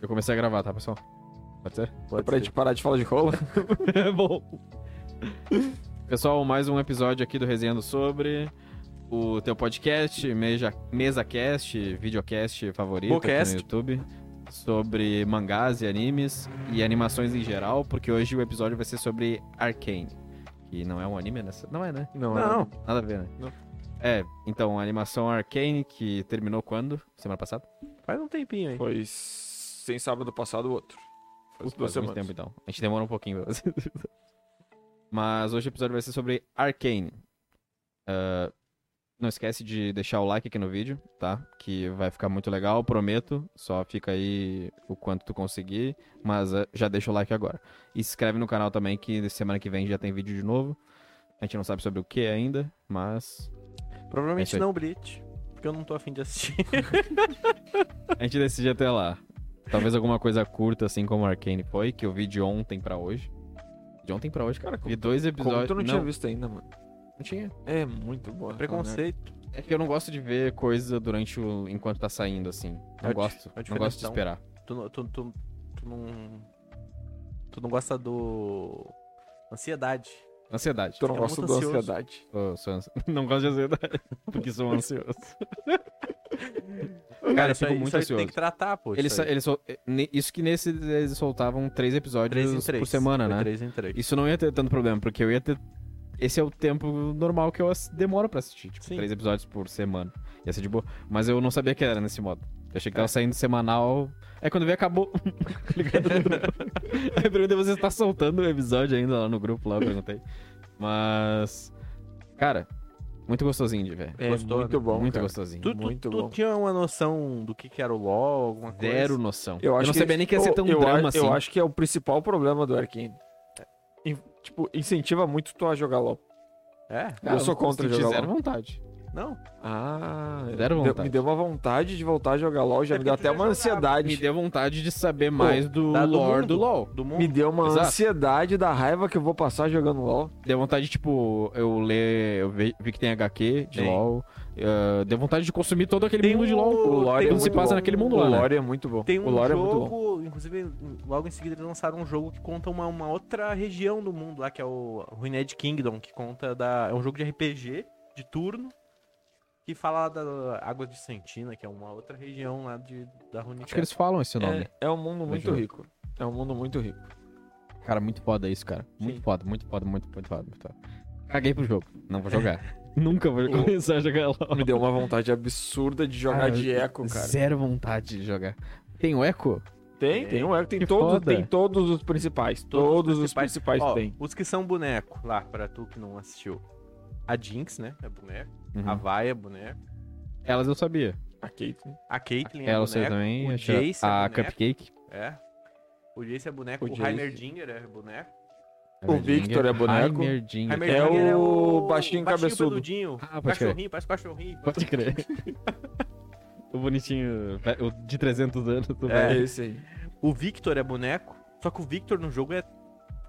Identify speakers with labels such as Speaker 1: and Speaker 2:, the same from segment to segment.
Speaker 1: Eu comecei a gravar, tá, pessoal? Pode ser?
Speaker 2: É pra gente parar de falar de rola.
Speaker 1: É bom. Pessoal, mais um episódio aqui do Resenhando Sobre, o teu podcast, meja, MesaCast, videocast favorito aqui
Speaker 2: Podcast.
Speaker 1: no YouTube, sobre mangás e animes e animações em geral, porque hoje o episódio vai ser sobre Arcane, que não é um anime, né? Não é, né?
Speaker 2: Não,
Speaker 1: Não. Nada a ver, né?
Speaker 2: Não.
Speaker 1: É, então, a animação Arcane, que terminou quando? Semana passada?
Speaker 3: Faz um tempinho aí.
Speaker 2: Foi sem sábado passado o outro. Faz duas
Speaker 1: Faz muito
Speaker 2: semanas.
Speaker 1: tempo, então. A gente demora um pouquinho. pra vocês. Mas hoje o episódio vai ser sobre Arcane. Ah, não esquece de deixar o like aqui no vídeo, tá? Que vai ficar muito legal, prometo. Só fica aí o quanto tu conseguir. Mas ah, já deixa o like agora. E se inscreve no canal também, que semana que vem já tem vídeo de novo. A gente não sabe sobre o que ainda, mas É isso
Speaker 3: Provavelmente
Speaker 1: aí.
Speaker 3: não, Bleach. Porque eu não tô afim de assistir.
Speaker 1: a gente decide até lá. Talvez alguma coisa curta, assim como Arcane foi, que eu vi de ontem pra hoje. De ontem pra hoje, cara.
Speaker 2: Cara,
Speaker 1: Vi dois
Speaker 2: Como
Speaker 1: episódios.
Speaker 2: tu não,
Speaker 1: não,
Speaker 2: tinha visto ainda, mano.
Speaker 1: não tinha.
Speaker 2: É muito boa.
Speaker 3: Preconceito.
Speaker 1: É que eu não gosto de ver coisa durante o. enquanto tá saindo, assim.
Speaker 3: É
Speaker 1: Não
Speaker 3: o di-
Speaker 1: gosto.
Speaker 3: é o
Speaker 1: não gosto de
Speaker 3: diferentão.
Speaker 1: esperar.
Speaker 3: Tu, não- tu, tu, tu não. Tu não gosta do. Ansiedade.
Speaker 1: Ansiedade.
Speaker 2: Tu não
Speaker 3: É
Speaker 2: gosta
Speaker 3: muito
Speaker 2: da
Speaker 3: ansioso.
Speaker 2: ansiedade.
Speaker 1: Eu sou ansi- Não gosto de ansiedade. Porque sou ansioso.
Speaker 3: Cara,
Speaker 1: eu
Speaker 3: isso
Speaker 1: fico
Speaker 3: aí,
Speaker 1: muito
Speaker 3: isso aí tu
Speaker 1: ansioso.
Speaker 3: tem que tratar, pô.
Speaker 1: Eles,
Speaker 3: isso
Speaker 1: sa-
Speaker 3: aí.
Speaker 1: eles sol- ne- Isso que nesse eles soltavam três episódios
Speaker 3: Três em três.
Speaker 1: por semana,
Speaker 3: Foi
Speaker 1: né?
Speaker 3: Três em três.
Speaker 1: Isso não ia ter tanto problema, porque eu ia ter. Esse é o tempo normal que eu ass- demoro pra assistir. Tipo,
Speaker 3: Sim.
Speaker 1: três episódios por semana. Ia ser de boa. Mas eu não sabia que era nesse modo. Eu achei que
Speaker 2: É.
Speaker 1: tava saindo semanal. Aí quando veio, acabou. Tá ligado? Aí eu perguntei, você tá soltando o episódio ainda lá no grupo lá, eu perguntei. Mas. Cara, muito gostosinho de ver.
Speaker 2: É
Speaker 3: Gostou, né?
Speaker 2: muito bom,
Speaker 1: muito
Speaker 2: cara.
Speaker 1: gostosinho.
Speaker 3: Tu, tu-
Speaker 2: Muito
Speaker 3: tu
Speaker 2: bom.
Speaker 3: tinha uma noção do que, que era o LOL, alguma coisa?
Speaker 1: Zero noção.
Speaker 2: Eu, acho
Speaker 1: não sabia nem que ia ser tão
Speaker 2: eu, eu
Speaker 1: drama
Speaker 2: a-
Speaker 1: assim.
Speaker 2: Eu acho que é o principal problema do Arkane. In- Tipo, incentiva muito tu a jogar LOL.
Speaker 3: É?
Speaker 1: Cara,
Speaker 2: eu sou contra
Speaker 1: senti
Speaker 2: jogar
Speaker 1: zero
Speaker 2: LOL.
Speaker 1: vontade.
Speaker 3: Não.
Speaker 2: Ah,
Speaker 1: Zero
Speaker 2: me deu-
Speaker 1: vontade.
Speaker 2: me deu uma vontade de voltar a jogar LOL, já
Speaker 3: É
Speaker 2: me deu
Speaker 3: porque tu
Speaker 2: até
Speaker 3: já
Speaker 2: uma
Speaker 3: jogava.
Speaker 2: ansiedade.
Speaker 1: Me deu vontade de saber mais do
Speaker 3: da- do
Speaker 1: lore do
Speaker 3: mundo.
Speaker 1: LoL.
Speaker 3: Do mundo.
Speaker 2: Me deu uma
Speaker 1: Exato.
Speaker 2: ansiedade da raiva que eu vou passar jogando LOL.
Speaker 1: Deu vontade, tipo, eu ler, eu vi, vi que tem HQ de
Speaker 3: Tem.
Speaker 1: LOL. eh, deu vontade de consumir todo aquele
Speaker 3: Tem
Speaker 1: mundo de
Speaker 3: um-
Speaker 1: LOL.
Speaker 3: O lore
Speaker 1: Tudo se
Speaker 3: é muito
Speaker 1: passa
Speaker 3: bom.
Speaker 1: naquele mundo
Speaker 2: o
Speaker 1: lá, né?
Speaker 2: lore é muito bom.
Speaker 3: Tem um
Speaker 2: o lore é muito bom.
Speaker 3: jogo, inclusive, logo em seguida eles lançaram um jogo que conta uma, uma outra região do mundo lá, que é o Ruined Kingdom, que conta da... É um jogo de RPG, de turno, que fala da Água de Sentina, que é uma outra região lá de, da Ruined
Speaker 1: Acho que eles falam esse nome.
Speaker 2: É, é um mundo muito
Speaker 1: jogo.
Speaker 2: rico. É um mundo muito rico.
Speaker 1: Cara, muito foda isso, cara. Muito
Speaker 3: Sim.
Speaker 1: foda, muito foda, muito, muito foda, muito foda. Caguei pro jogo. Não vou jogar. Nunca vou
Speaker 2: O-
Speaker 1: começar a jogar LOL.
Speaker 2: Me deu uma vontade absurda de jogar
Speaker 1: Cara,
Speaker 2: de eco, cara.
Speaker 1: Zero vontade de jogar. Tem o Echo?
Speaker 2: Tem, tem um eco. Tem,
Speaker 1: Que
Speaker 2: todo,
Speaker 1: foda.
Speaker 2: tem todos os principais. Todos, os principais,
Speaker 3: Ó,
Speaker 2: tem.
Speaker 3: os que são boneco lá, pra tu que não assistiu. A Jinx, né? É boneco. A
Speaker 1: Uhum.
Speaker 3: Vai é boneco.
Speaker 1: Elas eu sabia.
Speaker 2: A Caitlyn.
Speaker 3: A Caitlyn é
Speaker 1: Elas eu
Speaker 3: boneco.
Speaker 1: também.
Speaker 3: o
Speaker 1: achei-
Speaker 3: Jace é
Speaker 1: a
Speaker 3: boneco.
Speaker 1: Cupcake.
Speaker 3: É. O Jace é boneco.
Speaker 2: O
Speaker 3: O,
Speaker 2: Jace.
Speaker 3: Heimerdinger é boneco.
Speaker 2: O Victor é boneco.
Speaker 1: Heimerdinger.
Speaker 2: Heimerdinger.
Speaker 3: Heimerdinger
Speaker 2: É o baixinho cabeçudo.
Speaker 3: peludinho.
Speaker 1: Ah, pode crer.
Speaker 3: cachorrinho, parece um cachorrinho.
Speaker 1: Pode crer. o bonitinho, ve- o de 300 anos. do
Speaker 2: É,
Speaker 1: velho.
Speaker 2: esse aí.
Speaker 3: O Victor é boneco, só que o Victor no jogo é,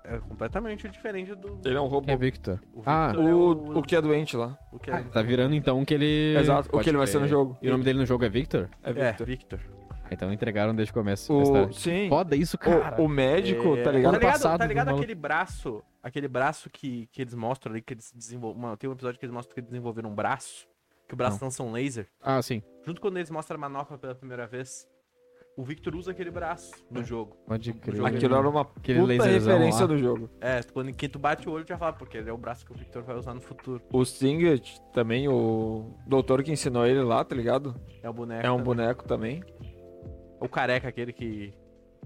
Speaker 3: é completamente diferente do.
Speaker 2: Ele é um robô.
Speaker 1: Quem é Victor?
Speaker 3: O Victor
Speaker 1: Ah,
Speaker 3: é
Speaker 2: O, o que é doente lá.
Speaker 3: o que é-
Speaker 1: Ah, tá virando então que ele.
Speaker 2: Exato. O
Speaker 1: Pode
Speaker 2: que ele vai
Speaker 1: crer.
Speaker 2: ser no jogo.
Speaker 1: E o nome dele no jogo é Victor?
Speaker 2: É
Speaker 3: É,
Speaker 2: Victor.
Speaker 3: Victor.
Speaker 1: Ah, então entregaram desde o começo.
Speaker 2: O-
Speaker 1: essa história.
Speaker 2: sim.
Speaker 1: Foda isso, cara.
Speaker 2: O, o médico,
Speaker 3: É,
Speaker 2: tá ligado?
Speaker 3: Tá ligado,
Speaker 1: Passado
Speaker 3: tá ligado
Speaker 1: do maluco.
Speaker 3: aquele braço, aquele braço que, que eles mostram ali, que eles desenvolveram. Tem um episódio que eles mostram que eles desenvolveram um braço, que o braço lança um laser.
Speaker 1: Ah, sim.
Speaker 3: Junto quando eles mostram a manopla pela primeira vez, o Victor usa aquele braço
Speaker 2: É.
Speaker 3: no jogo.
Speaker 1: Pode crer.
Speaker 3: jogo é
Speaker 2: Aquilo era um uma
Speaker 1: né? Aquele
Speaker 2: puta
Speaker 1: laserzão
Speaker 2: referência
Speaker 1: lá.
Speaker 2: do jogo.
Speaker 3: É, quando que tu bate o olho, tu já fala, porque ele é o braço que o Victor vai usar no futuro.
Speaker 2: O Singlet também, o doutor que ensinou ele lá, tá ligado?
Speaker 3: É o boneco.
Speaker 2: É um
Speaker 3: também.
Speaker 2: boneco também.
Speaker 3: O careca, aquele que,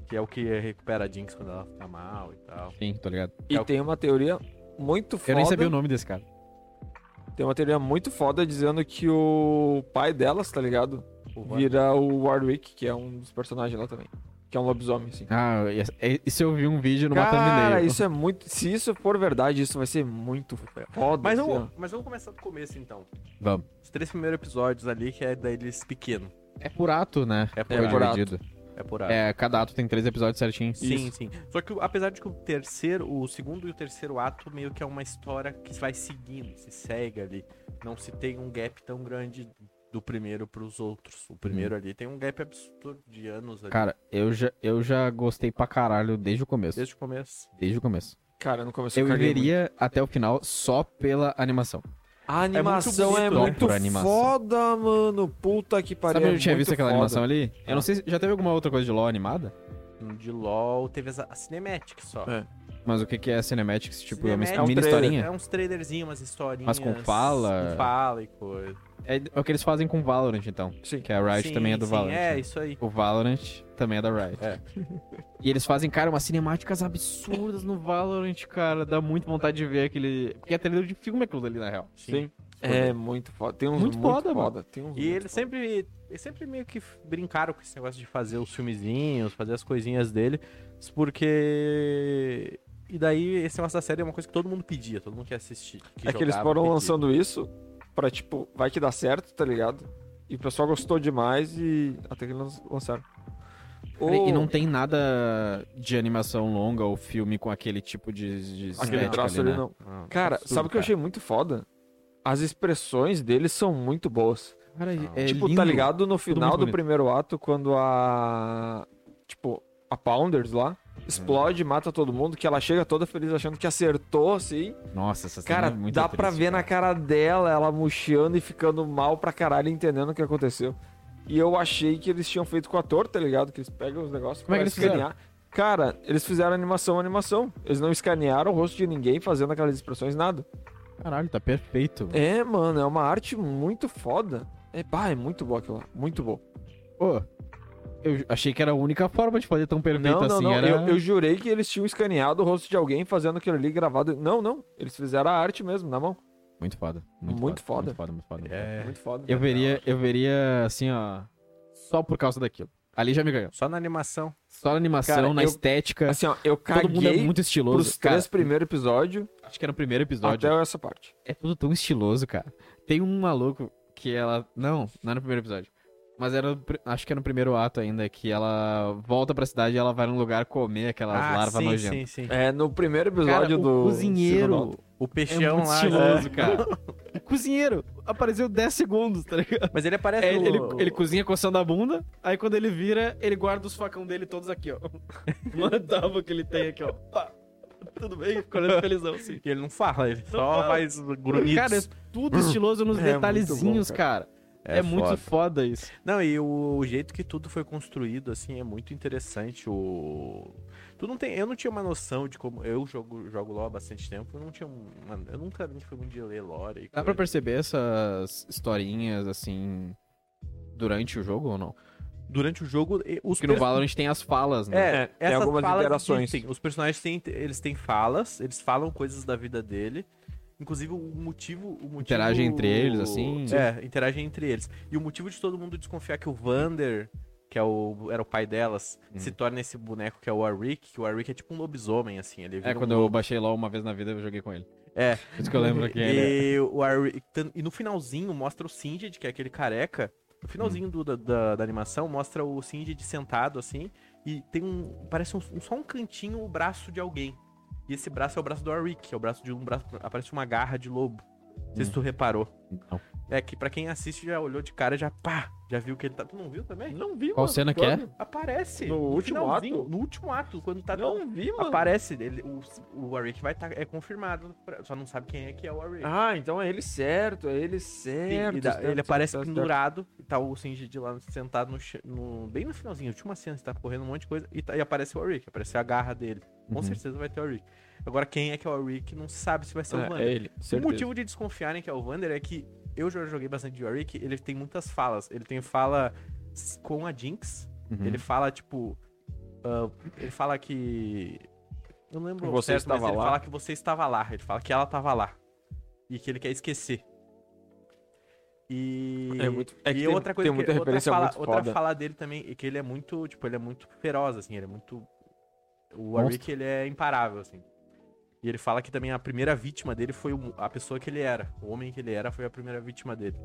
Speaker 3: que é o que recupera a Jinx quando ela fica mal e tal.
Speaker 1: Sim, tô ligado.
Speaker 2: E
Speaker 3: É o-
Speaker 2: tem uma teoria muito foda.
Speaker 1: Eu nem sabia o nome desse cara.
Speaker 2: Tem uma teoria muito foda dizendo que o pai delas, tá ligado?
Speaker 3: O
Speaker 2: Vira o Warwick, que é um dos personagens lá também. Que é um lobisomem, assim.
Speaker 1: Ah, e- e- isso eu vi um vídeo numa
Speaker 2: Cara,
Speaker 1: thumbnail.
Speaker 2: isso é muito. Se isso for verdade, isso vai ser muito foda.
Speaker 3: Mas
Speaker 2: assim,
Speaker 3: vamos, mas vamos começar do começo então.
Speaker 1: Vamos.
Speaker 3: Os três primeiros episódios ali, que é deles pequeno.
Speaker 1: É por ato, né?
Speaker 3: É por
Speaker 1: Foi
Speaker 2: É por ato.
Speaker 1: dividido.
Speaker 3: É por aí.
Speaker 1: É, cada ato tem três episódios certinho.
Speaker 3: Sim,
Speaker 1: Isso.
Speaker 3: sim. Só que o- apesar de que o terceiro, o segundo e o terceiro ato meio que é uma história que vai seguindo, se segue ali. Não se tem um gap tão grande do primeiro pros outros. O primeiro ali tem um gap absurdo de anos ali.
Speaker 1: Uhum. Cara, eu já, eu já gostei pra caralho desde o começo.
Speaker 3: Desde o começo.
Speaker 1: Desde o começo.
Speaker 2: Cara, no começo
Speaker 1: Eu
Speaker 2: caguei muito.
Speaker 1: veria até o final só pela animação.
Speaker 2: A animação é
Speaker 3: bonito,
Speaker 1: né?
Speaker 2: muito,
Speaker 1: Por animação.
Speaker 2: foda, mano. Puta que pariu.
Speaker 1: Sabe onde
Speaker 2: é
Speaker 1: eu tinha
Speaker 2: muito
Speaker 1: visto aquela
Speaker 2: foda. Ah.
Speaker 1: animação ali? Eu não sei se já teve alguma outra coisa de LoL animada,
Speaker 3: De LOL teve as- a Cinematic só.
Speaker 2: É.
Speaker 1: mas o que que é Cinematics? Tipo, é uma
Speaker 3: Cinematic,
Speaker 1: mini
Speaker 2: um trailer,
Speaker 1: historinha?
Speaker 3: É uns trailerzinhos, umas historinhas.
Speaker 1: Mas com fala?
Speaker 3: Com fala e coisa.
Speaker 1: É o que eles fazem com Valorant, então.
Speaker 2: um- Sim.
Speaker 1: Que a Riot
Speaker 3: Sim,
Speaker 1: também é do
Speaker 3: sim,
Speaker 1: Valorant.
Speaker 3: É,
Speaker 1: né?
Speaker 3: isso aí.
Speaker 1: O Valorant também é da Riot.
Speaker 3: É.
Speaker 1: E eles fazem, cara, umas cinemáticas absurdas no Valorant, cara. Dá muito vontade de ver aquele. Porque é trailer de filme aquilo ali, na real.
Speaker 2: Sim. É muito foda. Tem uns
Speaker 1: Muito
Speaker 2: muito,
Speaker 1: foda,
Speaker 2: foda,
Speaker 1: mano.
Speaker 2: Tem uns muito
Speaker 3: E eles
Speaker 2: foda.
Speaker 3: sempre, eles sempre meio que brincaram com esse negócio de fazer os filmezinhos, fazer as coisinhas dele, porque. E daí, esse negócio da série é uma coisa que todo mundo pedia, todo mundo quer assistir.
Speaker 2: É que eles
Speaker 3: jogava,
Speaker 2: foram
Speaker 3: pedia.
Speaker 2: lançando isso pra, tipo, vai que dá certo, tá ligado? E o pessoal gostou demais e até que eles lançaram.
Speaker 1: E
Speaker 2: Ou-
Speaker 1: não tem nada de animação longa ou filme com aquele tipo de. de
Speaker 2: Aquele
Speaker 1: estética
Speaker 2: traço ali,
Speaker 1: né?
Speaker 2: não.
Speaker 3: Ah,
Speaker 2: Cara,
Speaker 1: absurdo,
Speaker 2: sabe o que eu
Speaker 1: cara.
Speaker 2: achei muito foda? As expressões deles são muito boas.
Speaker 1: Cara, é
Speaker 2: tipo,
Speaker 1: lindo.
Speaker 2: tá ligado no final
Speaker 1: muito
Speaker 2: do
Speaker 1: bonito.
Speaker 2: primeiro ato, quando a. Tipo, a Pounders lá
Speaker 1: Uhum.
Speaker 2: explode, mata todo mundo, que ela chega toda feliz achando que acertou, assim.
Speaker 1: Nossa, essa cena
Speaker 2: Cara,
Speaker 1: é muito
Speaker 2: dá pra
Speaker 1: triste,
Speaker 2: ver
Speaker 1: cara.
Speaker 2: na cara dela ela murchando e ficando mal pra caralho, entendendo o que aconteceu. E eu achei que eles tinham feito com o ator, tá ligado? Que eles pegam os negócios
Speaker 1: Como é que
Speaker 2: pra
Speaker 1: eles fizeram?
Speaker 2: Cara, eles fizeram animação, animação. Eles não escanearam o rosto de ninguém fazendo aquelas expressões, nada.
Speaker 1: Caralho, tá perfeito.
Speaker 2: É, mano, é uma arte muito foda. É, pá, é muito bom aquilo lá. Muito bom.
Speaker 1: Pô, eu achei que era a única forma de fazer tão perfeito
Speaker 2: não, não,
Speaker 1: assim.
Speaker 2: não.
Speaker 1: Era...
Speaker 2: Eu, eu jurei que eles tinham escaneado o rosto de alguém fazendo aquilo ali gravado. Não, não. Eles fizeram a arte mesmo, na mão.
Speaker 1: Muito foda. Muito,
Speaker 2: Muito
Speaker 1: foda.
Speaker 2: foda.
Speaker 1: Muito foda, muito foda.
Speaker 3: É.
Speaker 2: Muito foda.
Speaker 1: Eu veria, eu veria assim, ó. Só por causa daquilo. Ali já me ganhou.
Speaker 3: Só na animação.
Speaker 1: Só na animação,
Speaker 2: Cara,
Speaker 1: na
Speaker 2: eu-
Speaker 1: estética.
Speaker 2: Assim, ó, eu caguei
Speaker 1: todo mundo é muito estiloso.
Speaker 2: pros
Speaker 1: cara,
Speaker 2: três primeiros episódios
Speaker 1: Acho que era o primeiro episódio.
Speaker 2: até essa parte.
Speaker 1: É tudo tão estiloso, cara. Tem um maluco que ela. Não, não era no primeiro episódio. Mas era. no pr- Acho que era no primeiro ato ainda, que ela volta pra cidade e ela vai num lugar comer aquelas larvas
Speaker 3: Ah, sim,
Speaker 1: nojentas.
Speaker 3: sim, sim.
Speaker 2: É, no primeiro
Speaker 1: Cara,
Speaker 2: episódio
Speaker 1: o
Speaker 2: do.
Speaker 1: cozinheiro.
Speaker 2: segundo ato.
Speaker 3: O
Speaker 1: É
Speaker 3: peixão
Speaker 1: muito
Speaker 3: lá. né?
Speaker 1: estiloso, cara. O cozinheiro apareceu 10 segundos, tá ligado?
Speaker 3: né? Mas ele aparece
Speaker 1: É, ele, ele,
Speaker 3: no...
Speaker 1: ele cozinha coçando a bunda, aí quando ele vira, ele guarda os facão dele todos aqui, ó. Uma tábua que ele tem aqui, ó. Pá. Tudo bem, ficou olhando felizão, assim.
Speaker 3: Ele não fala, ele só
Speaker 1: fala.
Speaker 3: faz grunhidos.
Speaker 1: Cara, é tudo estiloso nos
Speaker 2: É muito
Speaker 1: detalhezinhos,
Speaker 2: bom,
Speaker 1: cara. É, muito foda. isso.
Speaker 3: Não, e o, o jeito que tudo foi construído, assim, é muito interessante. O... Tu não tem, eu não tinha uma noção de como. Eu jogo, jogo LOL há bastante tempo, eu não tinha. Uma, eu nunca fui muito de ler lore. E
Speaker 1: Dá pra
Speaker 3: coisa.
Speaker 1: perceber essas historinhas, assim, durante o jogo ou não?
Speaker 3: Durante o jogo, e- os
Speaker 1: Porque no
Speaker 3: pers-
Speaker 1: Valorant tem as falas, né?
Speaker 3: É,
Speaker 2: tem
Speaker 3: essas
Speaker 2: algumas
Speaker 3: falas
Speaker 2: interações.
Speaker 3: existem. Os personagens têm, eles têm falas, eles falam coisas da vida dele. Inclusive, o motivo. O motivo...
Speaker 1: Interagem entre eles, assim.
Speaker 3: É, interagem entre eles. E o motivo de todo mundo desconfiar que o Vander, que é o, era o pai delas,
Speaker 1: Hum.
Speaker 3: se torna esse boneco que é o Warwick, que o Warwick é tipo um lobisomem, assim. Ele
Speaker 1: É,
Speaker 3: vira um
Speaker 1: quando eu baixei LOL uma vez na vida, eu joguei com ele.
Speaker 3: É.
Speaker 1: Por isso que eu lembro que ele... é.
Speaker 2: né?
Speaker 3: E, o Ari- tan- e no finalzinho mostra o Singed, que é aquele careca.
Speaker 2: Hum.
Speaker 3: No finalzinho do- da, da- da animação mostra o Singed sentado assim. E tem um. Parece um, um- só um cantinho o braço de alguém. E esse braço é o braço do Arik, é o braço de um braço. Aparece uma garra de lobo. Não sei
Speaker 2: Hum.
Speaker 3: se tu reparou.
Speaker 1: Não.
Speaker 3: É que pra quem assiste já olhou de cara já pá, já viu que ele tá. Tu não viu também?
Speaker 2: Não vi,
Speaker 1: Qual
Speaker 2: mano.
Speaker 1: cena que é?
Speaker 2: Quando?
Speaker 3: Aparece.
Speaker 2: Hum. No último
Speaker 3: finalzinho,
Speaker 2: ato?
Speaker 3: No último ato, quando tá.
Speaker 2: Não vi, mano.
Speaker 3: Aparece, ele, o, o Warwick vai estar. é confirmado, pra- só não sabe quem é que é o Warwick.
Speaker 2: Ah, então é ele certo, é ele
Speaker 3: Sim,
Speaker 2: certo.
Speaker 3: e dá-
Speaker 2: certo,
Speaker 3: ele aparece
Speaker 2: certo, certo.
Speaker 3: pendurado e tá o Singed lá sentado no, chão- no- bem no finalzinho, última cena, você tá correndo um monte de coisa e, tá- e aparece o Auric, aparece a garra dele. Com
Speaker 1: Uhum.
Speaker 3: certeza vai ter o Auric. Agora, quem é que é o Auric não se sabe se vai ser o
Speaker 2: É, é
Speaker 3: Wander.
Speaker 2: ele.
Speaker 3: o
Speaker 2: certeza.
Speaker 3: motivo de desconfiarem que é o Wander é que eu já joguei bastante de Auric, ele tem muitas falas. Ele tem fala s- com a Jinx,
Speaker 1: Uhum.
Speaker 3: ele fala tipo. ah, ele fala que. Eu não lembro
Speaker 2: Você estava
Speaker 3: ele
Speaker 2: lá.
Speaker 3: fala que você estava lá. Ele fala que ela estava lá. E que ele quer esquecer. E.
Speaker 2: É muito- é
Speaker 3: e
Speaker 2: que tem-
Speaker 3: outra coisa
Speaker 2: tem muita
Speaker 3: que, outra,
Speaker 2: referência
Speaker 3: fala,
Speaker 2: muito
Speaker 3: outra
Speaker 2: foda.
Speaker 3: fala dele também, é que ele é muito. Tipo, ele é muito feroz, assim, ele é muito. O Arik, ele é imparável, assim. E ele fala que também a primeira vítima dele foi o- a pessoa que ele era. O homem que ele era foi a primeira vítima dele.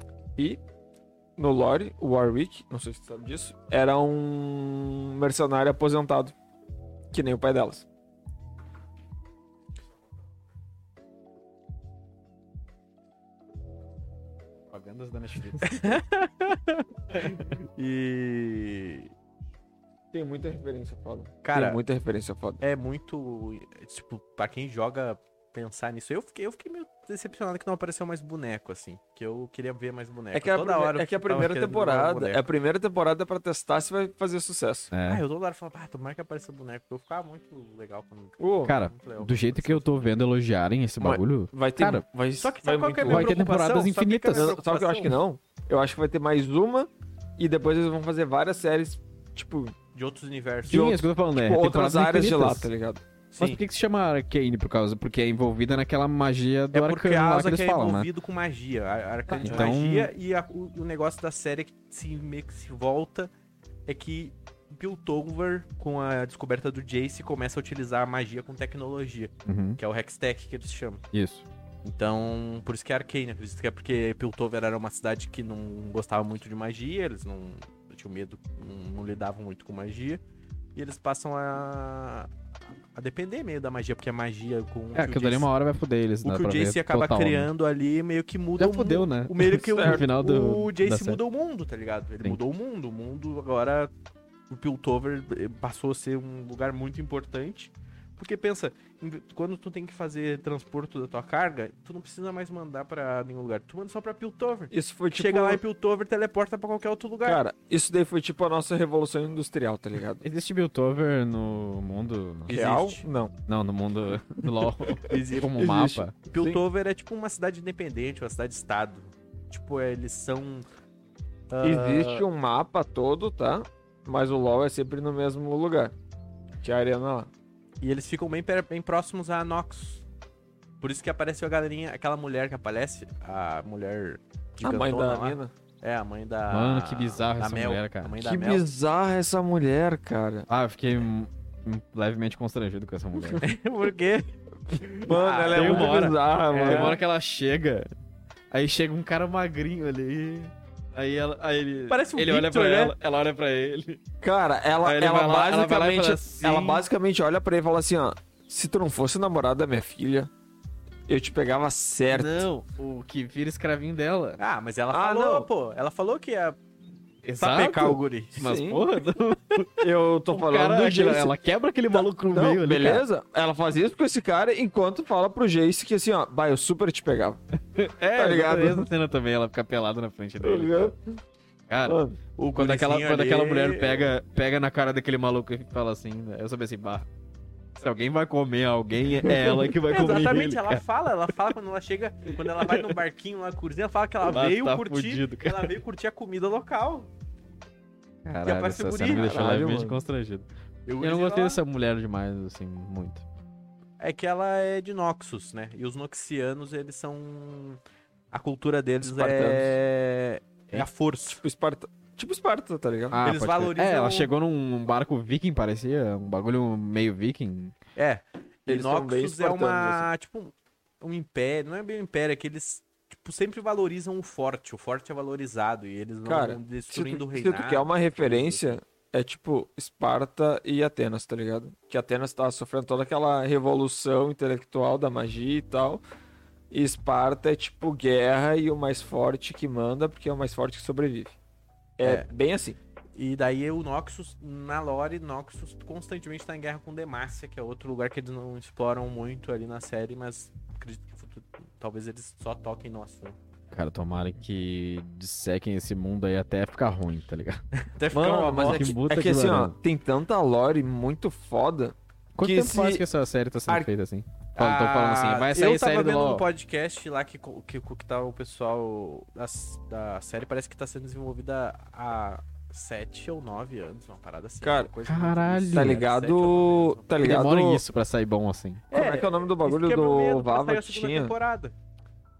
Speaker 2: No lore, o Warwick, não sei se você sabe disso, era um mercenário aposentado. Que nem o pai delas.
Speaker 3: Pagando
Speaker 1: propagandas da Netflix.
Speaker 3: E.
Speaker 2: Tem muita referência foda.
Speaker 3: Cara,
Speaker 2: Tem muita referência foda.
Speaker 3: é muito. é, Tipo, pra quem joga pensar nisso, eu fiquei, eu fiquei meio decepcionado que não apareceu mais boneco, assim. Que eu queria ver mais boneco.
Speaker 2: É que, a
Speaker 3: toda
Speaker 2: prime-
Speaker 3: hora eu
Speaker 2: é que a
Speaker 3: tava
Speaker 2: primeira
Speaker 3: querendo jogar um
Speaker 2: temporada,
Speaker 3: boneco.
Speaker 2: é a primeira temporada pra testar se vai fazer sucesso.
Speaker 1: É.
Speaker 3: Ah, eu toda hora falava, ah, tomara que apareça boneco. porque Eu ficava muito legal quando.
Speaker 2: Ô,
Speaker 1: Cara,
Speaker 3: muito legal
Speaker 1: Do
Speaker 3: quando
Speaker 1: jeito que
Speaker 3: aparecia.
Speaker 1: eu tô vendo elogiarem esse
Speaker 2: Mas-
Speaker 1: bagulho.
Speaker 2: vai ter,
Speaker 1: cara,
Speaker 2: vai,
Speaker 3: Só que
Speaker 2: vai
Speaker 3: sabe qual que é a
Speaker 2: muito
Speaker 3: minha
Speaker 1: Vai ter
Speaker 3: preocupação?
Speaker 1: temporadas
Speaker 3: Sabe qual que é a
Speaker 1: infinitas.
Speaker 3: minha
Speaker 2: Não, Sabe o que eu acho que
Speaker 3: preocupação?
Speaker 2: não? Eu acho que vai ter mais uma e depois eles vão fazer várias séries, tipo,
Speaker 3: De outros universos.
Speaker 1: Sim, é isso que eu tô falando, né?
Speaker 2: com tipo, outras
Speaker 1: Temporadas
Speaker 2: áreas de lá,
Speaker 1: infinitas.
Speaker 2: tá ligado?
Speaker 1: Mas
Speaker 3: Sim.
Speaker 1: por que, que se chama Arcane por causa? Porque é envolvida naquela magia do
Speaker 3: É porque
Speaker 1: arcano
Speaker 3: a
Speaker 1: lá que
Speaker 3: Asa
Speaker 1: eles
Speaker 3: que é
Speaker 1: falam, né?
Speaker 3: envolvido com magia. A Arcane de
Speaker 1: Então-
Speaker 3: magia e a- o, o negócio da série que se, meio que se volta é que Piltover, com a descoberta do Jace, começa a utilizar a magia com tecnologia,
Speaker 1: Uhum,
Speaker 3: que é o Hextech que eles chamam.
Speaker 1: Isso.
Speaker 3: Então, por isso que é Arcane, acredito que é porque Piltover era uma cidade que não gostava muito de magia, eles não tinham medo, não, não lidavam muito com magia, e eles passam a, a depender meio da magia, porque a magia com o
Speaker 1: É,
Speaker 3: que o
Speaker 1: aquilo ali
Speaker 3: Jace-
Speaker 1: uma hora vai foder eles,
Speaker 3: o
Speaker 1: né,
Speaker 3: que o
Speaker 1: pra ver
Speaker 3: Jace acaba
Speaker 1: total, né?
Speaker 3: criando ali meio que muda
Speaker 1: Já
Speaker 3: o
Speaker 1: fodeu,
Speaker 3: mundo.
Speaker 1: né?
Speaker 3: O meio que o,
Speaker 1: No final do,
Speaker 3: o
Speaker 1: da
Speaker 3: Jace
Speaker 1: série.
Speaker 3: muda o mundo, tá ligado? Ele
Speaker 1: Sim.
Speaker 3: mudou o mundo. O mundo agora. O Piltover eh, passou a ser um lugar muito importante. Porque pensa, em- quando tu tem que fazer transporte da tua carga, tu não precisa mais mandar pra nenhum lugar. Tu manda só pra Piltover.
Speaker 2: Isso foi tipo.
Speaker 3: Chega lá em Piltover, teleporta pra qualquer outro lugar.
Speaker 2: Cara, isso daí foi tipo a nossa revolução industrial, tá ligado?
Speaker 1: Existe Biltover no mundo.
Speaker 2: Real?
Speaker 3: Existe.
Speaker 2: Não.
Speaker 1: Não, no mundo do LOL.
Speaker 3: Existe.
Speaker 1: como
Speaker 2: Existe.
Speaker 1: mapa.
Speaker 3: Piltover é tipo uma cidade independente, uma cidade-estado. Tipo, eles são. ah,
Speaker 2: Existe um mapa todo, tá? Mas o LoL é sempre no mesmo lugar. Que é a arena lá.
Speaker 3: E eles ficam bem, per- bem próximos a Noxus. Por isso que apareceu a galerinha, aquela mulher que aparece, a mulher
Speaker 2: A mãe
Speaker 3: gigantona
Speaker 2: da
Speaker 3: lá.
Speaker 2: Nina.
Speaker 3: É, a mãe da
Speaker 1: Mano, que bizarro
Speaker 3: da
Speaker 1: essa
Speaker 3: Mel.
Speaker 1: mulher, cara.
Speaker 3: A mãe da
Speaker 2: Que
Speaker 3: Mel.
Speaker 2: bizarra essa mulher, cara.
Speaker 1: Ah, eu fiquei hum, hum, levemente constrangido com essa mulher.
Speaker 3: Por quê?
Speaker 2: Mano,
Speaker 3: Ah,
Speaker 2: ela
Speaker 1: tem
Speaker 2: é muito
Speaker 1: uma hora- Tem
Speaker 2: bizarra,
Speaker 1: uma hora
Speaker 3: É.
Speaker 2: mano.
Speaker 1: que ela chega, aí chega um cara magrinho ali. Aí, ela, aí ele.
Speaker 3: Parece um
Speaker 1: Ele olha
Speaker 3: Victor,
Speaker 1: pra
Speaker 3: né?
Speaker 1: ela, ela olha pra ele.
Speaker 2: Cara, ela,
Speaker 1: Aí ele
Speaker 2: ela
Speaker 1: vai lá- ela vai lá e
Speaker 2: basicamente.
Speaker 1: fala
Speaker 2: Ela,
Speaker 1: assim-
Speaker 2: basicamente olha pra ele e fala assim, ó. Se tu não fosse namorada da minha filha, eu te pegava certo.
Speaker 1: Não, o que vira escravinho dela.
Speaker 3: Ah, mas ela
Speaker 2: Ah,
Speaker 3: falou,
Speaker 2: não.
Speaker 3: pô. Ela falou que ia
Speaker 1: Exato.
Speaker 3: sapecar o guri.
Speaker 1: Mas
Speaker 2: Sim.
Speaker 1: porra, não.
Speaker 2: Eu tô
Speaker 1: o
Speaker 2: falando
Speaker 1: cara,
Speaker 2: do
Speaker 1: aquele-
Speaker 2: Jace.
Speaker 1: ela quebra aquele maluco no
Speaker 2: Não,
Speaker 1: meio ali. cara.
Speaker 2: beleza? Ela faz isso com esse cara enquanto fala pro Jace que assim, ó, vai, eu super te pegava.
Speaker 1: É,
Speaker 2: Tá ligado?
Speaker 1: exatamente, Essa cena também, ela fica pelada na frente
Speaker 2: Tá
Speaker 1: dele.
Speaker 2: ligado?
Speaker 1: Cara,
Speaker 2: Mano,
Speaker 3: O
Speaker 1: quando, aquela,
Speaker 3: gurizinho
Speaker 1: quando
Speaker 3: ali-
Speaker 1: aquela mulher pega, pega na cara daquele maluco e fala assim, né? eu sabia assim, bah, se alguém vai comer alguém, é ela que vai
Speaker 3: É,
Speaker 1: comer
Speaker 3: Exatamente,
Speaker 1: ele,
Speaker 3: ela
Speaker 1: cara.
Speaker 3: fala, ela fala quando ela chega, quando ela vai no barquinho lá, cruzeiro, ela fala que ela
Speaker 1: Lá
Speaker 3: veio
Speaker 1: tá
Speaker 3: curtir,
Speaker 1: fudido, cara.
Speaker 3: ela veio curtir a comida local.
Speaker 1: Caralho,
Speaker 3: aparece o
Speaker 1: essa
Speaker 3: guri.
Speaker 1: cena me deixou
Speaker 2: Caralho,
Speaker 1: levemente
Speaker 2: mano.
Speaker 1: constrangido.
Speaker 3: E o
Speaker 1: Eu
Speaker 3: gurizinho
Speaker 1: não gostei
Speaker 3: lá-
Speaker 1: dessa mulher demais, assim, muito.
Speaker 3: É que ela é de Noxus, né? E os Noxianos, eles são. A cultura deles é. É a força.
Speaker 2: Tipo Esparta. Tipo Esparta, tá ligado?
Speaker 1: Ah, pode
Speaker 3: Eles
Speaker 1: crer.
Speaker 3: valorizam-
Speaker 1: É, ela chegou num barco viking, parecia, um bagulho meio viking.
Speaker 3: É. E
Speaker 2: Eles são bem
Speaker 3: Noxus é
Speaker 2: espartanos, assim.
Speaker 3: uma. Tipo, um império. Não é bem um império, é que eles. Tipo, sempre valorizam o forte. O forte é valorizado. E eles não
Speaker 2: Cara,
Speaker 3: vão
Speaker 2: Se
Speaker 3: destruindo o
Speaker 2: tu, Tipo, se
Speaker 3: reinado.
Speaker 2: tu quer uma referência, é tipo Esparta e Atenas, tá ligado? Que Atenas tava sofrendo toda aquela revolução intelectual da magia e tal. E Esparta é tipo guerra e o mais forte que manda, porque é o mais forte que sobrevive. É,
Speaker 3: É.
Speaker 2: bem assim.
Speaker 3: E daí o Noxus, na lore, Noxus constantemente tá em guerra com Demacia, que é outro lugar que eles não exploram muito ali na série, mas acredito que no futuro, talvez eles só toquem no assunto.
Speaker 1: Cara, tomara que dissequem esse mundo aí até ficar ruim, tá ligado?
Speaker 3: Até ficar
Speaker 2: Mano,
Speaker 3: uma
Speaker 2: mas
Speaker 1: bosta.
Speaker 2: é que,
Speaker 1: Que puta
Speaker 2: é que
Speaker 1: que
Speaker 2: assim, ó,
Speaker 1: pariu.
Speaker 2: tem tanta lore muito foda.
Speaker 1: Quanto
Speaker 2: Que
Speaker 1: tempo
Speaker 2: se-
Speaker 1: faz que essa série tá sendo
Speaker 2: Ar-
Speaker 1: feita assim? Falam- tão falando assim, vai
Speaker 3: Ah, eu
Speaker 1: sair
Speaker 3: tava
Speaker 1: série do
Speaker 3: vendo
Speaker 1: LoL.
Speaker 3: um podcast lá que, co- que, co- que tá o pessoal da, s- da série, parece que tá sendo desenvolvida há sete ou nove anos, uma parada assim.
Speaker 2: Cara,
Speaker 3: uma coisa muito
Speaker 1: Caralho.
Speaker 3: isso.
Speaker 2: Tá
Speaker 1: Sim,
Speaker 3: Sete ou
Speaker 2: ligado?
Speaker 3: nove anos,
Speaker 2: Tá
Speaker 1: Que
Speaker 2: ligado?
Speaker 1: demora isso pra sair bom assim.
Speaker 2: Como é,
Speaker 3: É,
Speaker 2: que é o nome do
Speaker 3: uma parada. Isso
Speaker 2: bagulho
Speaker 3: quebra o
Speaker 2: do
Speaker 3: medo pra
Speaker 2: Vava
Speaker 3: sair a
Speaker 2: que
Speaker 3: segunda
Speaker 2: tinha?
Speaker 3: temporada.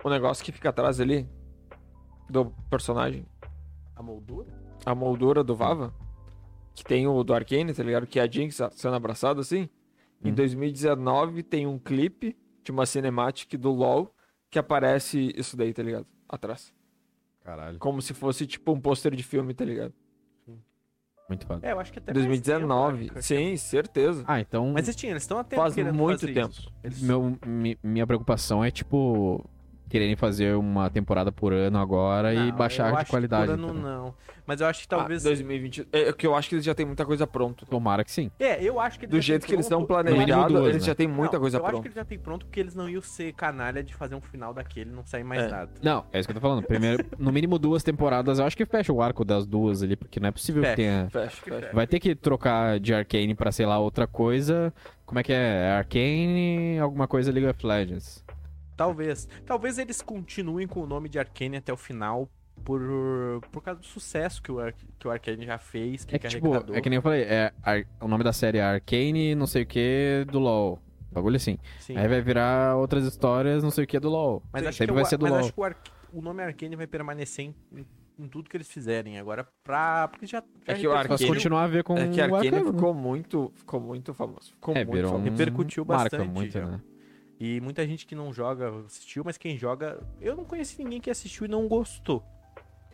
Speaker 2: O negócio que fica atrás ali do personagem,
Speaker 3: A moldura?
Speaker 2: a moldura do Vava, que tem o do Arcane, tá ligado? Que é a Jinx sendo abraçada assim. Em
Speaker 1: Hum.
Speaker 2: 2019 tem um clipe de uma cinematic do LoL que aparece isso daí, tá ligado? Atrás.
Speaker 1: Caralho.
Speaker 2: Como se fosse tipo um pôster de filme, tá ligado?
Speaker 1: Muito foda.
Speaker 3: É, eu acho que até faz tempo, né,
Speaker 2: 2019.
Speaker 3: cara.
Speaker 2: Sim, certeza.
Speaker 1: Ah, então.
Speaker 3: Mas eles tinham, eles estão há tempo
Speaker 2: Faz
Speaker 3: querendo
Speaker 2: muito
Speaker 3: fazer
Speaker 2: tempo.
Speaker 3: isso. Eles-
Speaker 1: meu, mi- minha preocupação é, tipo, quererem fazer uma temporada por ano agora e
Speaker 3: Não,
Speaker 1: baixar
Speaker 3: eu
Speaker 1: de
Speaker 3: acho que
Speaker 1: qualidade.
Speaker 3: por ano
Speaker 1: entendeu?
Speaker 3: não. Mas eu acho que talvez.
Speaker 2: Ah, 2020. É que eu acho que eles já têm muita coisa pronta.
Speaker 1: Tomara que sim.
Speaker 3: É, eu acho que eles
Speaker 2: Do
Speaker 3: já
Speaker 2: jeito
Speaker 3: têm
Speaker 2: que eles estão
Speaker 3: pronto.
Speaker 2: planejando,
Speaker 1: duas,
Speaker 2: eles
Speaker 1: né?
Speaker 2: já têm muita
Speaker 3: Não,
Speaker 2: coisa
Speaker 3: eu acho que
Speaker 2: pronta.
Speaker 3: ele já tem pronto porque eles não iam ser canalha de fazer um final daquele, não sair mais
Speaker 2: É.
Speaker 3: nada.
Speaker 1: Não, é isso que eu tô falando. Primeiro, no mínimo duas temporadas. Eu acho que fecha o arco das duas ali, porque não é possível
Speaker 3: Fecha.
Speaker 1: que tenha.
Speaker 2: Fecha,
Speaker 3: que
Speaker 2: fecha.
Speaker 1: Vai ter que trocar de Arcane pra, sei lá, outra coisa. Como é que é? Arcane, alguma coisa League of Legends.
Speaker 3: Talvez. Talvez eles continuem com o nome de Arcane até o final por, por causa do sucesso que o, Ar- que o Arcane já fez, que,
Speaker 1: É que, tipo,
Speaker 3: arrecadou.
Speaker 1: é que nem eu falei, é Ar- o nome da série é Arcane, não sei o que, do LoL. Bagulho assim.
Speaker 3: Sim.
Speaker 1: Aí vai virar outras histórias, não sei o que, do LoL.
Speaker 3: Mas acho que,
Speaker 1: Sempre
Speaker 3: o,
Speaker 1: vai ser do
Speaker 3: mas
Speaker 1: LoL.
Speaker 3: acho que o, Ar- o nome Arcane vai permanecer em, em- em tudo que eles fizerem agora pra... Porque já, já
Speaker 2: É que o
Speaker 1: Mas
Speaker 2: Arcane-
Speaker 3: repercutiu,
Speaker 1: continuar a ver com
Speaker 2: É que a
Speaker 1: o
Speaker 2: Arcane
Speaker 1: Arcane, né?
Speaker 2: ficou muito, ficou muito famoso. Ficou
Speaker 1: É,
Speaker 2: muito
Speaker 1: virou um...
Speaker 2: famoso.
Speaker 3: Repercutiu bastante,
Speaker 1: Marca muito,
Speaker 3: já.
Speaker 1: né?
Speaker 3: E muita gente que não joga assistiu, mas quem joga... Eu não conheci ninguém que assistiu e não gostou.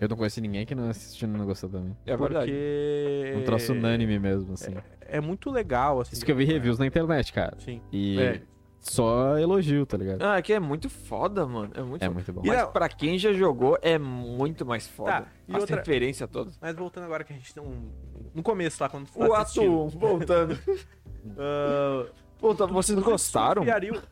Speaker 1: Eu não conheci ninguém que não assistiu e não gostou também.
Speaker 2: É verdade.
Speaker 3: porque...
Speaker 1: Um troço unânime mesmo, assim.
Speaker 3: É muito legal, assim.
Speaker 1: Isso
Speaker 3: de
Speaker 1: que eu vi
Speaker 3: acompanhar.
Speaker 1: reviews na internet, cara.
Speaker 3: Sim.
Speaker 1: E
Speaker 2: É.
Speaker 1: só elogio, tá ligado?
Speaker 2: Ah, é que é muito foda, mano. É muito
Speaker 1: É
Speaker 2: foda.
Speaker 1: muito bom.
Speaker 3: E
Speaker 2: Mas
Speaker 3: não-
Speaker 2: pra quem já jogou, é muito mais foda.
Speaker 3: Tá, e
Speaker 2: As
Speaker 3: outra-
Speaker 2: referências todas.
Speaker 3: Mas voltando agora que a gente tem um... No começo lá, quando tu
Speaker 2: O
Speaker 3: tá
Speaker 2: ato
Speaker 3: assistindo...
Speaker 2: 1, voltando.
Speaker 3: ah,
Speaker 2: Puta, vocês gostaram?
Speaker 3: desconfiariam-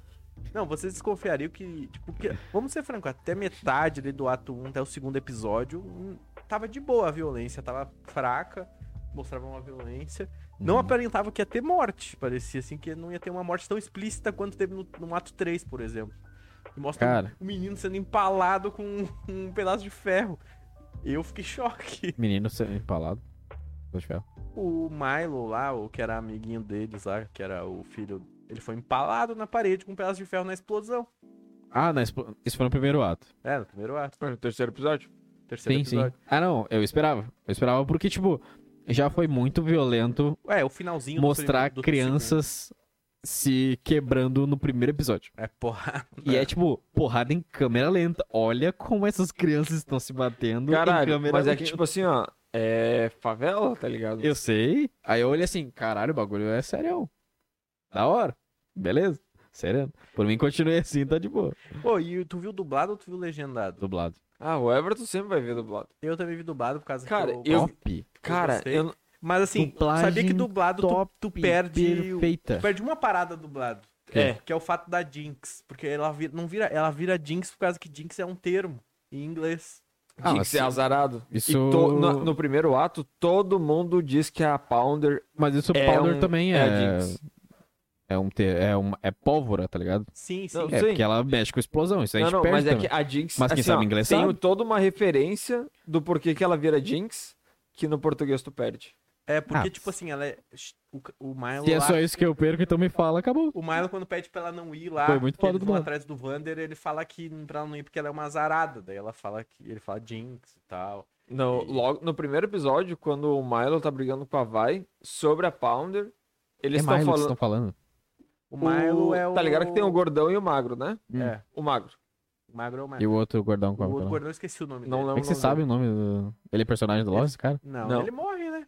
Speaker 3: Não, vocês desconfiariam que, tipo, que- vamos ser franco, até metade ali do ato 1 até o segundo episódio, hum, tava de boa a violência, tava fraca, mostrava uma violência. Não
Speaker 1: Uhum.
Speaker 3: aparentava que ia ter morte, parecia assim que não ia ter uma morte tão explícita quanto teve no, no ato 3, por exemplo. E mostra
Speaker 1: Cara.
Speaker 3: um menino sendo empalado com um, um pedaço de ferro. Eu fiquei em choque.
Speaker 1: Menino sendo empalado. Tô de ferro.
Speaker 3: O Milo lá, o que era amiguinho deles lá, que era o filho, ele foi empalado na parede com um pedaço de ferro na explosão.
Speaker 1: Ah, não, isso isso foi no primeiro ato.
Speaker 3: É, no primeiro ato.
Speaker 2: Foi no terceiro episódio?
Speaker 3: Terceiro episódio.
Speaker 1: Ah, não, eu esperava. Eu esperava porque, tipo, já foi muito violento
Speaker 3: É, o finalzinho do
Speaker 1: mostrar
Speaker 3: primeiro- do
Speaker 1: crianças se quebrando no primeiro episódio.
Speaker 3: segundo. É, porra.
Speaker 1: E é tipo, porrada em câmera lenta. Olha como essas crianças estão se batendo em
Speaker 2: Caralho,
Speaker 1: câmera
Speaker 2: mas é
Speaker 1: lenta.
Speaker 2: que tipo assim, ó. É favela, tá ligado?
Speaker 1: Eu sei. Aí eu olhei assim, caralho, o bagulho é sério. Da hora. Beleza. Sério. Por mim, continuei assim, tá de boa.
Speaker 3: Ô, e tu viu dublado ou tu viu legendado?
Speaker 1: Dublado.
Speaker 2: Ah, o Everton sempre vai ver dublado.
Speaker 3: Eu também vi dublado por causa
Speaker 2: Cara,
Speaker 3: que eu...
Speaker 2: eu-
Speaker 1: Top.
Speaker 2: Cara,
Speaker 3: gostei.
Speaker 2: eu,
Speaker 3: Mas assim,
Speaker 1: Dublagem
Speaker 3: sabia que dublado tu,
Speaker 1: top,
Speaker 3: tu perde... o-
Speaker 1: Perfeita.
Speaker 3: Tu perde uma parada dublado.
Speaker 2: É.
Speaker 3: Que é o fato da Jinx. Porque ela vira, não vira, ela vira Jinx por causa que Jinx é um termo em inglês.
Speaker 1: Ah,
Speaker 2: Tinha que
Speaker 1: mas
Speaker 2: ser
Speaker 1: isso-
Speaker 2: azarado. E
Speaker 1: isso-
Speaker 2: to- na- no, primeiro ato, todo mundo diz que a Pounder
Speaker 1: Mas isso
Speaker 2: é
Speaker 1: powder
Speaker 2: um-
Speaker 1: também
Speaker 2: é
Speaker 1: é.
Speaker 2: a
Speaker 1: É,
Speaker 2: Jinx.
Speaker 1: um te... é, uma... é pólvora, tá ligado?
Speaker 3: Sim, sim.
Speaker 2: Não,
Speaker 1: É,
Speaker 2: Sim.
Speaker 1: porque ela mexe com explosão. Isso Então a gente
Speaker 2: Não, não,
Speaker 1: perde.
Speaker 2: mas é
Speaker 1: também.
Speaker 2: que a Jinx.
Speaker 1: Mas quem
Speaker 2: assim,
Speaker 1: sabe
Speaker 2: ó,
Speaker 1: inglês
Speaker 2: Tem
Speaker 1: sabe.
Speaker 2: toda uma referência do porquê que ela vira Jinx, que no português tu perde.
Speaker 3: É porque,
Speaker 1: Ah.
Speaker 3: tipo assim, ela é... O, o Milo
Speaker 1: Se é
Speaker 3: lá-
Speaker 1: só isso que eu perco, então me fala, acabou.
Speaker 3: O Milo, quando pede pra ela não ir lá,
Speaker 1: Foi muito
Speaker 3: que
Speaker 1: foda
Speaker 3: eles
Speaker 1: do
Speaker 3: vão
Speaker 1: Milo.
Speaker 3: atrás do Vander, ele fala que pra ela não ir porque ela é uma azarada. Daí ela fala que. Ele fala Jinx e tal.
Speaker 2: No, logo, no primeiro episódio, quando o Milo tá brigando com a Vai sobre a Pounder, eles
Speaker 1: é
Speaker 2: estão
Speaker 1: mais que estão falando.
Speaker 2: falando.
Speaker 3: O Milo é o.
Speaker 2: Tá ligado que tem o gordão e o magro, né?
Speaker 1: Hum.
Speaker 3: É,
Speaker 2: O magro.
Speaker 3: o magro é o
Speaker 1: E
Speaker 3: magro.
Speaker 1: o outro gordão
Speaker 3: O
Speaker 1: como é que é o
Speaker 3: outro
Speaker 1: nome?
Speaker 3: gordão eu esqueci o nome
Speaker 2: Não
Speaker 3: dele.
Speaker 1: Como é que você
Speaker 2: Não, não
Speaker 1: sabe o nome do. Ele é personagem do Lost, esse cara?
Speaker 3: Não,
Speaker 2: Não.
Speaker 3: ele morre, né?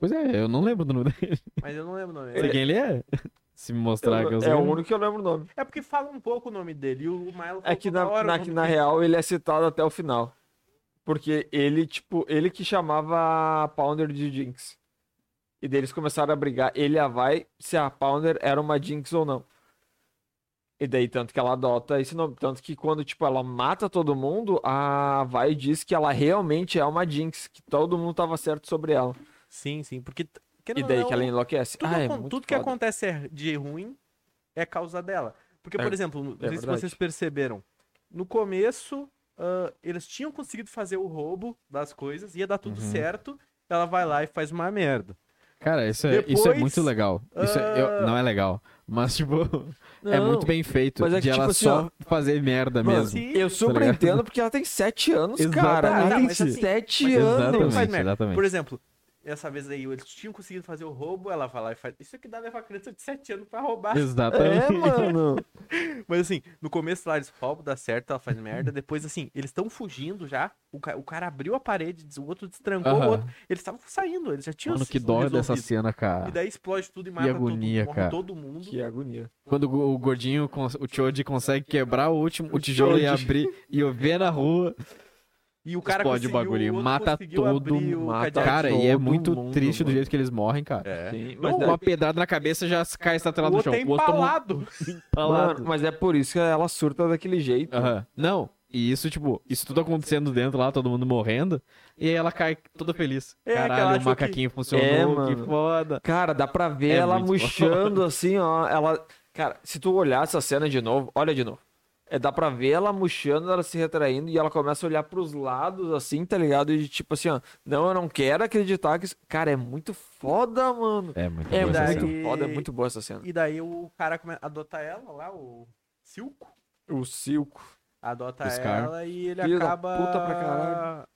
Speaker 1: Pois é, eu não lembro do nome dele.
Speaker 3: Mas eu não lembro o nome
Speaker 1: Sei
Speaker 3: dele.
Speaker 1: quem ele é. Se me mostrar que eu
Speaker 2: Eu-
Speaker 1: sei.
Speaker 2: é o único que eu lembro o nome.
Speaker 3: É porque fala um pouco o nome dele. E o Milo
Speaker 2: É
Speaker 3: falou
Speaker 2: que
Speaker 3: toda
Speaker 2: na,
Speaker 3: hora né? o
Speaker 2: na,
Speaker 3: nome
Speaker 2: que na
Speaker 3: dele.
Speaker 2: real ele é citado até o final. Porque ele, tipo, ele que chamava a Pounder de Jinx. E deles começaram a brigar, ele e a vai se a Pounder era uma Jinx ou não. E daí, tanto que ela adota esse nome. Tanto que quando, tipo, ela mata todo mundo, a vai diz que ela realmente é uma Jinx, que todo mundo tava certo sobre ela.
Speaker 3: Sim, sim. Porque. querendo
Speaker 2: E
Speaker 3: ou
Speaker 2: daí
Speaker 3: não,
Speaker 2: que ela enlouquece.
Speaker 3: Tudo,
Speaker 2: ah, é
Speaker 3: acon-
Speaker 2: muito
Speaker 3: tudo que
Speaker 2: foda.
Speaker 3: acontece é de ruim é causa dela. Porque,
Speaker 2: É,
Speaker 3: por exemplo, não
Speaker 2: é
Speaker 3: sei se
Speaker 2: verdade.
Speaker 3: vocês perceberam, no começo, ah, eles tinham conseguido fazer o roubo das coisas, ia dar tudo
Speaker 1: Uhum.
Speaker 3: certo, ela vai lá e faz uma merda.
Speaker 1: Cara, isso é, isso é
Speaker 3: Depois,
Speaker 1: muito legal. Isso é- eu-
Speaker 3: ah,
Speaker 1: não é legal. Mas, tipo, é
Speaker 2: Não.
Speaker 1: muito bem feito.
Speaker 2: mas é que,
Speaker 1: de ela
Speaker 2: tipo assim,
Speaker 1: só fazer merda
Speaker 2: Mano,
Speaker 1: mesmo. Tá
Speaker 3: Sim,
Speaker 2: Eu super
Speaker 1: ligado?
Speaker 2: entendo porque ela tem 7 anos, cara.
Speaker 1: Exatamente.
Speaker 2: Ela tem
Speaker 3: Mas assim,
Speaker 2: 7
Speaker 3: mas-
Speaker 2: anos.
Speaker 3: Não faz
Speaker 1: Exatamente,
Speaker 3: merda.
Speaker 1: exatamente.
Speaker 3: Por exemplo, Essa vez aí eles tinham conseguido fazer o roubo, ela vai lá e faz. Isso que dá levar criança de 7 anos pra roubar.
Speaker 1: Exatamente.
Speaker 2: É, mano.
Speaker 3: Mas assim, no começo lá eles roubam, dá certo, ela faz merda. Depois, assim, eles estão fugindo já. O, ca- o cara abriu a parede, des- o outro destrancou
Speaker 1: Aham.
Speaker 3: o outro. Eles estavam saindo, eles já tinham
Speaker 1: Mano, que
Speaker 3: se-
Speaker 1: dó dessa
Speaker 3: resolvido.
Speaker 1: cena, cara.
Speaker 3: E daí explode tudo e mata
Speaker 1: Tá. agonia,
Speaker 3: todo, morre
Speaker 1: cara.
Speaker 3: todo mundo.
Speaker 2: Que agonia.
Speaker 1: Quando o o gordinho, cons- o Choji consegue quebrar o último, o tijolo e
Speaker 2: Choji.
Speaker 1: abrir, e eu ver na rua.
Speaker 3: E o cara
Speaker 1: Explode o
Speaker 3: conseguiu,
Speaker 1: bagulho,
Speaker 3: outro
Speaker 1: mata
Speaker 3: conseguiu
Speaker 1: todo
Speaker 3: abrir o
Speaker 2: mata
Speaker 3: cadeado.
Speaker 1: Cara, e é
Speaker 2: todo
Speaker 1: muito
Speaker 2: mundo,
Speaker 1: triste do
Speaker 2: mano.
Speaker 1: jeito que eles morrem, cara.
Speaker 3: É.
Speaker 2: Sim, mas
Speaker 1: Não,
Speaker 2: daí-
Speaker 1: uma pedrada na cabeça já cai estatelado no
Speaker 3: o outro
Speaker 1: chão.
Speaker 3: é
Speaker 1: O outro toma um
Speaker 3: empalado.
Speaker 2: Mano, mas é por isso que ela surta daquele jeito.
Speaker 1: Aham. Não, e isso, tipo, isso tudo acontecendo dentro lá, todo mundo morrendo. E aí ela cai toda feliz.
Speaker 3: É, que ela
Speaker 1: Caralho,
Speaker 3: achou
Speaker 1: o
Speaker 3: que-
Speaker 1: macaquinho funcionou,
Speaker 2: É,
Speaker 1: que
Speaker 2: mano.
Speaker 1: foda.
Speaker 2: Cara, dá pra ver
Speaker 1: É
Speaker 2: ela
Speaker 1: muito
Speaker 2: murchando assim, ó. Ela. Cara, se tu olhar essa cena de novo, olha de novo. É, dá pra ver ela murchando, ela se retraindo e ela começa a olhar pros lados, assim, tá ligado? E de tipo assim, ó. Não, eu não quero acreditar que isso. Cara, é muito foda, mano.
Speaker 1: É muito
Speaker 2: É
Speaker 1: boa essa
Speaker 3: daí-
Speaker 1: cena.
Speaker 2: muito foda, é muito boa essa cena.
Speaker 3: E daí o cara come... adota ela lá, o Silco.
Speaker 2: O Silco.
Speaker 3: Adota
Speaker 1: O Scar.
Speaker 3: ela e ele
Speaker 2: Filho da
Speaker 3: acaba.
Speaker 2: puta pra caralho.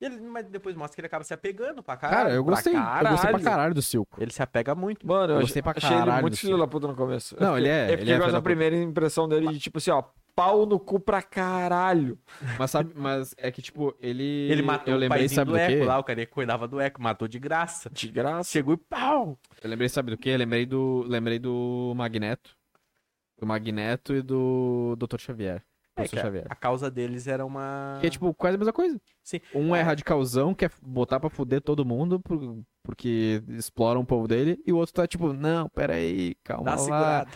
Speaker 3: Ele, mas depois mostra que ele acaba se apegando pra caralho.
Speaker 1: Cara, eu
Speaker 2: pra
Speaker 1: gostei. Eu gostei pra
Speaker 2: caralho.
Speaker 1: caralho do Silco.
Speaker 3: Ele se apega muito.
Speaker 2: Mano, eu
Speaker 1: Gostei
Speaker 2: achei,
Speaker 1: pra
Speaker 2: achei ele
Speaker 1: caralho
Speaker 2: muito
Speaker 1: do
Speaker 2: filho da puta no começo. Eu
Speaker 1: Não,
Speaker 2: fiquei-
Speaker 1: ele é,
Speaker 2: Eu
Speaker 1: ele é
Speaker 2: fiquei com
Speaker 1: filho da
Speaker 2: essa
Speaker 1: puta.
Speaker 2: primeira impressão dele de tipo assim, ó. Pau no cu pra caralho.
Speaker 1: Mas sabe, mas é que, tipo, ele.
Speaker 3: Ele matou
Speaker 1: eu lembrei,
Speaker 3: o paizinho
Speaker 1: sabe
Speaker 3: do
Speaker 1: do quê?
Speaker 3: Eco lá, o cara que cuidava do Eco, matou de graça.
Speaker 2: De graça.
Speaker 3: Chegou e pau!
Speaker 1: Eu lembrei, sabe do quê? Eu lembrei do. Lembrei do Magneto. Do Magneto e do Dr. Xavier.
Speaker 3: É,
Speaker 1: Professor
Speaker 3: cara,
Speaker 1: Xavier.
Speaker 3: a causa deles era uma.
Speaker 1: Que é, tipo, quase a mesma coisa.
Speaker 3: Sim.
Speaker 1: Um é
Speaker 3: Ah.
Speaker 1: radicalzão, quer botar pra fuder todo mundo por- porque exploram o povo dele. E o outro tá tipo, não, peraí, calma
Speaker 3: dá uma
Speaker 1: lá.
Speaker 3: segurada.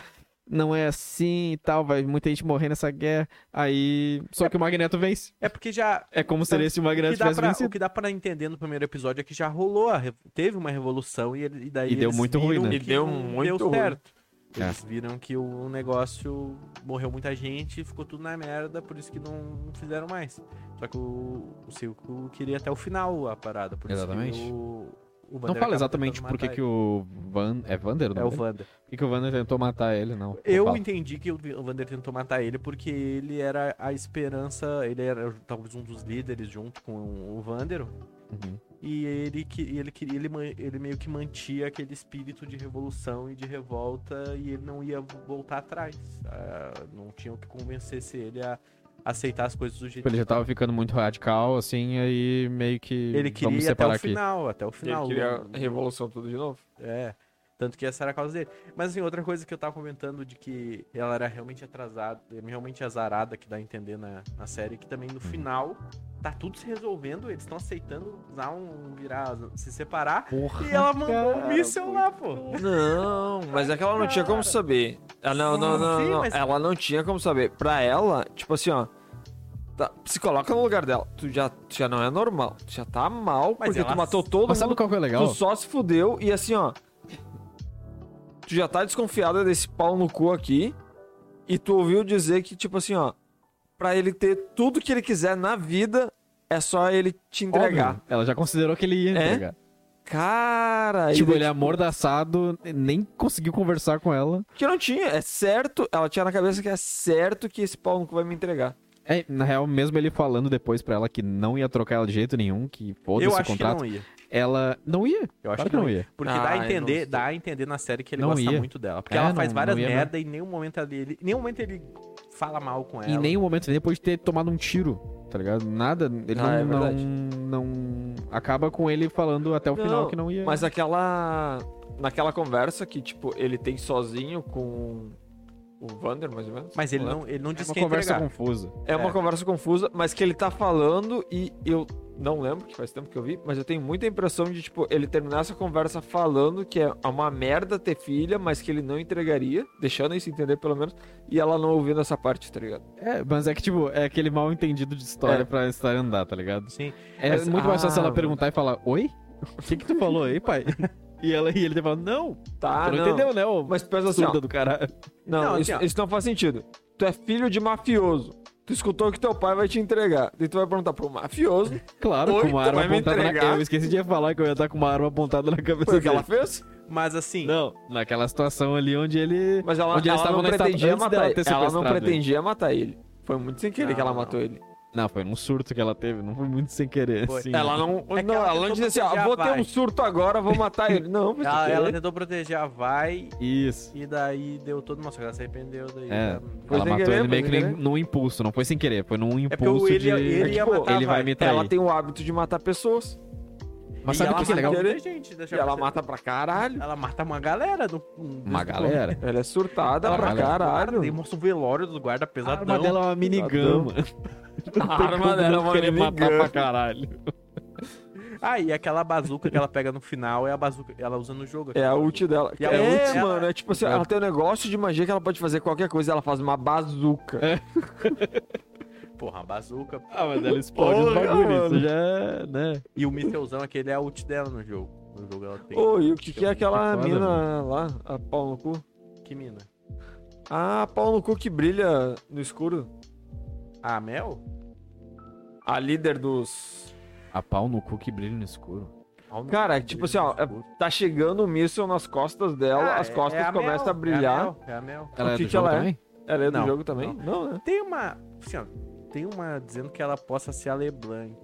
Speaker 1: Não é assim e tal, vai muita gente morrer nessa guerra. Aí. Só que o Magneto vence.
Speaker 3: É porque já.
Speaker 1: É como seria se o
Speaker 3: O
Speaker 1: Magneto
Speaker 3: que, dá
Speaker 1: tivesse
Speaker 3: pra, o
Speaker 1: vencido.
Speaker 3: que dá pra entender no primeiro episódio é que já rolou, a re- teve uma revolução e, ele- e daí.
Speaker 1: E deu
Speaker 3: eles
Speaker 1: muito ruim,
Speaker 3: viram
Speaker 1: né?
Speaker 3: que
Speaker 2: E deu
Speaker 3: não
Speaker 2: muito
Speaker 3: deu
Speaker 2: ruim.
Speaker 3: certo.
Speaker 1: É.
Speaker 3: Eles viram que o negócio morreu muita gente, ficou tudo na merda, por isso que não fizeram mais. Só que o, o Silco queria até o final a parada, por isso que
Speaker 1: Exatamente.
Speaker 3: o, o
Speaker 1: Não
Speaker 3: Vander acaba
Speaker 1: fala exatamente
Speaker 3: tentando
Speaker 1: por que
Speaker 3: matar
Speaker 1: que o Van. É Vander? o nome
Speaker 3: ele. É o
Speaker 1: dele?
Speaker 3: Vander.
Speaker 1: Por que, que o Vander tentou matar ele, não? Não
Speaker 3: Eu
Speaker 1: fala.
Speaker 3: entendi que o Vi- o Vander tentou matar ele porque ele era a esperança, ele era talvez um dos líderes junto com o Vander,
Speaker 1: Uhum.
Speaker 3: E ele, que- e ele, queria- ele, man- ele meio que mantia aquele espírito de revolução e de revolta e ele não ia voltar atrás. Ah, não tinha o que convencesse ele a aceitar as coisas do jeito
Speaker 1: Tipo, ele já
Speaker 3: que
Speaker 1: tava ficando muito radical, assim, aí meio que.
Speaker 3: ele
Speaker 1: Vamos
Speaker 3: queria ir até
Speaker 1: separar
Speaker 3: o
Speaker 1: aqui.
Speaker 3: final, até o final.
Speaker 2: Ele queria
Speaker 1: né?
Speaker 2: a revolução tudo de novo.
Speaker 3: É. Tanto que essa era a causa dele. Mas assim, outra coisa que eu tava comentando de que ela era realmente atrasada, realmente azarada, que dá a entender na, na série, que também no final tá tudo se resolvendo, eles estão aceitando usar um virar, se separar.
Speaker 1: Porra.
Speaker 3: E ela mandou
Speaker 1: cara,
Speaker 3: um míssel lá, pô.
Speaker 2: Não, mas é que ela não tinha como saber. Ela não, não, não,
Speaker 3: Sim,
Speaker 2: não.
Speaker 3: mas-
Speaker 2: Ela não tinha como saber. Pra ela, tipo assim, ó. tá- se coloca no lugar dela. Tu já, tu já não é normal. Tu já tá mal
Speaker 3: Mas
Speaker 2: porque
Speaker 3: ela-
Speaker 2: tu matou todo
Speaker 1: Mas sabe
Speaker 2: mundo.
Speaker 1: qual que é legal?
Speaker 2: Tu só se fudeu e assim, ó. Tu já tá desconfiada desse pau no cu aqui. E tu ouviu dizer que, tipo assim, ó. Pra ele ter tudo que ele quiser na vida, é só ele te entregar.
Speaker 1: Óbvio, Ela já considerou que ele ia
Speaker 2: É?
Speaker 1: entregar.
Speaker 2: Cara, aí
Speaker 1: Tipo,
Speaker 2: daí,
Speaker 1: ele é amordaçado, nem conseguiu conversar com ela.
Speaker 2: Que não tinha, é certo. Ela tinha na cabeça que é certo que esse pau nunca vai me entregar.
Speaker 1: É, na real, mesmo ele falando depois pra ela que não ia trocar ela de jeito nenhum, que
Speaker 3: Eu
Speaker 1: foda-se o
Speaker 3: acho que
Speaker 1: contrato,
Speaker 3: não ia.
Speaker 1: ela não ia.
Speaker 3: Eu acho
Speaker 1: Claro
Speaker 3: que não ia.
Speaker 1: ia.
Speaker 3: Porque
Speaker 2: Ah,
Speaker 3: dá
Speaker 2: eu
Speaker 3: a entender,
Speaker 2: não
Speaker 3: dá a entender na série que ele
Speaker 1: Não
Speaker 3: gosta
Speaker 1: ia.
Speaker 3: muito dela. Porque
Speaker 1: É,
Speaker 3: ela
Speaker 1: não-
Speaker 3: faz várias
Speaker 1: não ia
Speaker 3: merda e em nenhum momento ele, em nenhum momento ele fala mal com ela.
Speaker 1: Em nenhum momento, depois de ter tomado um tiro, tá ligado? Nada, ele
Speaker 2: Ah,
Speaker 1: não,
Speaker 2: é verdade.
Speaker 1: não, não- Acaba com ele falando até o
Speaker 2: Não,
Speaker 1: final que não ia.
Speaker 2: Mas aquela. Naquela conversa que, tipo, ele tem sozinho com o Vander, mais ou menos.
Speaker 3: Mas ele
Speaker 2: lembro.
Speaker 3: não, ele não
Speaker 1: é
Speaker 3: diz
Speaker 1: uma
Speaker 3: que ia
Speaker 1: conversa
Speaker 3: entregar.
Speaker 1: confusa.
Speaker 2: É uma
Speaker 3: É.
Speaker 2: conversa confusa, mas que ele tá falando e eu não lembro, que faz tempo que eu vi, mas eu tenho muita impressão de, tipo, ele terminar essa conversa falando que é uma merda ter filha, mas que ele não entregaria, deixando isso entender pelo menos, e ela não ouvindo essa parte, tá ligado?
Speaker 1: É, mas é que, tipo, é aquele mal entendido de história
Speaker 2: É.
Speaker 1: pra história andar, tá ligado?
Speaker 3: Sim.
Speaker 1: É
Speaker 2: Mas-
Speaker 1: muito mais fácil
Speaker 2: ah,
Speaker 1: ela perguntar e falar, oi? O que que tu falou aí, pai? e, ela, e ele tá falando, não,
Speaker 2: Tá,
Speaker 1: tu não,
Speaker 2: não.
Speaker 1: entendeu, né, ô
Speaker 2: Mas pensa assim, ó,
Speaker 1: surda do caralho.
Speaker 2: não,
Speaker 3: Não,
Speaker 2: isso,
Speaker 3: assim, ó.
Speaker 2: isso não faz sentido. Tu é filho de mafioso. Tu escutou que teu pai vai te entregar. Daí tu vai perguntar pro mafioso
Speaker 1: Claro,
Speaker 2: Oi,
Speaker 1: com uma
Speaker 2: tu
Speaker 1: arma
Speaker 2: vai me
Speaker 1: apontada na...
Speaker 2: entregar?
Speaker 1: Eu esqueci de falar que eu ia estar com uma arma apontada na cabeça
Speaker 2: foi o que
Speaker 1: dele.
Speaker 2: ela fez,
Speaker 3: Mas assim,
Speaker 1: Não, naquela situação ali onde ele...
Speaker 2: mas ela,
Speaker 1: Onde eles
Speaker 2: ela
Speaker 1: estavam
Speaker 2: não
Speaker 1: na estatua-
Speaker 2: pretendia
Speaker 1: antes
Speaker 2: matar
Speaker 1: dela
Speaker 2: ele.
Speaker 1: ter
Speaker 2: Ela não
Speaker 1: sequestrado ele.
Speaker 2: pretendia matar ele. Foi muito sem querer
Speaker 3: Não,
Speaker 2: que ela
Speaker 3: não.
Speaker 2: matou ele.
Speaker 1: Não, foi num surto que ela teve, não foi muito sem querer.
Speaker 3: Foi.
Speaker 1: Assim.
Speaker 2: Ela não.
Speaker 3: É que
Speaker 2: não,
Speaker 3: ela
Speaker 2: ela não
Speaker 3: tentou
Speaker 2: diz assim, ó,
Speaker 3: proteger a
Speaker 2: vou ter
Speaker 3: Vai.
Speaker 2: um surto agora, vou matar ele. Não, mas
Speaker 3: Ela,
Speaker 2: tem-
Speaker 3: ela tentou proteger a Vai
Speaker 1: Isso.
Speaker 3: e daí deu todo uma só que ela se arrependeu daí.
Speaker 1: É.
Speaker 3: ela-
Speaker 2: Foi
Speaker 1: ela
Speaker 2: sem
Speaker 1: matou
Speaker 2: querer,
Speaker 1: ele meio que
Speaker 2: foi sem
Speaker 1: nem,
Speaker 2: querer. É
Speaker 1: num impulso, não foi sem querer, foi num
Speaker 3: É porque o-
Speaker 1: impulso
Speaker 3: ele-
Speaker 1: de.
Speaker 3: ele
Speaker 2: ia matar
Speaker 1: ele
Speaker 3: a
Speaker 1: vai
Speaker 3: Vai.
Speaker 1: me trair.
Speaker 2: ela tem o hábito de matar pessoas.
Speaker 1: Mas
Speaker 3: e
Speaker 1: sabe o
Speaker 3: ela
Speaker 1: que que é
Speaker 3: mata
Speaker 1: legal?
Speaker 3: muita gente, deixa
Speaker 2: E ela
Speaker 3: você-
Speaker 2: mata pra caralho.
Speaker 3: Ela mata uma galera do.
Speaker 1: Uma galera.
Speaker 2: Ela é surtada
Speaker 1: Ela
Speaker 2: pra
Speaker 1: mata-
Speaker 2: caralho.
Speaker 3: Daí mostra o velório do guarda
Speaker 1: A
Speaker 3: pesadão.
Speaker 1: arma dela é uma minigun,
Speaker 2: Pesadão.
Speaker 1: mano.
Speaker 2: A
Speaker 1: Tem
Speaker 2: arma
Speaker 1: como
Speaker 2: dela é
Speaker 1: não
Speaker 2: uma
Speaker 1: querer matar
Speaker 2: minigun.
Speaker 1: pra caralho.
Speaker 3: Ah, e aquela bazuca que ela pega no final é a bazuca. Ela usa no jogo.
Speaker 2: É a ult dela.
Speaker 3: E a
Speaker 2: é,
Speaker 3: ult-
Speaker 2: mano, é tipo assim, ela tem um negócio de magia que ela pode fazer qualquer coisa, ela faz uma bazuca.
Speaker 3: Porra, a bazuca.
Speaker 1: Ah, mas ela explode os
Speaker 2: Porra,
Speaker 1: bagulhos,
Speaker 2: mano.
Speaker 1: isso já é, né?
Speaker 3: E o mísselzão aquele é a ult dela no jogo. No jogo ela tem.
Speaker 2: Ô, e o que, que é aquela
Speaker 1: foda,
Speaker 2: mina lá? A pau no cu?
Speaker 3: Que mina?
Speaker 2: Ah, a pau no cu que brilha no escuro.
Speaker 3: Ah, A Mel?
Speaker 2: A líder dos.
Speaker 1: A pau no cu que brilha no escuro.
Speaker 3: Ao no-
Speaker 2: Cara, tipo assim, ó, é- tá chegando um míssil nas costas dela,
Speaker 3: Ah,
Speaker 2: as
Speaker 3: é-
Speaker 2: costas
Speaker 3: é a
Speaker 2: começam
Speaker 3: Mel,
Speaker 2: a brilhar.
Speaker 3: É a Mel. é a Mel.
Speaker 1: Ela é
Speaker 2: que
Speaker 1: do
Speaker 2: que
Speaker 1: jogo
Speaker 2: ela é?
Speaker 1: também?
Speaker 2: Ela é do
Speaker 3: Não,
Speaker 2: jogo também?
Speaker 3: não.
Speaker 2: Não, né?
Speaker 3: Tem uma. Assim, ó, tem uma dizendo que ela possa ser a LeBlanc.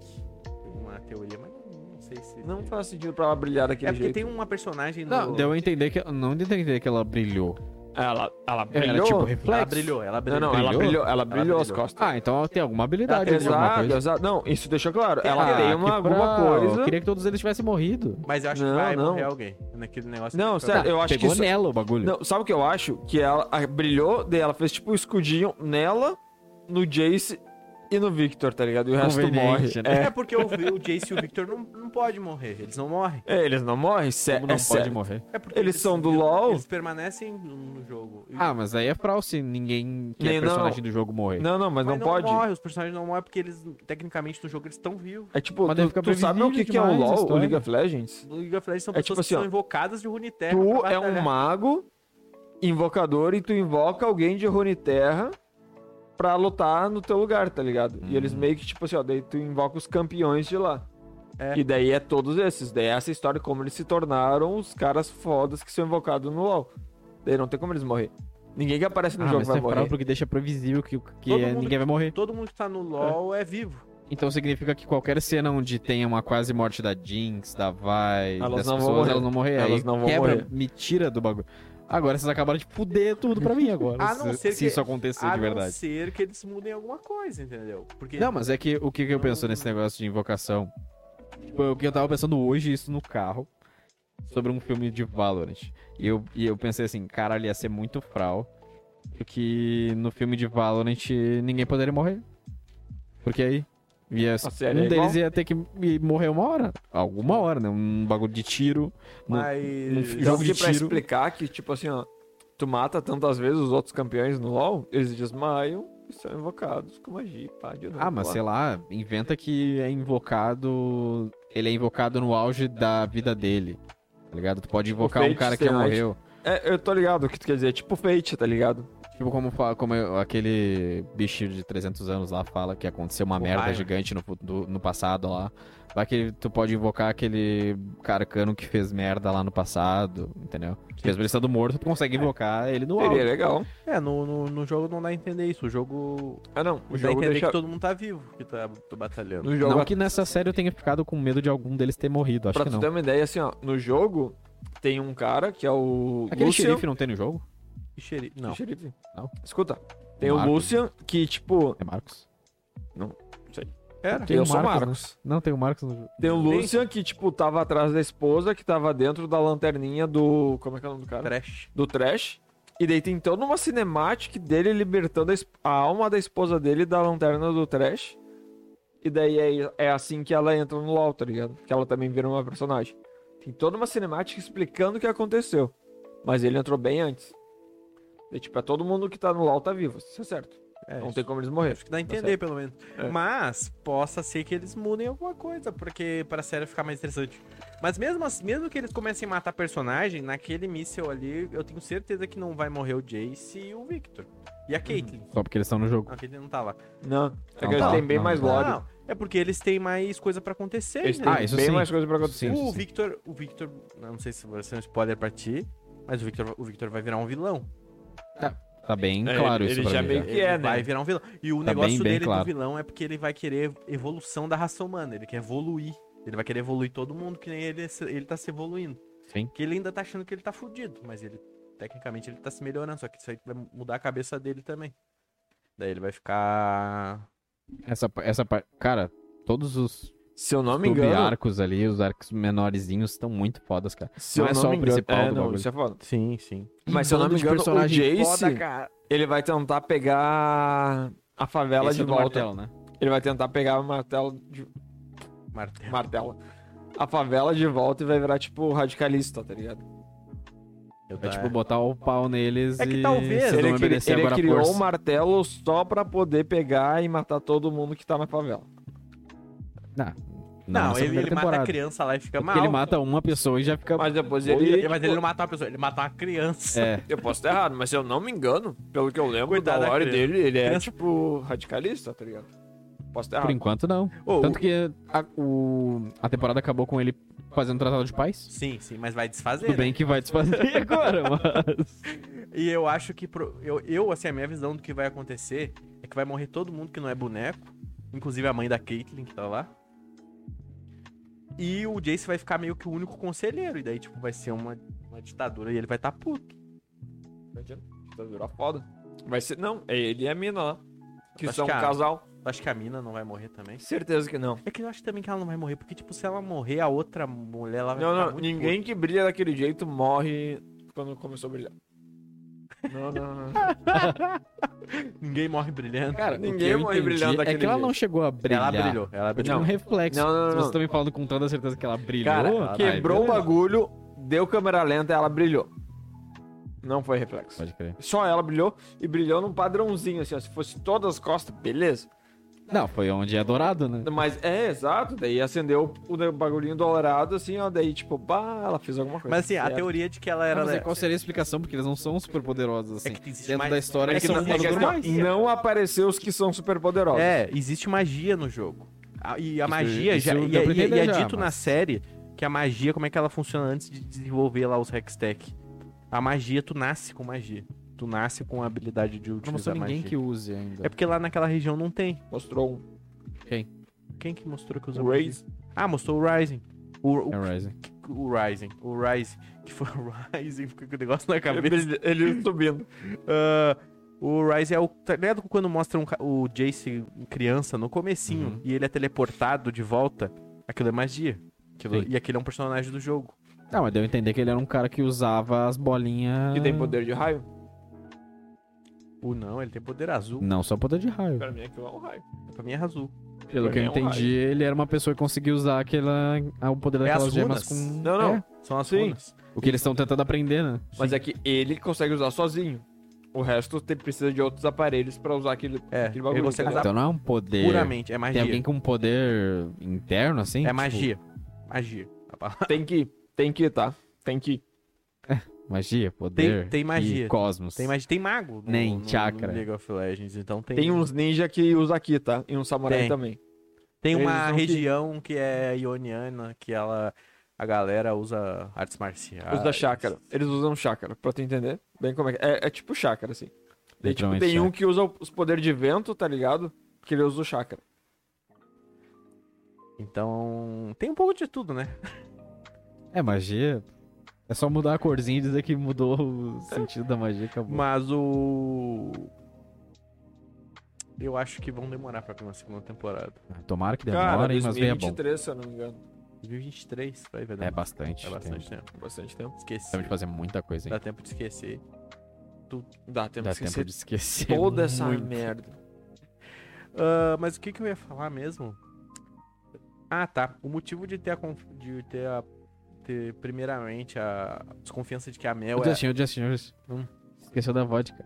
Speaker 3: Tem uma teoria, mas não sei se.
Speaker 2: Não faz sentido pra ela brilhar
Speaker 3: É
Speaker 2: daquele
Speaker 3: porque
Speaker 2: jeito.
Speaker 3: tem uma personagem no.
Speaker 1: Não, deu a entender que não deu a entender que ela brilhou.
Speaker 2: Ela, ela
Speaker 1: Era
Speaker 2: É, brilhou? Ah,
Speaker 1: tipo
Speaker 3: Ela
Speaker 1: reflexo.
Speaker 3: brilhou, ela
Speaker 2: Não,
Speaker 3: brilhou.
Speaker 2: não, é- ela
Speaker 1: Brilhou?
Speaker 2: brilhou, ela brilhou as
Speaker 3: brilhou.
Speaker 2: costas.
Speaker 1: Ah, então ela tem alguma habilidade, alguma
Speaker 2: exato,
Speaker 1: coisa.
Speaker 2: exato. Não, isso deixou claro. Ela
Speaker 1: Ah,
Speaker 2: tem uma,
Speaker 1: que
Speaker 2: alguma
Speaker 1: brau,
Speaker 2: coisa.
Speaker 1: Eu queria que todos eles tivessem morrido. Tá,
Speaker 3: Mas eu acho
Speaker 2: Não,
Speaker 3: que vai
Speaker 2: não.
Speaker 3: morrer alguém naquele negócio.
Speaker 2: Não,
Speaker 3: que- tá
Speaker 2: sério, eu acho que
Speaker 1: Pegou
Speaker 2: isso...
Speaker 1: nela o bagulho.
Speaker 2: Não, sabe o que eu acho? Que ela a- brilhou, daí ela fez tipo um escudinho nela, no Jace e no Victor, tá ligado? E o resto morre.
Speaker 1: Conveniente, né?
Speaker 3: É porque eu vi o Jace e o Victor não, não pode morrer, eles não morrem.
Speaker 2: É, é, eles não morrem? Sé...
Speaker 1: Como não
Speaker 2: é
Speaker 1: pode
Speaker 2: sério.
Speaker 1: morrer?
Speaker 3: É porque
Speaker 2: Eles são do LoL?
Speaker 3: Eles permanecem no no jogo. E-
Speaker 1: Ah, mas aí é frau se ninguém que é
Speaker 2: Nem- não.
Speaker 1: personagem do jogo morrer.
Speaker 2: Não, não, mas,
Speaker 3: mas
Speaker 2: não, pode.
Speaker 3: morre, os personagens não morrem porque eles, tecnicamente, no jogo eles estão vivos.
Speaker 2: É tipo,
Speaker 1: Mas
Speaker 2: tu,
Speaker 1: deve ficar
Speaker 2: tu sabe o que,
Speaker 1: previsível
Speaker 2: que é o
Speaker 1: demais a
Speaker 2: LoL, o
Speaker 1: história.
Speaker 2: League of Legends?
Speaker 3: No League of Legends são
Speaker 2: É
Speaker 3: pessoas
Speaker 2: tipo assim,
Speaker 3: que
Speaker 2: ó,
Speaker 3: são invocadas de Runeterra.
Speaker 2: Tu
Speaker 3: pra
Speaker 2: é um
Speaker 3: batalhar.
Speaker 2: mago, invocador, e tu invoca alguém de Runeterra pra lutar no teu lugar, tá ligado? E
Speaker 3: Hum.
Speaker 2: eles meio que, tipo assim, ó, daí tu invoca os campeões de lá.
Speaker 3: É.
Speaker 2: E daí é todos esses. Daí é essa história como eles se tornaram os caras fodas que são invocados no LoL. Daí não tem como eles morrer. Ninguém que aparece no
Speaker 1: Ah,
Speaker 2: jogo
Speaker 1: mas isso
Speaker 2: vai
Speaker 1: é frau
Speaker 2: morrer.
Speaker 1: porque deixa previsível que, que
Speaker 3: Todo
Speaker 1: é-
Speaker 3: mundo-
Speaker 1: ninguém vai morrer.
Speaker 3: Todo mundo que tá no LoL é, vivo.
Speaker 1: Então significa que qualquer cena onde tenha uma quase morte da Jinx, da Vi,
Speaker 2: Elas
Speaker 1: das
Speaker 2: não vão
Speaker 1: pessoas,
Speaker 2: morrer.
Speaker 1: elas não morrer.
Speaker 2: Elas
Speaker 1: aí
Speaker 2: não vão
Speaker 1: quebra,
Speaker 2: morrer.
Speaker 1: me tira do bagulho. Agora vocês acabaram de fuder tudo pra mim agora.
Speaker 3: A não
Speaker 1: se,
Speaker 3: ser
Speaker 1: se
Speaker 3: que-
Speaker 1: isso acontecer
Speaker 3: a
Speaker 1: de
Speaker 3: não
Speaker 1: verdade.
Speaker 3: ser que eles mudem alguma coisa, entendeu? Porque
Speaker 1: Não, mas é que o que, que eu penso nesse negócio de invocação? Tipo, o que eu tava pensando hoje, é isso no carro, sobre um filme de Valorant. E eu, e eu pensei assim, caralho, ia ser muito fral. Porque no filme de Valorant ninguém poderia morrer. Porque aí. Ia,
Speaker 2: série
Speaker 1: um
Speaker 2: é
Speaker 1: deles
Speaker 2: igual?
Speaker 1: ia ter que ir morrer uma hora. Alguma hora, né? Um bagulho de tiro. no-
Speaker 3: mas.
Speaker 1: no
Speaker 2: Eu
Speaker 1: jogo de
Speaker 2: pedi Então, pra
Speaker 1: tiro.
Speaker 2: explicar que, tipo assim, ó, tu mata tantas vezes os outros campeões no LoL, eles desmaiam e são invocados com magia, pá, de novo.
Speaker 1: Ah, mas
Speaker 2: lá.
Speaker 1: sei lá, inventa que é invocado. Ele é invocado no auge da vida dele. Tá ligado? Tu pode invocar um
Speaker 2: Fate
Speaker 1: cara que
Speaker 2: Stay
Speaker 1: já
Speaker 2: Night.
Speaker 1: morreu.
Speaker 2: É, eu tô ligado o que tu quer dizer. É tipo Fate, tá ligado?
Speaker 1: Tipo, como, fa- como eu- aquele bicho de 300 anos lá fala que aconteceu uma
Speaker 3: O
Speaker 1: merda
Speaker 3: Raimer.
Speaker 1: gigante no, fu- do- no passado lá. Vai que tu pode invocar aquele carcano que fez merda lá no passado, entendeu? Mesmo ele estando morto, tu consegue invocar ele no
Speaker 2: Seria
Speaker 1: auge.
Speaker 2: legal.
Speaker 3: É, no, no, no jogo não dá a entender isso. O jogo.
Speaker 2: Ah, não. O
Speaker 3: O jogo dá a
Speaker 2: jogo
Speaker 3: entender
Speaker 2: deixa...
Speaker 3: que todo mundo tá vivo, que tá, tá batalhando.
Speaker 2: No jogo
Speaker 1: Não que nessa série eu tenha ficado com medo de algum deles ter morrido, acho
Speaker 2: Pra
Speaker 1: que
Speaker 2: tu
Speaker 1: não.
Speaker 2: ter uma ideia, assim, ó. No jogo tem um cara que é o
Speaker 1: Aquele
Speaker 2: Lucian.
Speaker 1: xerife não tem no jogo?
Speaker 3: E xeri-
Speaker 2: Que
Speaker 3: Não.
Speaker 2: xerife?
Speaker 1: Não.
Speaker 2: Escuta. Tem o
Speaker 1: Marcos.
Speaker 2: Lucian que, tipo...
Speaker 1: É Marcos?
Speaker 3: Era.
Speaker 1: Tem
Speaker 2: eu
Speaker 1: o
Speaker 2: sou
Speaker 1: Marcos,
Speaker 2: Marcos.
Speaker 1: Não, tem o Marcos no jogo.
Speaker 2: Tem o
Speaker 3: Tem.
Speaker 2: Lucian que, tipo, tava atrás da esposa, que tava dentro da lanterninha do... Como é que é o nome do cara?
Speaker 3: Trash.
Speaker 2: Do Trash. E daí tem toda uma cinemática dele libertando a, es- a alma da esposa dele da lanterna do Trash. E daí é, é assim que ela entra no LoL, tá ligado? Que ela também vira uma personagem. Tem toda uma cinemática explicando o que aconteceu. Mas ele entrou bem antes. E, tipo, é todo mundo que tá no LoL tá vivo, isso é certo.
Speaker 3: É,
Speaker 2: Não tem como eles morrer.
Speaker 3: Acho que dá a entender,
Speaker 2: certo.
Speaker 3: pelo menos.
Speaker 2: É.
Speaker 3: Mas possa ser que eles mudem alguma coisa, porque pra série ficar mais interessante. Mas mesmo, assim- mesmo que eles comecem a matar personagem, naquele míssel ali, eu tenho certeza que não vai morrer o Jace e o Victor. E a Caitlyn.
Speaker 1: Só porque eles estão no jogo.
Speaker 3: Não, a Caitlyn não tá lá.
Speaker 2: Não, é
Speaker 1: Não,
Speaker 2: que eles
Speaker 1: tá,
Speaker 2: têm bem
Speaker 1: não,
Speaker 2: mais
Speaker 1: tá.
Speaker 2: lore.
Speaker 3: Não, é porque eles têm mais coisa pra acontecer,
Speaker 2: Eles têm
Speaker 3: né?
Speaker 1: Ah, isso
Speaker 2: bem
Speaker 1: sim.
Speaker 2: mais coisa pra acontecer.
Speaker 1: Sim,
Speaker 3: o
Speaker 1: sim.
Speaker 3: Victor, o Victor, não sei se vai ser um spoiler pra ti, mas o Victor, o Victor vai virar um vilão.
Speaker 1: Tá bem
Speaker 2: É,
Speaker 1: claro
Speaker 2: ele-
Speaker 1: isso
Speaker 2: ele
Speaker 1: pra
Speaker 2: já
Speaker 1: mim.
Speaker 2: meio
Speaker 1: já.
Speaker 2: que é, né?
Speaker 3: Vai virar um vilão. E o
Speaker 1: Tá
Speaker 3: negócio
Speaker 1: bem, bem
Speaker 3: dele
Speaker 1: claro.
Speaker 3: do vilão é porque ele vai querer evolução da raça humana. Ele quer evoluir. Ele vai querer evoluir todo mundo que nem ele, se- ele tá se evoluindo.
Speaker 1: Sim.
Speaker 3: Que ele ainda tá achando que ele tá fudido, mas ele, tecnicamente, ele tá se melhorando. Só que isso aí vai mudar a cabeça dele também. Daí ele vai ficar.
Speaker 1: Essa, pa- essa parte. Cara, todos os
Speaker 2: Se eu não me engano.
Speaker 1: sub-arcos ali, os arcos menorzinhos, estão muito fodas, cara.
Speaker 2: Se
Speaker 1: não
Speaker 2: eu
Speaker 1: é
Speaker 2: não
Speaker 1: só o
Speaker 2: me engano-
Speaker 1: principal do
Speaker 2: é, não,
Speaker 1: bagulho.
Speaker 2: isso é foda.
Speaker 3: Sim, sim.
Speaker 2: Mas se eu não
Speaker 1: Bando
Speaker 2: me
Speaker 1: de
Speaker 2: engano, o
Speaker 1: personagem
Speaker 2: Jace,
Speaker 1: foda, cara.
Speaker 2: ele vai tentar pegar a favela
Speaker 1: Esse é
Speaker 2: de
Speaker 1: do
Speaker 2: volta.
Speaker 1: martelo, né?
Speaker 2: Ele vai tentar pegar o martelo de
Speaker 3: Martelo.
Speaker 2: martelo. A favela de volta e vai virar tipo radicalista, tá ligado?
Speaker 3: Eu
Speaker 1: É
Speaker 3: tá-
Speaker 1: tipo botar o pau neles
Speaker 3: É que
Speaker 1: e
Speaker 3: talvez-
Speaker 1: vocês
Speaker 2: Ele,
Speaker 1: vão
Speaker 2: cri-
Speaker 1: obedecer
Speaker 2: ele
Speaker 1: agora à
Speaker 2: criou o
Speaker 1: força.
Speaker 2: martelo só pra poder pegar e matar todo mundo que tá na favela.
Speaker 3: Não,
Speaker 1: nessa
Speaker 3: ele,
Speaker 1: é primeira
Speaker 3: ele mata a
Speaker 1: temporada.
Speaker 3: criança lá e fica
Speaker 1: Porque
Speaker 3: mal.
Speaker 1: ele mata uma pessoa e já fica.
Speaker 2: Mas depois
Speaker 3: Ele-
Speaker 2: ele. tipo-
Speaker 3: Mas ele não matou uma pessoa, ele matou uma criança.
Speaker 1: É,
Speaker 2: Eu posso estar errado, mas se eu não me engano, pelo que eu lembro
Speaker 3: Coitado
Speaker 2: da
Speaker 3: da
Speaker 2: lore
Speaker 3: criança.
Speaker 2: dele, ele é
Speaker 3: Criança-
Speaker 2: tipo radicalista, tá ligado? Posso estar
Speaker 1: por
Speaker 2: errado.
Speaker 1: enquanto não.
Speaker 3: Ô,
Speaker 1: É, Tanto que a, o- a temporada acabou com ele fazendo tratado de paz.
Speaker 3: Sim, sim, mas vai desfazer.
Speaker 1: Tudo
Speaker 3: né?
Speaker 1: bem que vai desfazer agora, mas.
Speaker 3: E eu acho que. pro- Eu, eu, assim, a minha visão do que vai acontecer é que vai morrer todo mundo que não é boneco, inclusive a mãe da Caitlyn que tá lá. E o Jace vai ficar meio que o único conselheiro, e daí, tipo, vai ser uma, uma ditadura e ele vai tá puto.
Speaker 2: Então virou foda. Vai ser. Não, é ele e a mina lá. Que
Speaker 3: Acho
Speaker 2: são
Speaker 3: que
Speaker 2: um
Speaker 3: a-
Speaker 2: casal.
Speaker 3: Eu acho que a mina não vai morrer também.
Speaker 2: Certeza que não.
Speaker 3: É que eu acho também que ela não vai morrer, porque, tipo, se ela morrer, a outra mulher lá vai
Speaker 2: Não,
Speaker 3: ficar
Speaker 2: não.
Speaker 3: muito
Speaker 2: Ninguém que brilha daquele jeito morre quando começou a brilhar. Não, não, não.
Speaker 3: puta. Ninguém morre brilhando.
Speaker 1: Cara,
Speaker 2: Ninguém
Speaker 1: o que eu
Speaker 2: morre
Speaker 1: entendi
Speaker 2: brilhando
Speaker 1: É
Speaker 2: daquele
Speaker 1: que ela
Speaker 2: jeito.
Speaker 1: não chegou a
Speaker 3: ela
Speaker 1: brilhar.
Speaker 3: brilhou, ela
Speaker 1: É tipo
Speaker 3: brilhou.
Speaker 1: um reflexo.
Speaker 2: Não, não, não,
Speaker 1: Se Vocês
Speaker 2: não.
Speaker 1: estão me falando com tanta certeza que ela brilhou.
Speaker 2: Cara,
Speaker 1: ah,
Speaker 2: quebrou o
Speaker 1: beleza.
Speaker 2: bagulho, deu câmera lenta ela brilhou. Não foi reflexo.
Speaker 1: Pode crer.
Speaker 2: Só ela brilhou e brilhou num padrãozinho, assim, ó. Se fosse todas as costas, beleza.
Speaker 1: Não, foi onde é dourado, né?
Speaker 2: Mas é, exato. Daí acendeu o ne- bagulhinho dourado, assim, ó. Daí, tipo, bah, ela fez alguma coisa. É,
Speaker 3: Mas assim, a
Speaker 2: certa.
Speaker 3: teoria de que ela
Speaker 1: Não,
Speaker 3: era. né?
Speaker 1: mas aí qual seria a explicação? Porque eles não são super poderosos assim.
Speaker 3: É que existe
Speaker 1: Dentro
Speaker 3: mais-
Speaker 1: da história,
Speaker 3: é
Speaker 1: eles
Speaker 3: que
Speaker 1: são
Speaker 3: não- é
Speaker 1: humanos
Speaker 3: que assim,
Speaker 1: normais.
Speaker 3: ó,
Speaker 2: Não, não apareceu os que são super poderosos.
Speaker 3: É, existe magia no jogo. A- E a
Speaker 1: Isso-
Speaker 3: magia
Speaker 1: isso
Speaker 3: já.
Speaker 1: deu
Speaker 3: E, é-
Speaker 1: pra
Speaker 3: e é- e é
Speaker 1: entender já,
Speaker 3: dito na
Speaker 1: mas-
Speaker 3: série que a magia, como é que ela funciona antes de desenvolver lá os Hextech. A magia, tu nasce com magia. Tu nasce com a habilidade de
Speaker 1: Não mostrou
Speaker 3: utilizar
Speaker 1: ninguém
Speaker 3: magia.
Speaker 1: que use ainda.
Speaker 3: É porque lá naquela região não tem.
Speaker 2: Mostrou um
Speaker 3: Quem que mostrou que usa magia?
Speaker 2: Raze.
Speaker 3: Ah, mostrou o Rising. O, o,
Speaker 1: É Rising.
Speaker 3: o Rising. O Rising. Que foi o Rising, fica com o negócio na cabeça.
Speaker 2: Ele, ele é subindo.
Speaker 3: Ah, o Rise é o. Tá ligado quando mostra um ca- o Jace criança no comecinho
Speaker 1: Uhum.
Speaker 3: e ele é teleportado de volta? Aquilo é magia. Aquilo-
Speaker 1: Sim.
Speaker 3: e aquele é um personagem do jogo.
Speaker 1: Não, mas deu a entender que ele era um cara que usava as bolinhas.
Speaker 2: Que
Speaker 3: Ah.
Speaker 2: tem poder de raio.
Speaker 3: O não, ele tem poder azul.
Speaker 1: Não, só poder de raio.
Speaker 2: Pra mim, aquilo é um raio.
Speaker 3: Pra mim é azul.
Speaker 1: Pelo
Speaker 2: pra
Speaker 1: que eu
Speaker 2: mim é um
Speaker 1: entendi, ele era uma pessoa que conseguia usar aquela, a- o poder
Speaker 3: É
Speaker 1: daquelas
Speaker 3: as
Speaker 1: gemas
Speaker 3: runas.
Speaker 1: com.
Speaker 2: Não, não.
Speaker 1: É,
Speaker 3: São as
Speaker 2: Sim.
Speaker 3: runas.
Speaker 1: o que eles estão tentando aprender, né?
Speaker 2: Mas é que ele consegue usar sozinho. O resto tem, precisa de outros aparelhos pra usar aquele,
Speaker 3: É,
Speaker 2: aquele bagulho.
Speaker 3: ele consegue
Speaker 2: tá ligado?
Speaker 1: Então não é um poder.
Speaker 3: Puramente, é
Speaker 1: Tem
Speaker 3: magia.
Speaker 1: alguém com um poder interno, assim?
Speaker 3: É
Speaker 1: Tipo,
Speaker 3: magia. Magia. A palavra-
Speaker 2: Tem que, tem que, tá? Tem que.
Speaker 1: Magia, poder.
Speaker 3: tem
Speaker 1: e
Speaker 3: magia.
Speaker 1: cosmos.
Speaker 3: Tem, magia. tem mago no,
Speaker 1: Nem
Speaker 3: no- no
Speaker 1: chakra.
Speaker 3: League of Legends. Então tem.
Speaker 2: Tem uns ninja que usa aqui, tá? E um samurai
Speaker 3: Tem.
Speaker 2: também.
Speaker 3: Tem
Speaker 2: Eles
Speaker 3: uma
Speaker 2: não que-
Speaker 3: região que... é ioniana, que ela. A galera usa artes marciais.
Speaker 2: Usa chácara. Eles usam chácara, pra tu entender bem como é que é. É tipo chácara, assim. Daí, tipo,
Speaker 1: Literalmente é.
Speaker 2: tem um
Speaker 1: chácara.
Speaker 2: que usa os poderes de vento, tá ligado? Que ele usa o chácara.
Speaker 3: Então. Tem um pouco de tudo, né?
Speaker 1: É magia. É só mudar a corzinha e dizer que mudou o sentido da magia, acabou.
Speaker 3: Mas o. Eu acho que vão demorar pra ter uma segunda temporada.
Speaker 1: Tomara que
Speaker 2: Cara,
Speaker 1: demorem, mas venha bom.
Speaker 2: 2023, se eu não me engano.
Speaker 3: 2023 vai ver.
Speaker 1: É bastante.
Speaker 3: É bastante tempo.
Speaker 2: né? Bastante tempo.
Speaker 3: Esqueci.
Speaker 1: Dá de fazer muita coisa, hein?
Speaker 3: Dá tempo de esquecer.
Speaker 2: Dá tempo
Speaker 1: Dá
Speaker 2: de esquecer
Speaker 1: tempo de esquecer.
Speaker 2: toda essa
Speaker 1: muito.
Speaker 2: merda.
Speaker 3: Ah, mas o que, que eu ia falar mesmo? Ah, tá. O motivo de ter a. conf- De ter a. Ter, primeiramente, a desconfiança de que a Mel
Speaker 1: O
Speaker 3: é.
Speaker 1: Justin, o Justin, o Justin.
Speaker 3: Hum.
Speaker 1: Esqueceu da vodka.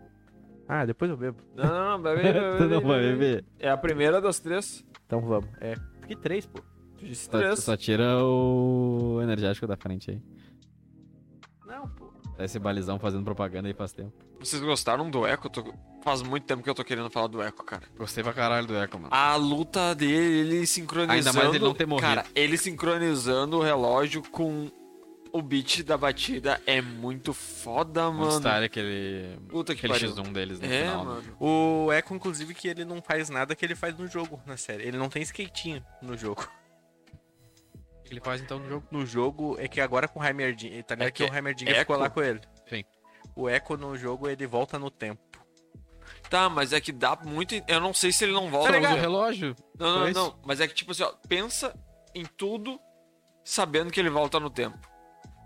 Speaker 3: Ah, depois eu bebo.
Speaker 2: Não, não, não, bebe, bebe,
Speaker 1: Tu não
Speaker 2: bebe,
Speaker 1: vai
Speaker 2: bebe.
Speaker 1: beber.
Speaker 2: É a primeira das três.
Speaker 3: Então vamos. É. Que três, pô.
Speaker 2: Tu disse
Speaker 1: Só,
Speaker 2: três.
Speaker 1: só tira o energético da frente aí.
Speaker 3: Não, pô.
Speaker 1: Tá esse balizão fazendo propaganda aí faz tempo.
Speaker 2: Vocês gostaram do Echo? Eu tô- Faz muito tempo que eu tô querendo falar do Echo, cara.
Speaker 1: Gostei pra caralho do Echo, mano.
Speaker 2: A luta dele, ele sincronizando.
Speaker 1: Ainda mais ele não ter morrido.
Speaker 2: Cara, ele sincronizando o relógio com O beat da batida é muito foda,
Speaker 1: Mano.
Speaker 2: Ah, mano.
Speaker 1: aquele,
Speaker 2: Puta que
Speaker 1: aquele
Speaker 2: pariu.
Speaker 1: X1 deles no
Speaker 2: É,
Speaker 1: final. né?
Speaker 2: mano.
Speaker 3: O Echo, inclusive, que ele não faz nada que ele faz no jogo, na série. Ele não tem skatinho no jogo.
Speaker 1: O que ele faz então no jogo?
Speaker 3: No jogo é que agora com o Heimerdinger, tá ligado?
Speaker 1: É
Speaker 3: que,
Speaker 1: que
Speaker 3: o Heimerdinger ficou
Speaker 2: Echo?
Speaker 3: lá com ele.
Speaker 1: Sim.
Speaker 3: O Echo no jogo ele volta no tempo.
Speaker 2: Tá, mas é que dá muito. Eu não sei se ele não volta.
Speaker 1: Tá ligado?
Speaker 2: mas-
Speaker 1: o relógio.
Speaker 2: Não, não,
Speaker 1: Pois.
Speaker 2: não. Mas é que, tipo assim, ó, pensa em tudo sabendo que ele volta no tempo.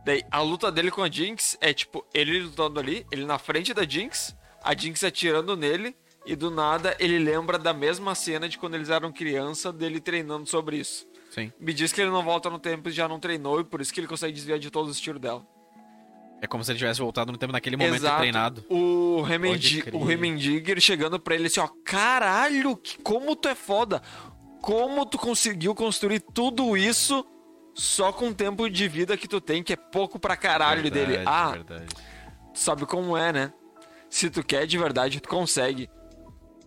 Speaker 2: Daí, a luta dele com a Jinx é tipo, ele lutando ali, ele na frente da Jinx, a Jinx atirando nele, e do nada ele lembra da mesma cena de quando eles eram criança, dele treinando sobre isso.
Speaker 1: Sim.
Speaker 2: Me diz que ele não volta no tempo e já não treinou, e por isso que ele consegue desviar de todos os tiros dela.
Speaker 1: É como se ele tivesse voltado no tempo naquele momento é
Speaker 2: Exato.
Speaker 1: treinado.
Speaker 2: O
Speaker 1: Pode
Speaker 2: Remendi-
Speaker 1: crer.
Speaker 2: o Remendiger chegando pra ele assim, ó, caralho, que- como tu é foda. Como tu conseguiu construir tudo isso só com o tempo de vida que tu tem, que é pouco pra caralho
Speaker 1: Verdade,
Speaker 2: dele. Ah,
Speaker 1: verdade.
Speaker 2: tu sabe como é, né? Se tu quer de verdade, tu consegue.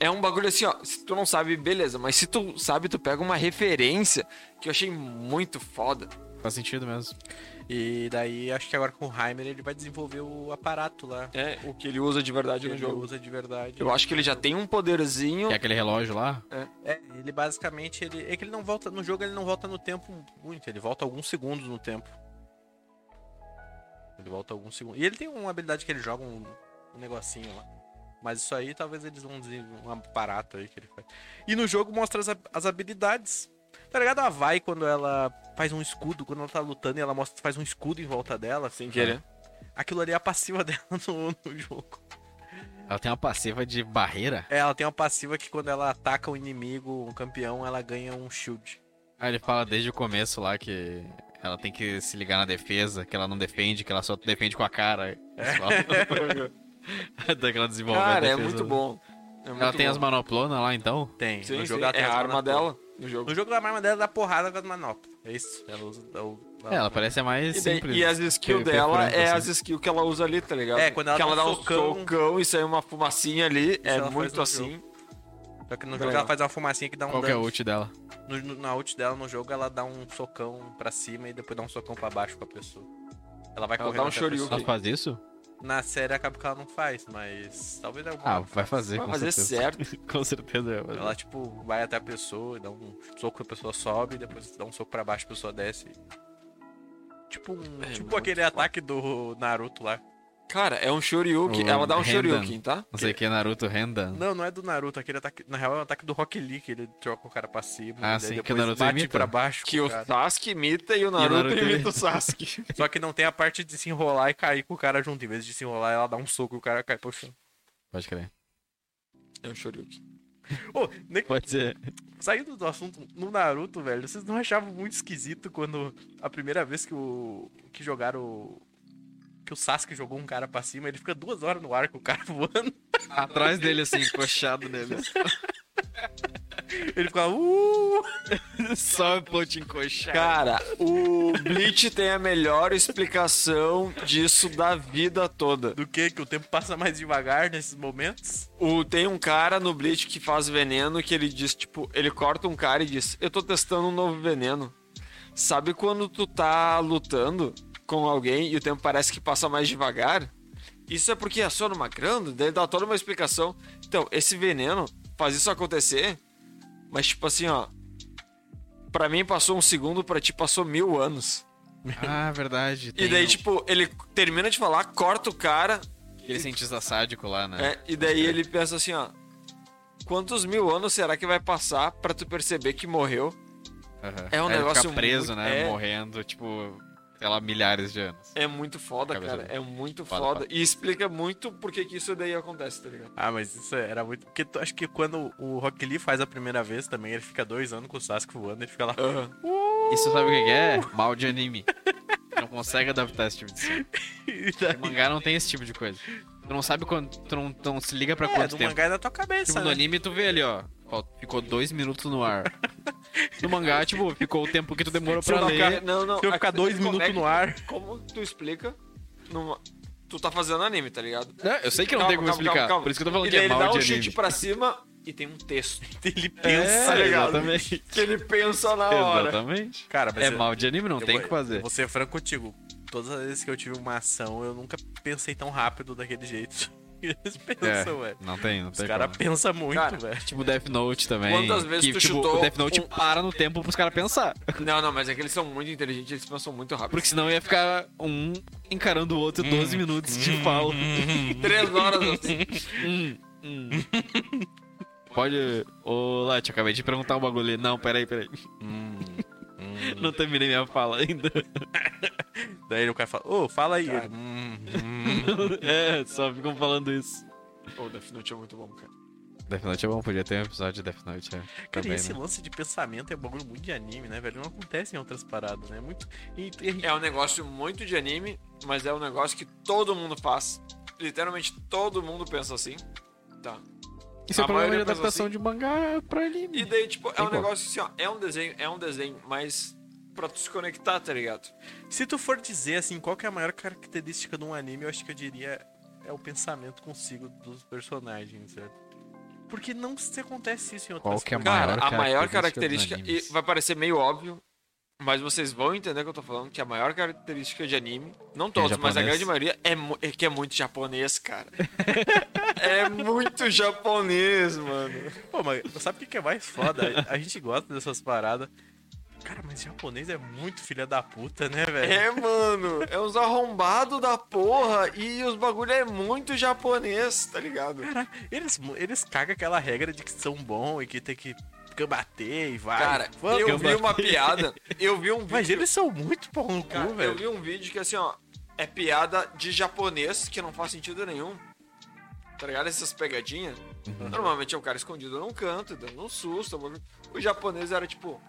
Speaker 2: É um bagulho assim, ó, se tu não sabe, beleza, mas se tu sabe, tu pega uma referência que eu achei muito foda.
Speaker 1: Faz sentido mesmo.
Speaker 3: E daí acho que agora com o Heimer ele vai desenvolver o aparato lá.
Speaker 2: É, o que ele usa de verdade
Speaker 3: Que
Speaker 2: no
Speaker 3: ele
Speaker 2: jogo.
Speaker 3: usa de verdade.
Speaker 2: Eu acho que ele já tem um poderzinho.
Speaker 1: É aquele relógio lá?
Speaker 3: É, ele basicamente ele é que ele não volta no jogo, ele não volta no tempo muito, ele volta alguns segundos no tempo. Ele volta alguns segundos. E ele tem uma habilidade que ele joga um, um negocinho lá. Mas isso aí talvez eles vão desenvolver um aparato aí que ele faz. E no jogo mostra as, hab- as habilidades. Tá ligado? A Vai quando ela faz um escudo, quando ela tá lutando e ela mostra, faz um escudo em volta dela, sem
Speaker 2: querer.
Speaker 3: Aquilo ali é a passiva dela no, no jogo.
Speaker 1: Ela tem uma passiva de barreira.
Speaker 3: É, ela tem uma passiva que quando ela ataca um inimigo, um campeão, ela ganha um shield.
Speaker 1: Aí ele fala desde o começo lá que ela tem que se ligar na defesa, que ela não defende, que ela só defende com a cara. Eles falam. Até que ela desenvolve a
Speaker 2: É. Cara, é
Speaker 1: defesa.
Speaker 2: muito bom. É muito
Speaker 1: Ela tem
Speaker 2: bom.
Speaker 1: as manoplonas lá então?
Speaker 3: Tem.
Speaker 2: Sim, sim,
Speaker 3: ela
Speaker 2: é
Speaker 3: tem
Speaker 2: a
Speaker 3: as
Speaker 2: arma
Speaker 3: manoplas.
Speaker 2: dela no jogo.
Speaker 3: No jogo da arma dela dá porrada com as manoplas. É isso. Ela usa. o-
Speaker 1: É, ela parece a mais
Speaker 2: E, daí-
Speaker 1: simples.
Speaker 2: e as skills
Speaker 1: Per-
Speaker 2: dela
Speaker 1: perfurante,
Speaker 2: é
Speaker 1: assim.
Speaker 2: as skills que ela usa ali, tá ligado?
Speaker 3: É, quando ela
Speaker 2: que
Speaker 3: dá
Speaker 2: ela
Speaker 3: um
Speaker 2: dá um
Speaker 3: socão-
Speaker 2: socão, e sai uma fumacinha ali, é
Speaker 3: ela faz
Speaker 2: muito
Speaker 3: no
Speaker 2: assim.
Speaker 3: Só que no
Speaker 2: Bem,
Speaker 3: jogo ela
Speaker 2: ó.
Speaker 3: faz uma fumacinha que dá um
Speaker 1: Qual que é
Speaker 3: dano.
Speaker 1: o ult dela?
Speaker 3: No- no- na ult dela, no jogo, ela dá um socão pra cima e depois dá um socão pra baixo com a pessoa. Ela vai
Speaker 2: Ela
Speaker 3: correndo
Speaker 2: dá um
Speaker 3: até a pessoa.
Speaker 1: Ela
Speaker 2: shoryuken. Ok.
Speaker 1: faz isso?
Speaker 3: Na série acaba que ela não faz, mas talvez alguma
Speaker 1: Ah, vai fazer,
Speaker 2: Vai
Speaker 1: com
Speaker 2: fazer
Speaker 1: certeza.
Speaker 2: certo.
Speaker 1: com certeza. vai fazer.
Speaker 3: Ela, tipo, vai até a pessoa, dá um soco, a pessoa sobe, depois dá um soco pra baixo, a pessoa desce. Tipo, um-
Speaker 2: É
Speaker 3: tipo
Speaker 2: muito
Speaker 3: aquele ataque do Naruto lá.
Speaker 2: Cara, é um Shoryuken.
Speaker 1: O
Speaker 2: Ela dá um
Speaker 1: Rendan.
Speaker 2: Shoryuken, tá?
Speaker 1: Não sei o que, Naruto Rendan.
Speaker 3: Não, não é do Naruto, aquele ataque. Na real é um ataque do Rock Lee, que ele troca o cara pra cima,
Speaker 1: Ah,
Speaker 3: e daí
Speaker 1: sim, que o
Speaker 3: depois
Speaker 1: Naruto
Speaker 3: bate
Speaker 1: imita.
Speaker 3: pra baixo. com
Speaker 2: Que
Speaker 3: o
Speaker 2: o
Speaker 3: cara.
Speaker 2: Sasuke imita e o Naruto,
Speaker 1: Naruto
Speaker 2: imita
Speaker 1: imita.
Speaker 2: o Sasuke.
Speaker 3: Só que não tem a parte de se enrolar e cair com o cara junto. Em vez de se enrolar, ela dá um soco e o cara cai pro chão.
Speaker 1: Pode crer.
Speaker 2: É um Shoryuken.
Speaker 3: Ô, nem-
Speaker 1: Pode ser.
Speaker 3: Saindo do assunto, no Naruto, velho, vocês não achavam muito esquisito quando a primeira vez que o. que jogaram. o- que o Sasuke jogou um cara pra cima, ele fica duas horas no ar com o cara voando.
Speaker 1: Atrás dele, assim, encoxado nele.
Speaker 3: Ele fica. Uh!
Speaker 1: Só o plot encoxado.
Speaker 2: Cara, o Bleach tem a melhor explicação disso da vida toda.
Speaker 3: Do que? Que o tempo passa mais devagar nesses momentos.
Speaker 2: O, tem um cara no Bleach que faz veneno que ele diz, tipo, ele corta um cara e diz: Eu tô testando um novo veneno. Sabe quando tu tá lutando com alguém e o tempo parece que passa mais devagar? Isso é porque é sono macrando, daí dá toda uma explicação. Então, esse veneno faz isso acontecer, mas tipo assim, ó. Pra mim passou um segundo, pra ti passou mil anos.
Speaker 1: Ah, verdade.
Speaker 2: E
Speaker 1: tem
Speaker 2: daí,
Speaker 1: o-
Speaker 2: tipo, ele termina de falar, corta o cara,
Speaker 1: Aquele cientista sádico lá, né?
Speaker 2: é, e daí ele pensa assim, ó. Quantos mil anos será que vai passar pra tu perceber que morreu?
Speaker 1: Aham.
Speaker 2: É um
Speaker 1: Aí ele
Speaker 2: negócio
Speaker 1: fica preso,
Speaker 2: muito-
Speaker 1: né?
Speaker 2: é.
Speaker 1: Morrendo, tipo, sei lá, milhares de anos.
Speaker 2: É muito foda,
Speaker 1: Cabeça
Speaker 2: cara.
Speaker 1: dele.
Speaker 2: É muito
Speaker 1: Foda,
Speaker 2: foda.
Speaker 1: foda.
Speaker 2: E explica muito por que que isso daí acontece, tá ligado?
Speaker 3: Ah, mas isso era muito. Porque tu- acho que quando o Rock Lee faz a primeira vez também, ele fica dois anos com o Sasuke voando, ele fica lá.
Speaker 2: Ah.
Speaker 1: Isso sabe o que que é? Mal de anime. Não consegue adaptar esse tipo de cena.
Speaker 3: E
Speaker 1: O
Speaker 3: daí-
Speaker 1: mangá não tem esse tipo de coisa. Tu não sabe quando. Tu não, tu não se liga pra
Speaker 3: É,
Speaker 1: quanto
Speaker 3: do
Speaker 1: tempo.
Speaker 3: mangá é da tua cabeça.
Speaker 1: Tipo, no
Speaker 3: né?
Speaker 1: anime tu vê ali, ó. ó, Ficou dois minutos no ar. No mangá, tipo, ficou o tempo que tu demorou
Speaker 2: Se eu
Speaker 1: pra
Speaker 2: não,
Speaker 1: ler.
Speaker 2: cara, não, não.
Speaker 3: Se eu
Speaker 2: Aí
Speaker 3: ficar
Speaker 2: tu
Speaker 3: dois
Speaker 2: desconecta.
Speaker 3: minutos no ar.
Speaker 2: Como tu explica? numa- Tu tá fazendo anime, tá ligado?
Speaker 1: Não, eu sei que não tem como explicar. Por isso que eu tô falando
Speaker 2: e
Speaker 1: que
Speaker 2: daí
Speaker 1: é
Speaker 2: ele dá
Speaker 1: mal
Speaker 2: um
Speaker 1: de anime.
Speaker 2: chute pra cima e tem um texto.
Speaker 3: Ele
Speaker 1: É,
Speaker 3: pensa,
Speaker 2: ligado?
Speaker 1: Exatamente.
Speaker 2: Que ele pensa na hora.
Speaker 1: Exatamente.
Speaker 3: Cara, mas
Speaker 1: É
Speaker 3: eu-
Speaker 1: mal de anime, não
Speaker 3: eu
Speaker 1: tem o
Speaker 3: vou-
Speaker 1: que fazer.
Speaker 3: Vou ser franco contigo. Todas as vezes que eu tive uma ação, eu nunca pensei tão rápido daquele jeito. Eles pensam, velho.
Speaker 1: É. Não tem, não
Speaker 3: Os
Speaker 1: tem.
Speaker 3: caras
Speaker 1: como.
Speaker 3: pensam muito,
Speaker 2: Cara,
Speaker 3: velho.
Speaker 1: Tipo Death Note também.
Speaker 2: Quantas vezes
Speaker 1: que,
Speaker 2: tu
Speaker 1: tipo,
Speaker 2: chutou
Speaker 1: o Death Note
Speaker 2: um-
Speaker 1: para no tempo pros caras pensar.
Speaker 2: Não, não, mas é que eles são muito inteligentes, eles pensam muito rápido.
Speaker 1: Porque senão ia ficar um encarando o outro 12 minutos de fala.
Speaker 2: Três horas assim.
Speaker 1: Hum, hum. Pode. Ô, Lati, eu acabei de perguntar um bagulho. ali. Não, peraí, peraí. Não terminei minha fala ainda.
Speaker 3: Daí o cara fala, ô, fala aí.
Speaker 2: Cara.
Speaker 3: Ele, "Hum, hum."
Speaker 1: É, só ficam falando isso.
Speaker 2: Pô, o Death Note é muito bom, cara.
Speaker 1: Death Note é bom, podia ter um episódio de Death Note. É.
Speaker 3: Cara,
Speaker 1: Também,
Speaker 3: e esse
Speaker 1: né?
Speaker 3: lance de pensamento é um bagulho muito de anime, né, velho? Não acontece em outras paradas, né? Muito. E, e-
Speaker 2: É um negócio muito de anime, mas é um negócio que todo mundo faz. Literalmente todo mundo pensa assim. Tá.
Speaker 1: Isso
Speaker 2: A
Speaker 1: é problema de
Speaker 2: maioria pensa
Speaker 1: adaptação
Speaker 2: assim.
Speaker 1: de mangá pra
Speaker 2: E
Speaker 1: anime.
Speaker 2: daí, tipo, é
Speaker 1: Tem
Speaker 2: um
Speaker 1: como.
Speaker 2: negócio assim, ó. É um desenho, é um desenho, mas pra tu se conectar, tá ligado?
Speaker 3: se tu for dizer assim, qual que é a maior característica de um anime, eu acho que eu diria é o pensamento consigo dos personagens, certo? Porque não se acontece isso em outras
Speaker 1: Qual que é a
Speaker 3: coisas.
Speaker 2: Cara,
Speaker 1: maior
Speaker 2: a maior
Speaker 1: característica
Speaker 2: característica,
Speaker 1: dos
Speaker 2: e
Speaker 1: animes.
Speaker 2: vai parecer meio óbvio, mas vocês vão entender o que eu tô falando, que a maior característica de anime, não todos, mas a
Speaker 1: é japonês.
Speaker 2: grande maioria, é, mu- é que é muito japonês, cara. é muito japonês, mano.
Speaker 3: Pô, mas sabe o que que é mais foda? A gente gosta dessas paradas. Cara, mas japonês é muito filha da puta, né, velho?
Speaker 2: É, mano. É uns arrombados da porra e os bagulho é muito japonês, tá ligado?
Speaker 3: Caralho, eles, eles cagam aquela regra de que são bons e que tem que bater e vai.
Speaker 2: Cara,
Speaker 3: Vamos.
Speaker 2: eu vi uma piada, eu vi um vídeo...
Speaker 3: Mas eles são muito pau no
Speaker 2: Cara,
Speaker 3: cu,
Speaker 2: eu
Speaker 3: velho.
Speaker 2: vi um vídeo que assim, ó, é piada de japonês que não faz sentido nenhum. Tá ligado? Essas pegadinhas.
Speaker 3: Uhum.
Speaker 2: Normalmente é um cara escondido num canto, dando um susto. alguma coisa. O japonês era tipo,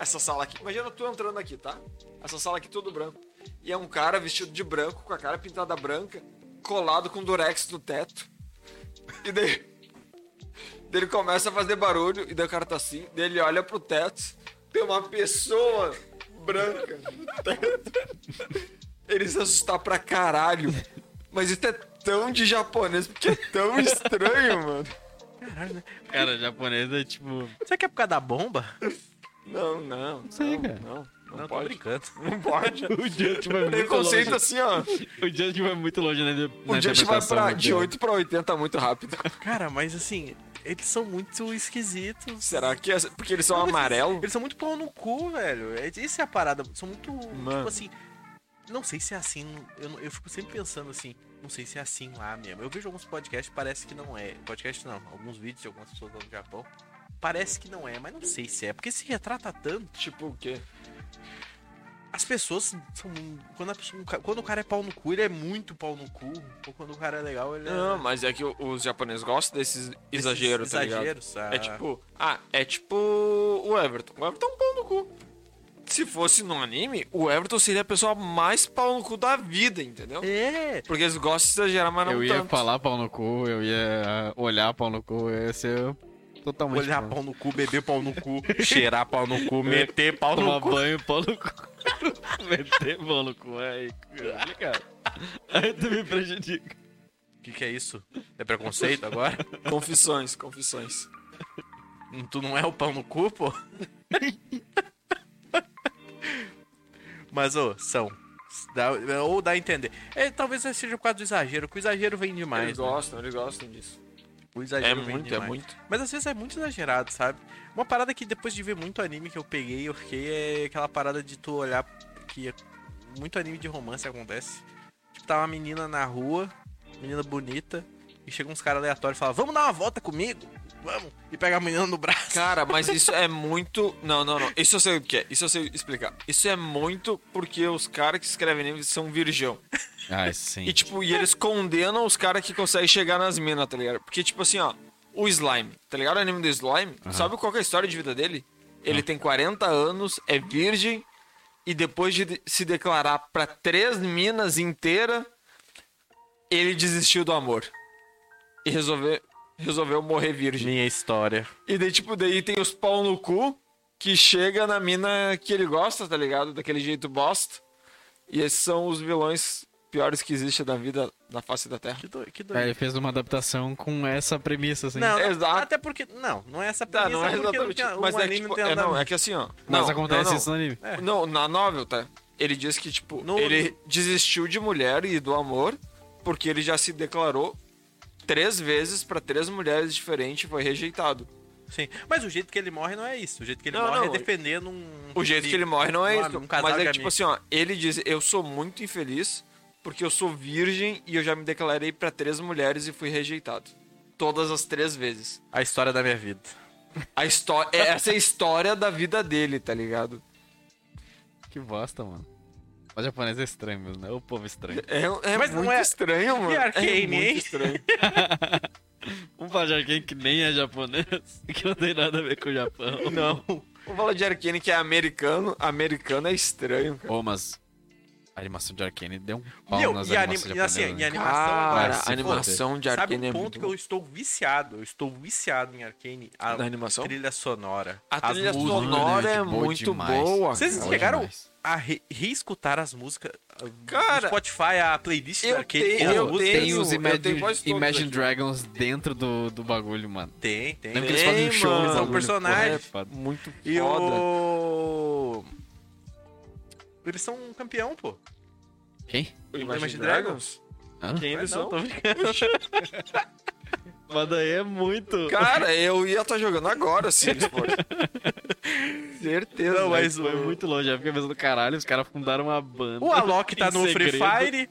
Speaker 2: essa sala aqui. Imagina tu entrando aqui, tá? Essa sala aqui todo branco. E é um cara vestido de branco, com a cara pintada branca, colado com durex no teto. E daí. daí ele começa a fazer barulho, e daí o cara tá assim, daí ele olha pro teto, tem uma pessoa branca no teto. Ele se assustar pra caralho. Mas isso é tão de japonês, porque é tão estranho, mano.
Speaker 3: Caralho, né?
Speaker 1: Cara, japonês é tipo.
Speaker 3: Será que é por causa da bomba?
Speaker 2: Não, não. Não
Speaker 1: sei, cara.
Speaker 2: Não, não,
Speaker 3: Não, tô
Speaker 2: pode.
Speaker 3: brincando.
Speaker 2: Não pode.
Speaker 1: O Just vai muito
Speaker 2: Preconceito
Speaker 1: longe.
Speaker 2: assim, ó. Um
Speaker 1: O Just vai muito longe né, na, na
Speaker 2: O Just vai
Speaker 1: interpretação,
Speaker 2: pra,
Speaker 1: né?
Speaker 2: de 8 pra 80 muito rápido.
Speaker 3: Cara, mas assim, eles são muito esquisitos.
Speaker 2: Será que é porque eles são
Speaker 3: Não, mas
Speaker 2: amarelo?
Speaker 3: Eles são muito pau no cu, velho. É- Essa é a parada. São muito. Tipo
Speaker 2: Mano.
Speaker 3: assim. Não sei se é assim. Eu, não- eu fico sempre pensando assim. Não sei se é assim lá mesmo. Eu vejo alguns podcasts, parece que não é. Podcast não. Alguns vídeos de algumas pessoas lá no Japão. Parece que não é, mas não sei se é. Porque se retrata tanto.
Speaker 2: Tipo o quê?
Speaker 3: As pessoas são. Quando, a pessoa- um ca- quando o cara é pau no cu, ele é muito pau no cu. Ou quando o cara é legal, ele
Speaker 2: Não,
Speaker 3: é.
Speaker 2: mas é que o- os japoneses gostam desses
Speaker 3: Esses
Speaker 2: exageros, tá ligado?
Speaker 3: Exageros, ah.
Speaker 2: É tipo, ah, é tipo o Everton. O Everton é um pau no cu. Se fosse num anime, o Everton seria a pessoa mais pau no cu da vida, entendeu?
Speaker 3: É!
Speaker 2: Porque eles gostam de exagerar, mas não
Speaker 1: Eu ia
Speaker 2: tanto.
Speaker 1: falar pau no cu, eu ia ah, olhar pau no cu, eu ia ser totalmente.
Speaker 3: Olhar pau no cu, beber pau no cu, cheirar pau no cu, meter pau
Speaker 1: Tomar
Speaker 3: no cu.
Speaker 1: banho, pau no cu. Meter pau no cu, aí. Cara. Aí tu me prejudica.
Speaker 3: O que, que é isso? É preconceito agora?
Speaker 2: Confissões, confissões.
Speaker 3: Hum, Tu não é o pau no cu, pô? Mas, ô, são. Dá- ou dá a entender. É, talvez seja por causa do exagero, que o exagero vem demais.
Speaker 2: eles
Speaker 3: né?
Speaker 2: gostam, eles gostam disso.
Speaker 3: O exagero
Speaker 2: É
Speaker 3: vem
Speaker 2: muito, é
Speaker 3: demais.
Speaker 2: muito.
Speaker 3: Mas às vezes é muito exagerado, sabe? Uma parada que depois de ver muito anime que eu peguei, eu fiquei é aquela parada de tu olhar que é muito anime de romance acontece. Tipo, tá uma menina na rua, menina bonita, e chega uns caras aleatórios e fala, vamos dar uma volta comigo? Vamos! E pega a menina no braço.
Speaker 2: Cara, mas isso é muito. Não, não, não. Isso eu sei o que é. Isso eu sei explicar. Isso é muito porque os caras que escrevem anime são virgão.
Speaker 1: Ai, sim.
Speaker 2: E tipo, e eles condenam os caras que conseguem chegar nas minas, tá ligado? Porque, tipo assim, ó, o Slime, tá ligado? O anime do Slime, sabe qual que é a história de vida dele? Ele tem 40 anos, é virgem, e depois de de- se declarar pra três minas inteira, ele desistiu do amor. E resolveu, resolveu morrer virgem.
Speaker 3: Minha história.
Speaker 2: E daí, tipo, daí tem os pau no cu que chega na mina que ele gosta, tá ligado? Daquele jeito bosta. E esses são os vilões piores que existem da vida na face da Terra.
Speaker 3: Que, do... que
Speaker 1: Aí
Speaker 3: doido.
Speaker 1: ele fez uma adaptação com essa premissa, assim.
Speaker 3: Não,
Speaker 2: Exato.
Speaker 3: até porque... Não, não é essa
Speaker 2: Tá,
Speaker 3: premissa,
Speaker 2: não é
Speaker 3: porque
Speaker 2: exatamente.
Speaker 3: não tinha,
Speaker 2: Mas
Speaker 3: um
Speaker 2: é, que,
Speaker 3: anime
Speaker 2: tipo,
Speaker 3: não tem
Speaker 2: é,
Speaker 3: nada a
Speaker 2: não,
Speaker 3: ver.
Speaker 2: é que assim, ó.
Speaker 1: Mas
Speaker 2: não,
Speaker 1: acontece né?
Speaker 2: não,
Speaker 1: isso no anime.
Speaker 2: não. Não, na novel, tá? Ele diz que, tipo,
Speaker 3: No-
Speaker 2: ele desistiu de mulher e do amor porque ele já se declarou três vezes pra três mulheres diferentes e foi rejeitado.
Speaker 3: Sim. Mas o jeito que ele morre não é isso. O jeito que ele
Speaker 2: Não,
Speaker 3: morre é
Speaker 2: não.
Speaker 3: defendendo um.
Speaker 2: O jeito que ele morre não é
Speaker 3: Um
Speaker 2: isso.
Speaker 3: am- um casal
Speaker 2: mas é
Speaker 3: de
Speaker 2: que, tipo
Speaker 3: amigos.
Speaker 2: assim, ó, ele diz: Eu sou muito infeliz porque eu sou virgem e eu já me declarei pra três mulheres e fui rejeitado. Todas as três vezes.
Speaker 3: A história da minha vida.
Speaker 2: A história. Essa é a história da vida dele, tá ligado?
Speaker 1: Que bosta, mano. Mas japonês é estranho mesmo, né? O povo estranho.
Speaker 2: É, é
Speaker 3: Mas não
Speaker 2: muito
Speaker 3: é-
Speaker 2: estranho, mano. é
Speaker 3: Arcane,
Speaker 2: muito
Speaker 3: hein?
Speaker 2: estranho.
Speaker 1: Vamos falar de alguém Um que nem é japonês, que não tem nada a ver com o Japão.
Speaker 3: Não.
Speaker 2: Vamos falar de Arcane que é americano. Americano é estranho, cara.
Speaker 1: Ô, mas a animação de Arkane deu um pau
Speaker 3: Meu,
Speaker 1: nas
Speaker 3: e, a
Speaker 1: animações
Speaker 3: anima- e assim,
Speaker 1: japonesas,
Speaker 3: e a
Speaker 1: né?
Speaker 3: animação
Speaker 1: Cara,
Speaker 3: agora.
Speaker 1: se
Speaker 2: de
Speaker 3: Sabe
Speaker 2: Arcane
Speaker 3: um ponto
Speaker 2: muito
Speaker 3: que eu estou viciado? Eu estou viciado em Arcane. A
Speaker 2: Na animação?
Speaker 3: trilha sonora.
Speaker 2: A
Speaker 3: As
Speaker 2: trilha
Speaker 3: músicas.
Speaker 2: sonora é
Speaker 1: né? Boa
Speaker 2: muito
Speaker 1: demais.
Speaker 2: boa.
Speaker 3: Vocês
Speaker 2: cara.
Speaker 1: Boa
Speaker 3: chegaram
Speaker 1: É demais.
Speaker 3: a re- reescutar as músicas. uh,
Speaker 2: Cara,
Speaker 3: no Spotify, a playlist
Speaker 2: eu
Speaker 3: da Arcane.
Speaker 2: tenho-
Speaker 3: as
Speaker 2: eu
Speaker 3: músicas-
Speaker 1: Tem
Speaker 2: tenho-
Speaker 1: os
Speaker 2: eu
Speaker 1: Imagine,
Speaker 2: tenho quase todos
Speaker 1: Imagine
Speaker 2: aqui.
Speaker 1: Dragons dentro do, do bagulho, mano.
Speaker 3: Tem, tem.
Speaker 1: Lembra que
Speaker 3: tem.
Speaker 1: eles fazem um show no
Speaker 2: mano.
Speaker 1: bagulho,
Speaker 3: São personagens.
Speaker 1: porra, é foda.
Speaker 2: Muito né? foda.
Speaker 3: E o. Eles são um campeão, pô.
Speaker 1: Quem?
Speaker 2: O
Speaker 3: Imagine
Speaker 1: Hã?
Speaker 2: Quem eles
Speaker 3: é Não,
Speaker 2: são?
Speaker 3: tô brincando.
Speaker 1: Mas daí é muito.
Speaker 2: Cara, eu ia estar jogando agora, se eles fossem. Certeza. né, tipo,
Speaker 3: Não,
Speaker 2: velho.
Speaker 3: mas
Speaker 1: Foi muito longe, eu fiquei pensando, caralho, os caras fundaram uma banda.
Speaker 3: O Alok tá
Speaker 1: Em
Speaker 3: no Free
Speaker 1: segredo.
Speaker 3: Fire.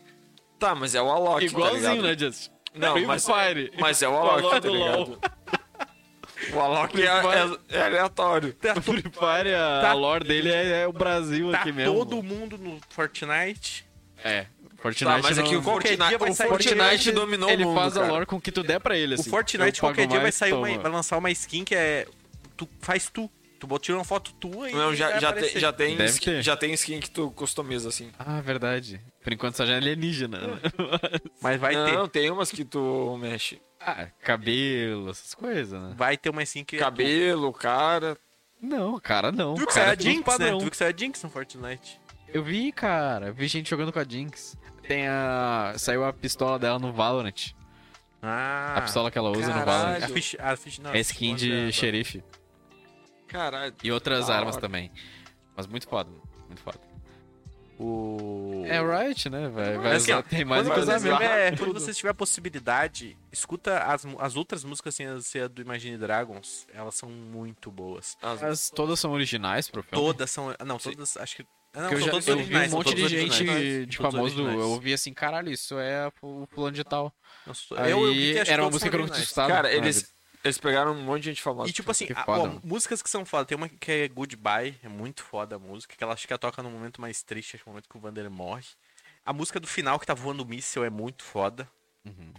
Speaker 2: Tá, mas é o Alok, tá
Speaker 1: Igualzinho,
Speaker 2: ligado?
Speaker 1: né, Justin?
Speaker 2: Não,
Speaker 1: Free
Speaker 2: mas,
Speaker 1: Fire.
Speaker 2: mas é o
Speaker 1: O
Speaker 2: Alok,
Speaker 1: Alok
Speaker 2: tá
Speaker 1: do LoL.
Speaker 2: ligado? O Alok é, é- é aleatório.
Speaker 3: Tá,
Speaker 1: Free Fire, a,
Speaker 3: Tá-
Speaker 1: a lore dele é, é o Brasil
Speaker 3: tá
Speaker 1: aqui mesmo.
Speaker 3: todo mundo no Fortnite.
Speaker 1: É, Fortnite
Speaker 2: Tá, mas
Speaker 1: não...
Speaker 2: é que o
Speaker 3: Qualquer
Speaker 2: Fortnite,
Speaker 3: dia vai
Speaker 2: o
Speaker 3: sair
Speaker 2: Fortnite
Speaker 3: ele-
Speaker 2: dominou
Speaker 1: ele
Speaker 2: o mundo,
Speaker 1: faz
Speaker 2: cara.
Speaker 1: a lore com o que tu der pra ele,
Speaker 3: O
Speaker 1: assim.
Speaker 3: Fortnite
Speaker 1: Eu pago
Speaker 3: qualquer dia vai
Speaker 1: mais, então,
Speaker 3: sair uma,
Speaker 1: toma.
Speaker 3: vai lançar uma skin que é tu faz tu. Tu bot- tira uma foto tua e
Speaker 2: Não, já,
Speaker 3: vai
Speaker 2: já,
Speaker 3: aparecer.
Speaker 2: tem, já, tem
Speaker 1: Deve
Speaker 2: skin,
Speaker 1: ter.
Speaker 2: já tem skin que tu customiza, assim.
Speaker 1: Ah, verdade. Por enquanto só já é alienígena. né?
Speaker 3: Mas vai
Speaker 2: Não, tem umas que tu mexe.
Speaker 1: ah, cabelo, essas coisas,
Speaker 3: ter,
Speaker 1: né?
Speaker 3: vai ter uma skin que é
Speaker 2: Cabelo, cara.
Speaker 1: Não, cara, não.
Speaker 3: Tu, tu viu que saiu
Speaker 1: cara,
Speaker 3: a
Speaker 1: é tudo
Speaker 3: Jinx, né?
Speaker 1: padrão.
Speaker 3: Tu viu que saiu a Jinx no Fortnite.
Speaker 1: Eu vi, cara. Vi gente jogando com a Jinx. Tem a... Saiu a pistola dela no Valorant.
Speaker 3: Ah.
Speaker 1: a pistola que ela usa
Speaker 2: caralho.
Speaker 1: no Valorant.
Speaker 3: A fish, a fish, não,
Speaker 1: É skin de xerife.
Speaker 2: Caralho.
Speaker 1: E outras
Speaker 2: Da hora.
Speaker 1: armas também. Mas muito foda, muito foda.
Speaker 3: O...
Speaker 1: É Riot, né? Vai, vai
Speaker 3: Mas assim,
Speaker 1: usar,
Speaker 3: ó,
Speaker 1: tem mais o
Speaker 3: quando,
Speaker 1: que
Speaker 2: coisa
Speaker 3: você
Speaker 1: usar mesmo.
Speaker 2: bizarra.
Speaker 3: tiver, é,
Speaker 2: Tudo.
Speaker 3: quando você tiver a possibilidade, escuta as, mu- as outras músicas sem a- ser a do Imagine Dragons. Elas são muito boas.
Speaker 2: As-
Speaker 1: Elas todas são originais pro filme.
Speaker 3: Todas são. Não, todas. Acho que. ah, Não,
Speaker 1: Porque Então, eu
Speaker 3: são
Speaker 1: já
Speaker 3: todas
Speaker 1: eu vi um
Speaker 3: originais. são
Speaker 1: monte de
Speaker 3: todas
Speaker 1: gente
Speaker 3: originais,
Speaker 1: de
Speaker 3: são todas
Speaker 1: famoso.
Speaker 3: originais.
Speaker 1: Eu ouvi assim, caralho, isso é o fulano de tal.
Speaker 3: Não, sou-
Speaker 1: Aí
Speaker 3: eu- eu vi que acho
Speaker 1: era uma
Speaker 3: todas
Speaker 1: música que eu
Speaker 3: são
Speaker 1: não tinha
Speaker 3: originais.
Speaker 1: escutado.
Speaker 2: Cara,
Speaker 1: na
Speaker 2: eles,
Speaker 1: vida.
Speaker 2: eles pegaram um monte de gente famosa.
Speaker 3: E tipo assim,
Speaker 1: Que
Speaker 3: a-
Speaker 1: foda, né?
Speaker 3: ó,
Speaker 1: mano.
Speaker 3: músicas que são foda. Tem uma que é Goodbye, é muito foda a música, que ela acho que ela toca no momento mais triste, acho que é o momento que o Vander morre. A música do final que tá voando o míssil é muito foda.
Speaker 1: Uhum.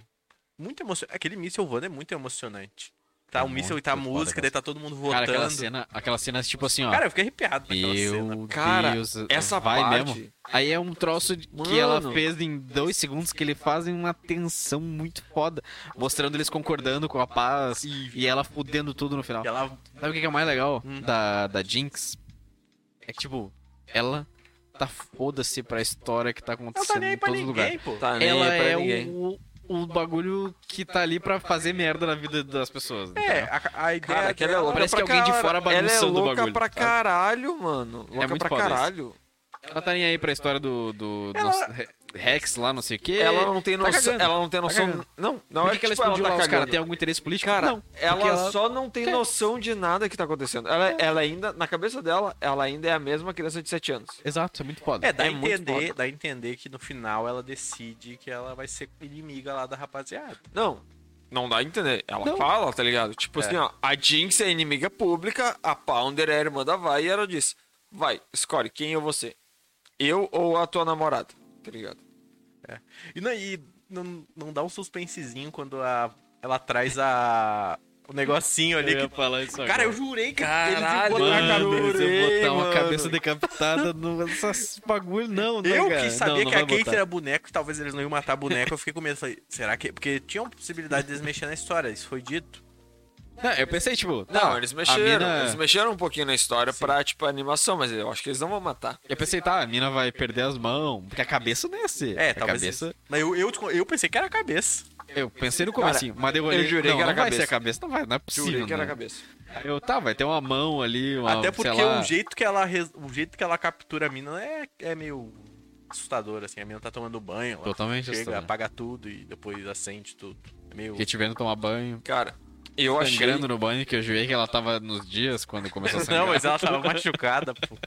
Speaker 3: Muito emocionante. Aquele míssil voando é muito emocionante. Tá
Speaker 1: É
Speaker 3: o míssil e tá a
Speaker 1: muito
Speaker 3: música,
Speaker 1: foda,
Speaker 3: daí tá todo mundo
Speaker 1: Cara,
Speaker 3: voltando.
Speaker 1: aquela cena, aquela cena tipo assim, ó.
Speaker 3: Cara, eu fiquei arrepiado naquela cena.
Speaker 1: meu
Speaker 2: Cara,
Speaker 1: Deus,
Speaker 2: essa
Speaker 1: vai
Speaker 2: parte-
Speaker 1: mesmo. Aí é um troço de- que ela
Speaker 2: Mano.
Speaker 1: fez em dois segundos que ele faz em uma tensão muito foda, mostrando eles concordando com a paz e ela fudendo tudo no final.
Speaker 3: E ela
Speaker 1: Sabe o que que é o mais legal
Speaker 3: Hum.
Speaker 1: da, da Jinx? É que, tipo, ela tá foda-se pra história que tá
Speaker 3: não
Speaker 1: acontecendo
Speaker 3: tá nem aí
Speaker 1: em
Speaker 3: pra
Speaker 1: todos os
Speaker 3: ninguém,
Speaker 1: lugares.
Speaker 3: pô.
Speaker 2: Tá nem
Speaker 1: Ela
Speaker 2: aí pra
Speaker 1: é
Speaker 2: ninguém.
Speaker 1: o, o bagulho que tá ali pra fazer merda na vida das pessoas.
Speaker 3: É,
Speaker 1: entendeu?
Speaker 3: a, a ideia
Speaker 2: Cara, que ela é
Speaker 3: dela-
Speaker 2: louca
Speaker 1: Parece
Speaker 2: pra
Speaker 1: que alguém de
Speaker 2: cara-
Speaker 1: fora bagunçando o
Speaker 2: Ela é louca
Speaker 1: bagulho,
Speaker 2: pra
Speaker 1: sabe?
Speaker 2: caralho, mano. Louca
Speaker 1: muito
Speaker 2: pra
Speaker 1: foda isso.
Speaker 2: caralho.
Speaker 1: Ela tá nem aí pra história do, do, do
Speaker 3: Ela-
Speaker 1: nosso Re- Rex lá, não sei o quê.
Speaker 2: Ela não tem
Speaker 1: tá
Speaker 2: noção.
Speaker 1: cagando.
Speaker 2: ela não tem noção.
Speaker 1: cagando.
Speaker 2: não, não
Speaker 1: Por
Speaker 2: é
Speaker 1: que, que ela
Speaker 2: tipo,
Speaker 1: explodiu
Speaker 2: tá
Speaker 1: lá os caras?
Speaker 2: cagando.
Speaker 1: Tem algum interesse político?
Speaker 2: Cara,
Speaker 1: não.
Speaker 2: ela,
Speaker 1: porque ela-
Speaker 2: só não tem
Speaker 1: Quer.
Speaker 2: noção de nada que tá acontecendo. Ela, ela ainda, na cabeça dela, ela ainda é a mesma criança de 7 anos.
Speaker 1: Exato, é muito foda.
Speaker 3: É, dá, a
Speaker 2: É muito
Speaker 3: entender,
Speaker 2: foda.
Speaker 3: dá a entender que no final ela decide que ela vai ser inimiga lá da rapaziada.
Speaker 2: Não. Não dá a entender. Ela
Speaker 1: Não.
Speaker 2: fala, tá ligado? Tipo
Speaker 3: É.
Speaker 2: assim, ó, a Jinx é inimiga pública, a Pounder é a irmã da Vai e ela disse: Vai, escolhe quem eu vou ser. Eu ou a tua namorada, tá ligado?
Speaker 3: E não, e não, não dá um suspensezinho quando a, ela traz a, o negocinho ali. que-
Speaker 1: falar isso
Speaker 3: cara, eu jurei que
Speaker 2: Caralho,
Speaker 3: eles iam botar a
Speaker 2: mano.
Speaker 1: eles
Speaker 3: cabeça.
Speaker 1: iam botar uma
Speaker 2: mano.
Speaker 1: cabeça decapitada no essas bagulho, não, né,
Speaker 3: Eu
Speaker 1: cara?
Speaker 3: que sabia
Speaker 1: Não, não
Speaker 3: que a
Speaker 1: vai
Speaker 3: Kate
Speaker 1: botar.
Speaker 3: era boneco, talvez eles não iam matar boneco, eu fiquei com medo. Falei, será que. Porque tinha uma possibilidade deles mexer na história, isso foi dito.
Speaker 1: Não, eu pensei, tipo.
Speaker 2: Não,
Speaker 3: Ah,
Speaker 1: tá,
Speaker 2: eles
Speaker 1: a
Speaker 2: mexeram.
Speaker 3: é.
Speaker 1: mina-
Speaker 2: Eles mexeram um pouquinho na história pra, tipo, animação, mas eu acho que eles não vão matar.
Speaker 1: Eu pensei, tá, a mina vai perder as mãos, porque a cabeça não é assim.
Speaker 3: É,
Speaker 1: a
Speaker 3: talvez.
Speaker 1: cabeça.
Speaker 3: Mas eu, eu, eu pensei que era a cabeça.
Speaker 1: Eu pensei no começo, assim, mas eu olhei,
Speaker 2: eu jurei
Speaker 1: não,
Speaker 2: que era
Speaker 1: não vai
Speaker 2: cabeça.
Speaker 1: ser a cabeça, não vai, não é possível.
Speaker 2: Jurei que era a
Speaker 1: né?
Speaker 2: cabeça.
Speaker 1: Eu, tá, vai ter uma mão ali, uma,
Speaker 3: Até porque
Speaker 1: sei lá,
Speaker 3: o jeito que ela res- o jeito que ela captura a mina é, é meio assustador assim. A mina tá tomando banho, ela
Speaker 1: Totalmente
Speaker 3: chega,
Speaker 1: assustador.
Speaker 3: apaga tudo e depois acende tudo. É meio
Speaker 1: Fiquei te vendo tomar banho,
Speaker 2: Cara, eu achei. um
Speaker 1: sangrando no banho, que eu jurei que ela tava nos dias quando começou a sangrar.
Speaker 3: Não, mas ela tava machucada, pô.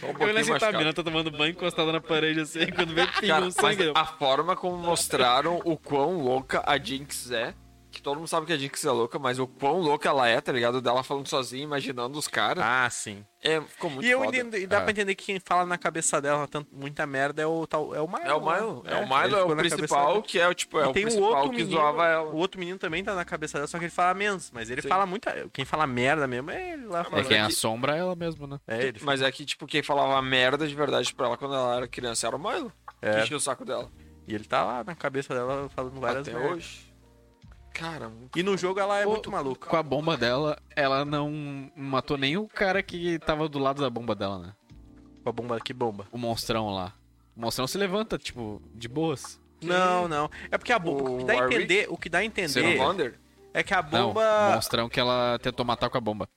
Speaker 2: Só um
Speaker 1: Eu olhei
Speaker 2: pouquinho
Speaker 1: assim, tá, a
Speaker 2: machucado.
Speaker 1: mina tá tomando banho encostada na parede assim, quando vem pinga
Speaker 2: Cara,
Speaker 1: um
Speaker 2: mas
Speaker 1: sangue. eu-
Speaker 2: a forma como mostraram o quão louca a Jinx é, que todo mundo sabe que a Jinx é louca, mas o quão louca ela é, tá ligado? Dela falando sozinha, imaginando os caras,
Speaker 3: Ah, sim.
Speaker 2: é, ficou muito
Speaker 3: e eu
Speaker 2: foda.
Speaker 3: entendo, e dá
Speaker 1: Ah.
Speaker 3: pra entender que quem fala na cabeça dela tanto, muita merda é o tal, é o Milo.
Speaker 2: É o Milo,
Speaker 3: né?
Speaker 2: é, o
Speaker 3: ele
Speaker 2: Milo, é
Speaker 3: ficou
Speaker 2: o
Speaker 3: na cabeça
Speaker 2: principal,
Speaker 3: dela.
Speaker 2: que é o tipo,
Speaker 3: E
Speaker 2: é o
Speaker 3: tem o
Speaker 2: principal
Speaker 3: outro
Speaker 2: que
Speaker 3: menino,
Speaker 2: zoava ela.
Speaker 3: o outro menino também tá na cabeça dela, só que ele fala menos, mas ele
Speaker 2: Sim.
Speaker 3: fala muita, quem fala merda mesmo é ele lá.
Speaker 1: É
Speaker 3: fora.
Speaker 2: mas
Speaker 1: quem
Speaker 2: é que-
Speaker 1: assombra é ela mesmo, né?
Speaker 3: É, ele
Speaker 2: Mas é que, tipo, quem falava merda de verdade pra ela quando ela era criança era o Milo.
Speaker 3: É.
Speaker 2: Que enchia o saco dela.
Speaker 3: E ele tá lá na cabeça dela falando várias
Speaker 2: Até
Speaker 3: merdas.
Speaker 2: hoje. Cara, muito
Speaker 3: E no jogo ela é
Speaker 1: Pô,
Speaker 3: muito maluca.
Speaker 1: Com a bomba dela, ela não matou nem o cara que tava do lado da bomba dela, né?
Speaker 3: Com a bomba, que bomba.
Speaker 1: O monstrão lá. O monstrão se levanta, tipo, de boas.
Speaker 3: Não, não. É porque a bomba. O que dá a
Speaker 2: Warwick?
Speaker 3: entender, o que dá a
Speaker 1: Ser
Speaker 3: entender
Speaker 1: humano.
Speaker 2: Wonder.
Speaker 3: é que a
Speaker 1: Não, o
Speaker 3: bomba.
Speaker 1: monstrão que ela tentou matar com a bomba.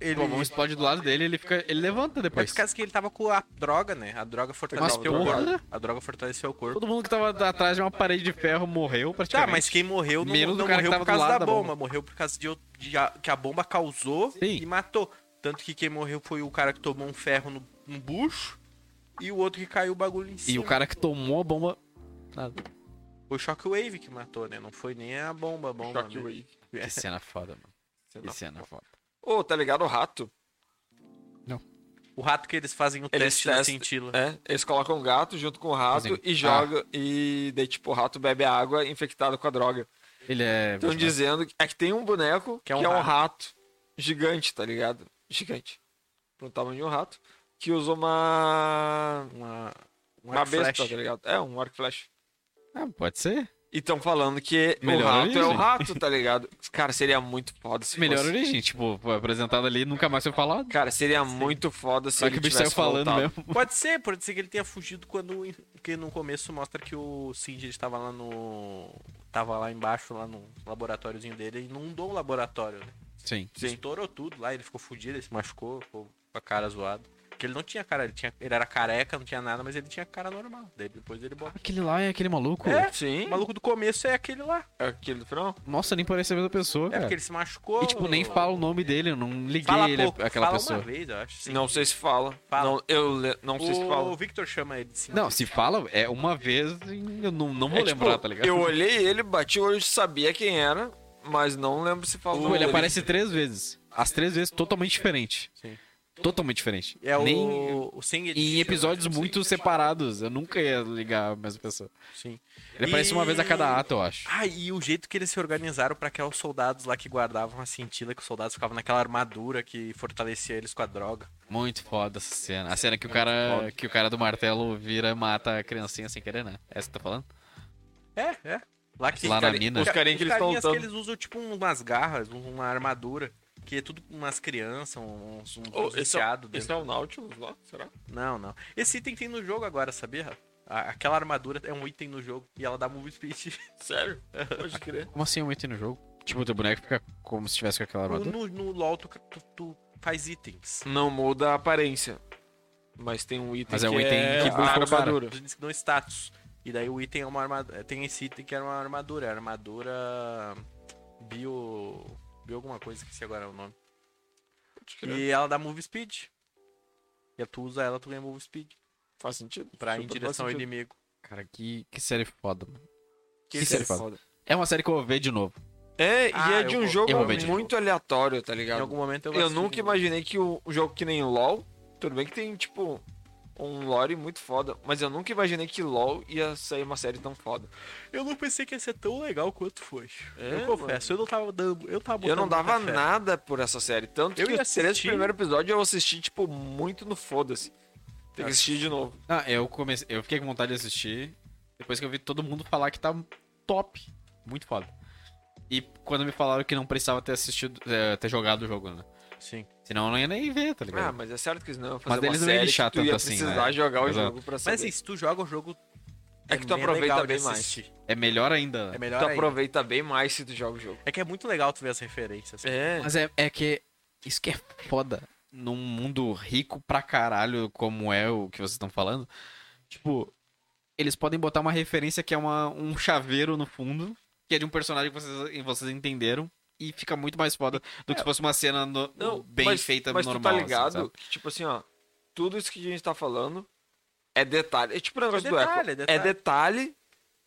Speaker 3: Ele...
Speaker 1: A bomba explode do lado dele ele fica. Ele levanta
Speaker 3: É
Speaker 1: depois.
Speaker 3: por causa que ele tava com a droga, né? A droga fortaleceu o
Speaker 1: porra.
Speaker 3: corpo. A droga fortaleceu o corpo.
Speaker 1: Todo mundo que tava atrás de uma parede de ferro morreu
Speaker 3: Tá,
Speaker 1: praticamente.
Speaker 3: mas quem morreu não,
Speaker 1: Menos o
Speaker 3: não
Speaker 1: cara que tava
Speaker 3: morreu por
Speaker 1: do
Speaker 3: causa da
Speaker 1: lado
Speaker 3: bomba.
Speaker 1: da bomba.
Speaker 3: Morreu por causa de, de a- que a bomba causou
Speaker 1: Sim.
Speaker 3: e matou. Tanto que quem morreu foi o cara que tomou um ferro no, no bucho e o outro que caiu o bagulho em cima.
Speaker 1: E o cara que tomou a bomba. Nada.
Speaker 3: Foi o Shockwave que matou, né? Não foi nem a bomba, a bomba. né?
Speaker 2: Shockwave.
Speaker 1: Que cena foda, mano. Que cena foda.
Speaker 2: Ô, tá ligado o rato?
Speaker 3: O rato que eles fazem o
Speaker 2: Eles
Speaker 3: teste da
Speaker 2: testam-
Speaker 3: cintila.
Speaker 2: É, eles colocam um gato junto com o rato
Speaker 1: Fazem-
Speaker 2: e jogam. E daí, tipo, o rato bebe a água infectado com a droga.
Speaker 1: Ele é.
Speaker 3: Então
Speaker 2: Estão dizendo que, é que tem um boneco que é um, rato. gigante, tá ligado? Gigante. Pro tamanho de um rato. Que usa uma.
Speaker 3: Uma, um
Speaker 2: uma
Speaker 3: arco
Speaker 2: besta,
Speaker 3: flash.
Speaker 2: tá ligado? É, um arco flash.
Speaker 1: Ah, pode ser.
Speaker 2: E estão falando que
Speaker 1: Melhor
Speaker 2: o rato é o
Speaker 1: origem.
Speaker 2: rato, tá ligado? Cara, seria muito foda se
Speaker 1: Melhor
Speaker 2: fosse.
Speaker 1: origem. Tipo, foi apresentado ali nunca mais foi falado.
Speaker 2: Cara, seria muito foda se
Speaker 1: Só que
Speaker 2: ele
Speaker 1: o bicho saiu
Speaker 2: tivesse
Speaker 1: falando
Speaker 2: voltado.
Speaker 1: mesmo.
Speaker 3: Pode ser, pode ser que ele tenha fugido quando. Porque no começo mostra que o Cindy estava lá no. Tava lá embaixo, lá no laboratóriozinho dele, e inundou o laboratório, né?
Speaker 1: Sim.
Speaker 3: Estourou tudo lá, ele ficou fudido, ele se machucou, ficou com a cara zoada. Porque ele não tinha cara, ele, tinha, ele era careca, não tinha nada, mas ele tinha cara normal. Daí depois ele bota.
Speaker 1: Aquele lá é aquele maluco.
Speaker 3: É?
Speaker 2: Sim.
Speaker 3: O maluco do começo é aquele lá.
Speaker 2: É aquele do final?
Speaker 1: Nossa, nem parece a mesma pessoa,
Speaker 3: É
Speaker 1: cara.
Speaker 3: porque ele se machucou.
Speaker 1: E tipo, nem fala o nome dele, eu não liguei
Speaker 3: Fala
Speaker 1: ele é
Speaker 3: pouco,
Speaker 1: aquela
Speaker 3: fala
Speaker 1: pessoa.
Speaker 3: uma vez, eu acho. sim.
Speaker 2: Não sei se fala.
Speaker 3: Fala.
Speaker 2: Não, eu le- não sei se
Speaker 3: O
Speaker 2: fala.
Speaker 3: Victor chama ele de Cindy.
Speaker 1: Não, se fala, é uma vez, eu não, não vou
Speaker 2: É, tipo,
Speaker 1: lembrar, tá ligado?
Speaker 2: Eu olhei ele, bati o olho, sabia quem era, mas não lembro se falou.
Speaker 1: Tipo, ele aparece três vezes. As três vezes totalmente diferente.
Speaker 3: Sim.
Speaker 1: Totalmente diferente.
Speaker 3: É o,
Speaker 1: Nem
Speaker 3: o Singed.
Speaker 1: em
Speaker 3: chama,
Speaker 1: episódios
Speaker 3: né?
Speaker 1: muito separados. Eu nunca ia ligar a mesma pessoa.
Speaker 3: Sim.
Speaker 1: Ele aparece uma vez a cada
Speaker 3: E-
Speaker 1: ato, eu acho.
Speaker 3: Ah, e o jeito que eles se organizaram pra que os soldados lá que guardavam a cintila, que os soldados ficavam naquela armadura que fortalecia eles com a droga.
Speaker 1: Muito foda essa cena. A cena que o cara, que o cara do martelo vira e mata a criancinha sem querer, né? Essa que tá falando?
Speaker 3: É, é. Lá, que
Speaker 1: Lá na mina.
Speaker 3: Os
Speaker 2: Os carinha que
Speaker 3: carinhas que
Speaker 2: eles estão lutando.
Speaker 3: eles usam tipo umas garras, um, uma armadura. Que é tudo umas crianças, uns, uns
Speaker 2: Oh,
Speaker 3: uns
Speaker 2: esse, é,
Speaker 3: viciados
Speaker 2: esse é
Speaker 3: dentro.
Speaker 2: o Nautilus lá? Será?
Speaker 3: Não, não. Esse item tem no jogo agora, sabia? Rafa? A- Aquela armadura é um item no jogo e ela dá move speed.
Speaker 2: Sério? Pode crer.
Speaker 1: Como assim eu entro no jogo? Tipo, o teu boneco fica como se tivesse com aquela
Speaker 3: No,
Speaker 1: armadura.
Speaker 3: no, no LoL tu, tu- tu faz itens.
Speaker 2: Não muda a aparência. Mas tem um item
Speaker 1: Mas
Speaker 2: que
Speaker 1: é um item
Speaker 2: é
Speaker 1: que
Speaker 2: a
Speaker 1: busca o cara.
Speaker 2: armadura.
Speaker 3: Os itens que dão status. E daí o item é uma armadura. Tem esse item que era uma armadura. é Armadura. Bio. Bio alguma coisa, esqueci agora o nome.
Speaker 2: Pode crer.
Speaker 3: E ela dá move speed. E tu usa ela, tu ganha move speed.
Speaker 2: Faz sentido.
Speaker 3: Pra ir
Speaker 2: Super
Speaker 3: em
Speaker 2: faz
Speaker 3: direção ao
Speaker 2: sentido.
Speaker 3: inimigo.
Speaker 1: Cara, que, que série foda, mano. Que,
Speaker 2: Isso é
Speaker 1: série foda.
Speaker 2: foda.
Speaker 1: É uma série que eu vou ver de novo.
Speaker 2: É,
Speaker 3: Ah,
Speaker 2: e é
Speaker 3: eu
Speaker 2: de um
Speaker 3: vou-
Speaker 2: jogo
Speaker 1: eu vou ver de
Speaker 2: muito aleatório, tá
Speaker 3: Em
Speaker 2: ligado?
Speaker 3: algum momento eu vou
Speaker 2: Eu
Speaker 3: assistir
Speaker 2: nunca
Speaker 3: de novo.
Speaker 2: imaginei que o um jogo que nem o LoL, tudo bem que tem tipo um lore muito foda, mas eu nunca imaginei que LoL ia sair uma série tão foda.
Speaker 3: Eu não pensei que ia ser tão legal quanto foi.
Speaker 2: É,
Speaker 3: eu confesso, eu não tava dando. Eu tava
Speaker 2: eu não
Speaker 3: botando
Speaker 2: dava
Speaker 3: muita fé.
Speaker 2: nada por essa série, tanto
Speaker 3: Eu
Speaker 2: que
Speaker 3: ia
Speaker 2: os três
Speaker 3: assistir.
Speaker 2: primeiros episódios eu assisti tipo muito no foda-se. Tem
Speaker 3: Ah.
Speaker 2: que assistir de novo.
Speaker 1: Ah, eu comecei, eu fiquei com vontade de assistir depois que eu vi todo mundo falar que tá top, muito foda. E quando me falaram que não precisava ter assistido, eh, ter jogado o jogo, né?
Speaker 3: Sim.
Speaker 1: Senão eu não ia nem ver, tá
Speaker 2: Ah,
Speaker 1: ligado?
Speaker 2: mas é certo que eles não iam
Speaker 1: Mas
Speaker 2: fazer uma
Speaker 1: eles não iam
Speaker 2: série
Speaker 1: lixar
Speaker 2: que tu
Speaker 1: tanto
Speaker 2: ia
Speaker 1: assim,
Speaker 2: precisar
Speaker 1: né?
Speaker 2: jogar o
Speaker 1: Exato.
Speaker 2: jogo pra saber.
Speaker 3: Mas assim, se tu joga o jogo
Speaker 2: É que tu
Speaker 3: bem
Speaker 2: aproveita
Speaker 3: legal de
Speaker 2: bem mais. Tá.
Speaker 3: assistir.
Speaker 1: É melhor ainda.
Speaker 3: É
Speaker 1: né?
Speaker 3: melhor
Speaker 2: Tu
Speaker 3: ainda.
Speaker 2: aproveita bem mais se tu joga o jogo.
Speaker 3: É que é muito legal tu ver as referências.
Speaker 2: É.
Speaker 1: Mas é, é que isso que é foda. Num mundo rico pra caralho, como é o que vocês estão falando, tipo, eles podem botar uma referência que é uma, um chaveiro no fundo, que é de um personagem que vocês, e vocês entenderam, e fica muito mais foda do que se fosse uma cena no- bem feita
Speaker 2: É. mas
Speaker 1: normal.
Speaker 2: tu tá
Speaker 1: assim,
Speaker 2: ligado
Speaker 1: sabe?
Speaker 2: que, tipo assim, ó, tudo isso que a gente tá falando é detalhe. É tipo o negócio
Speaker 3: É
Speaker 2: do Echo.
Speaker 3: detalhe, é detalhe.
Speaker 2: detalhe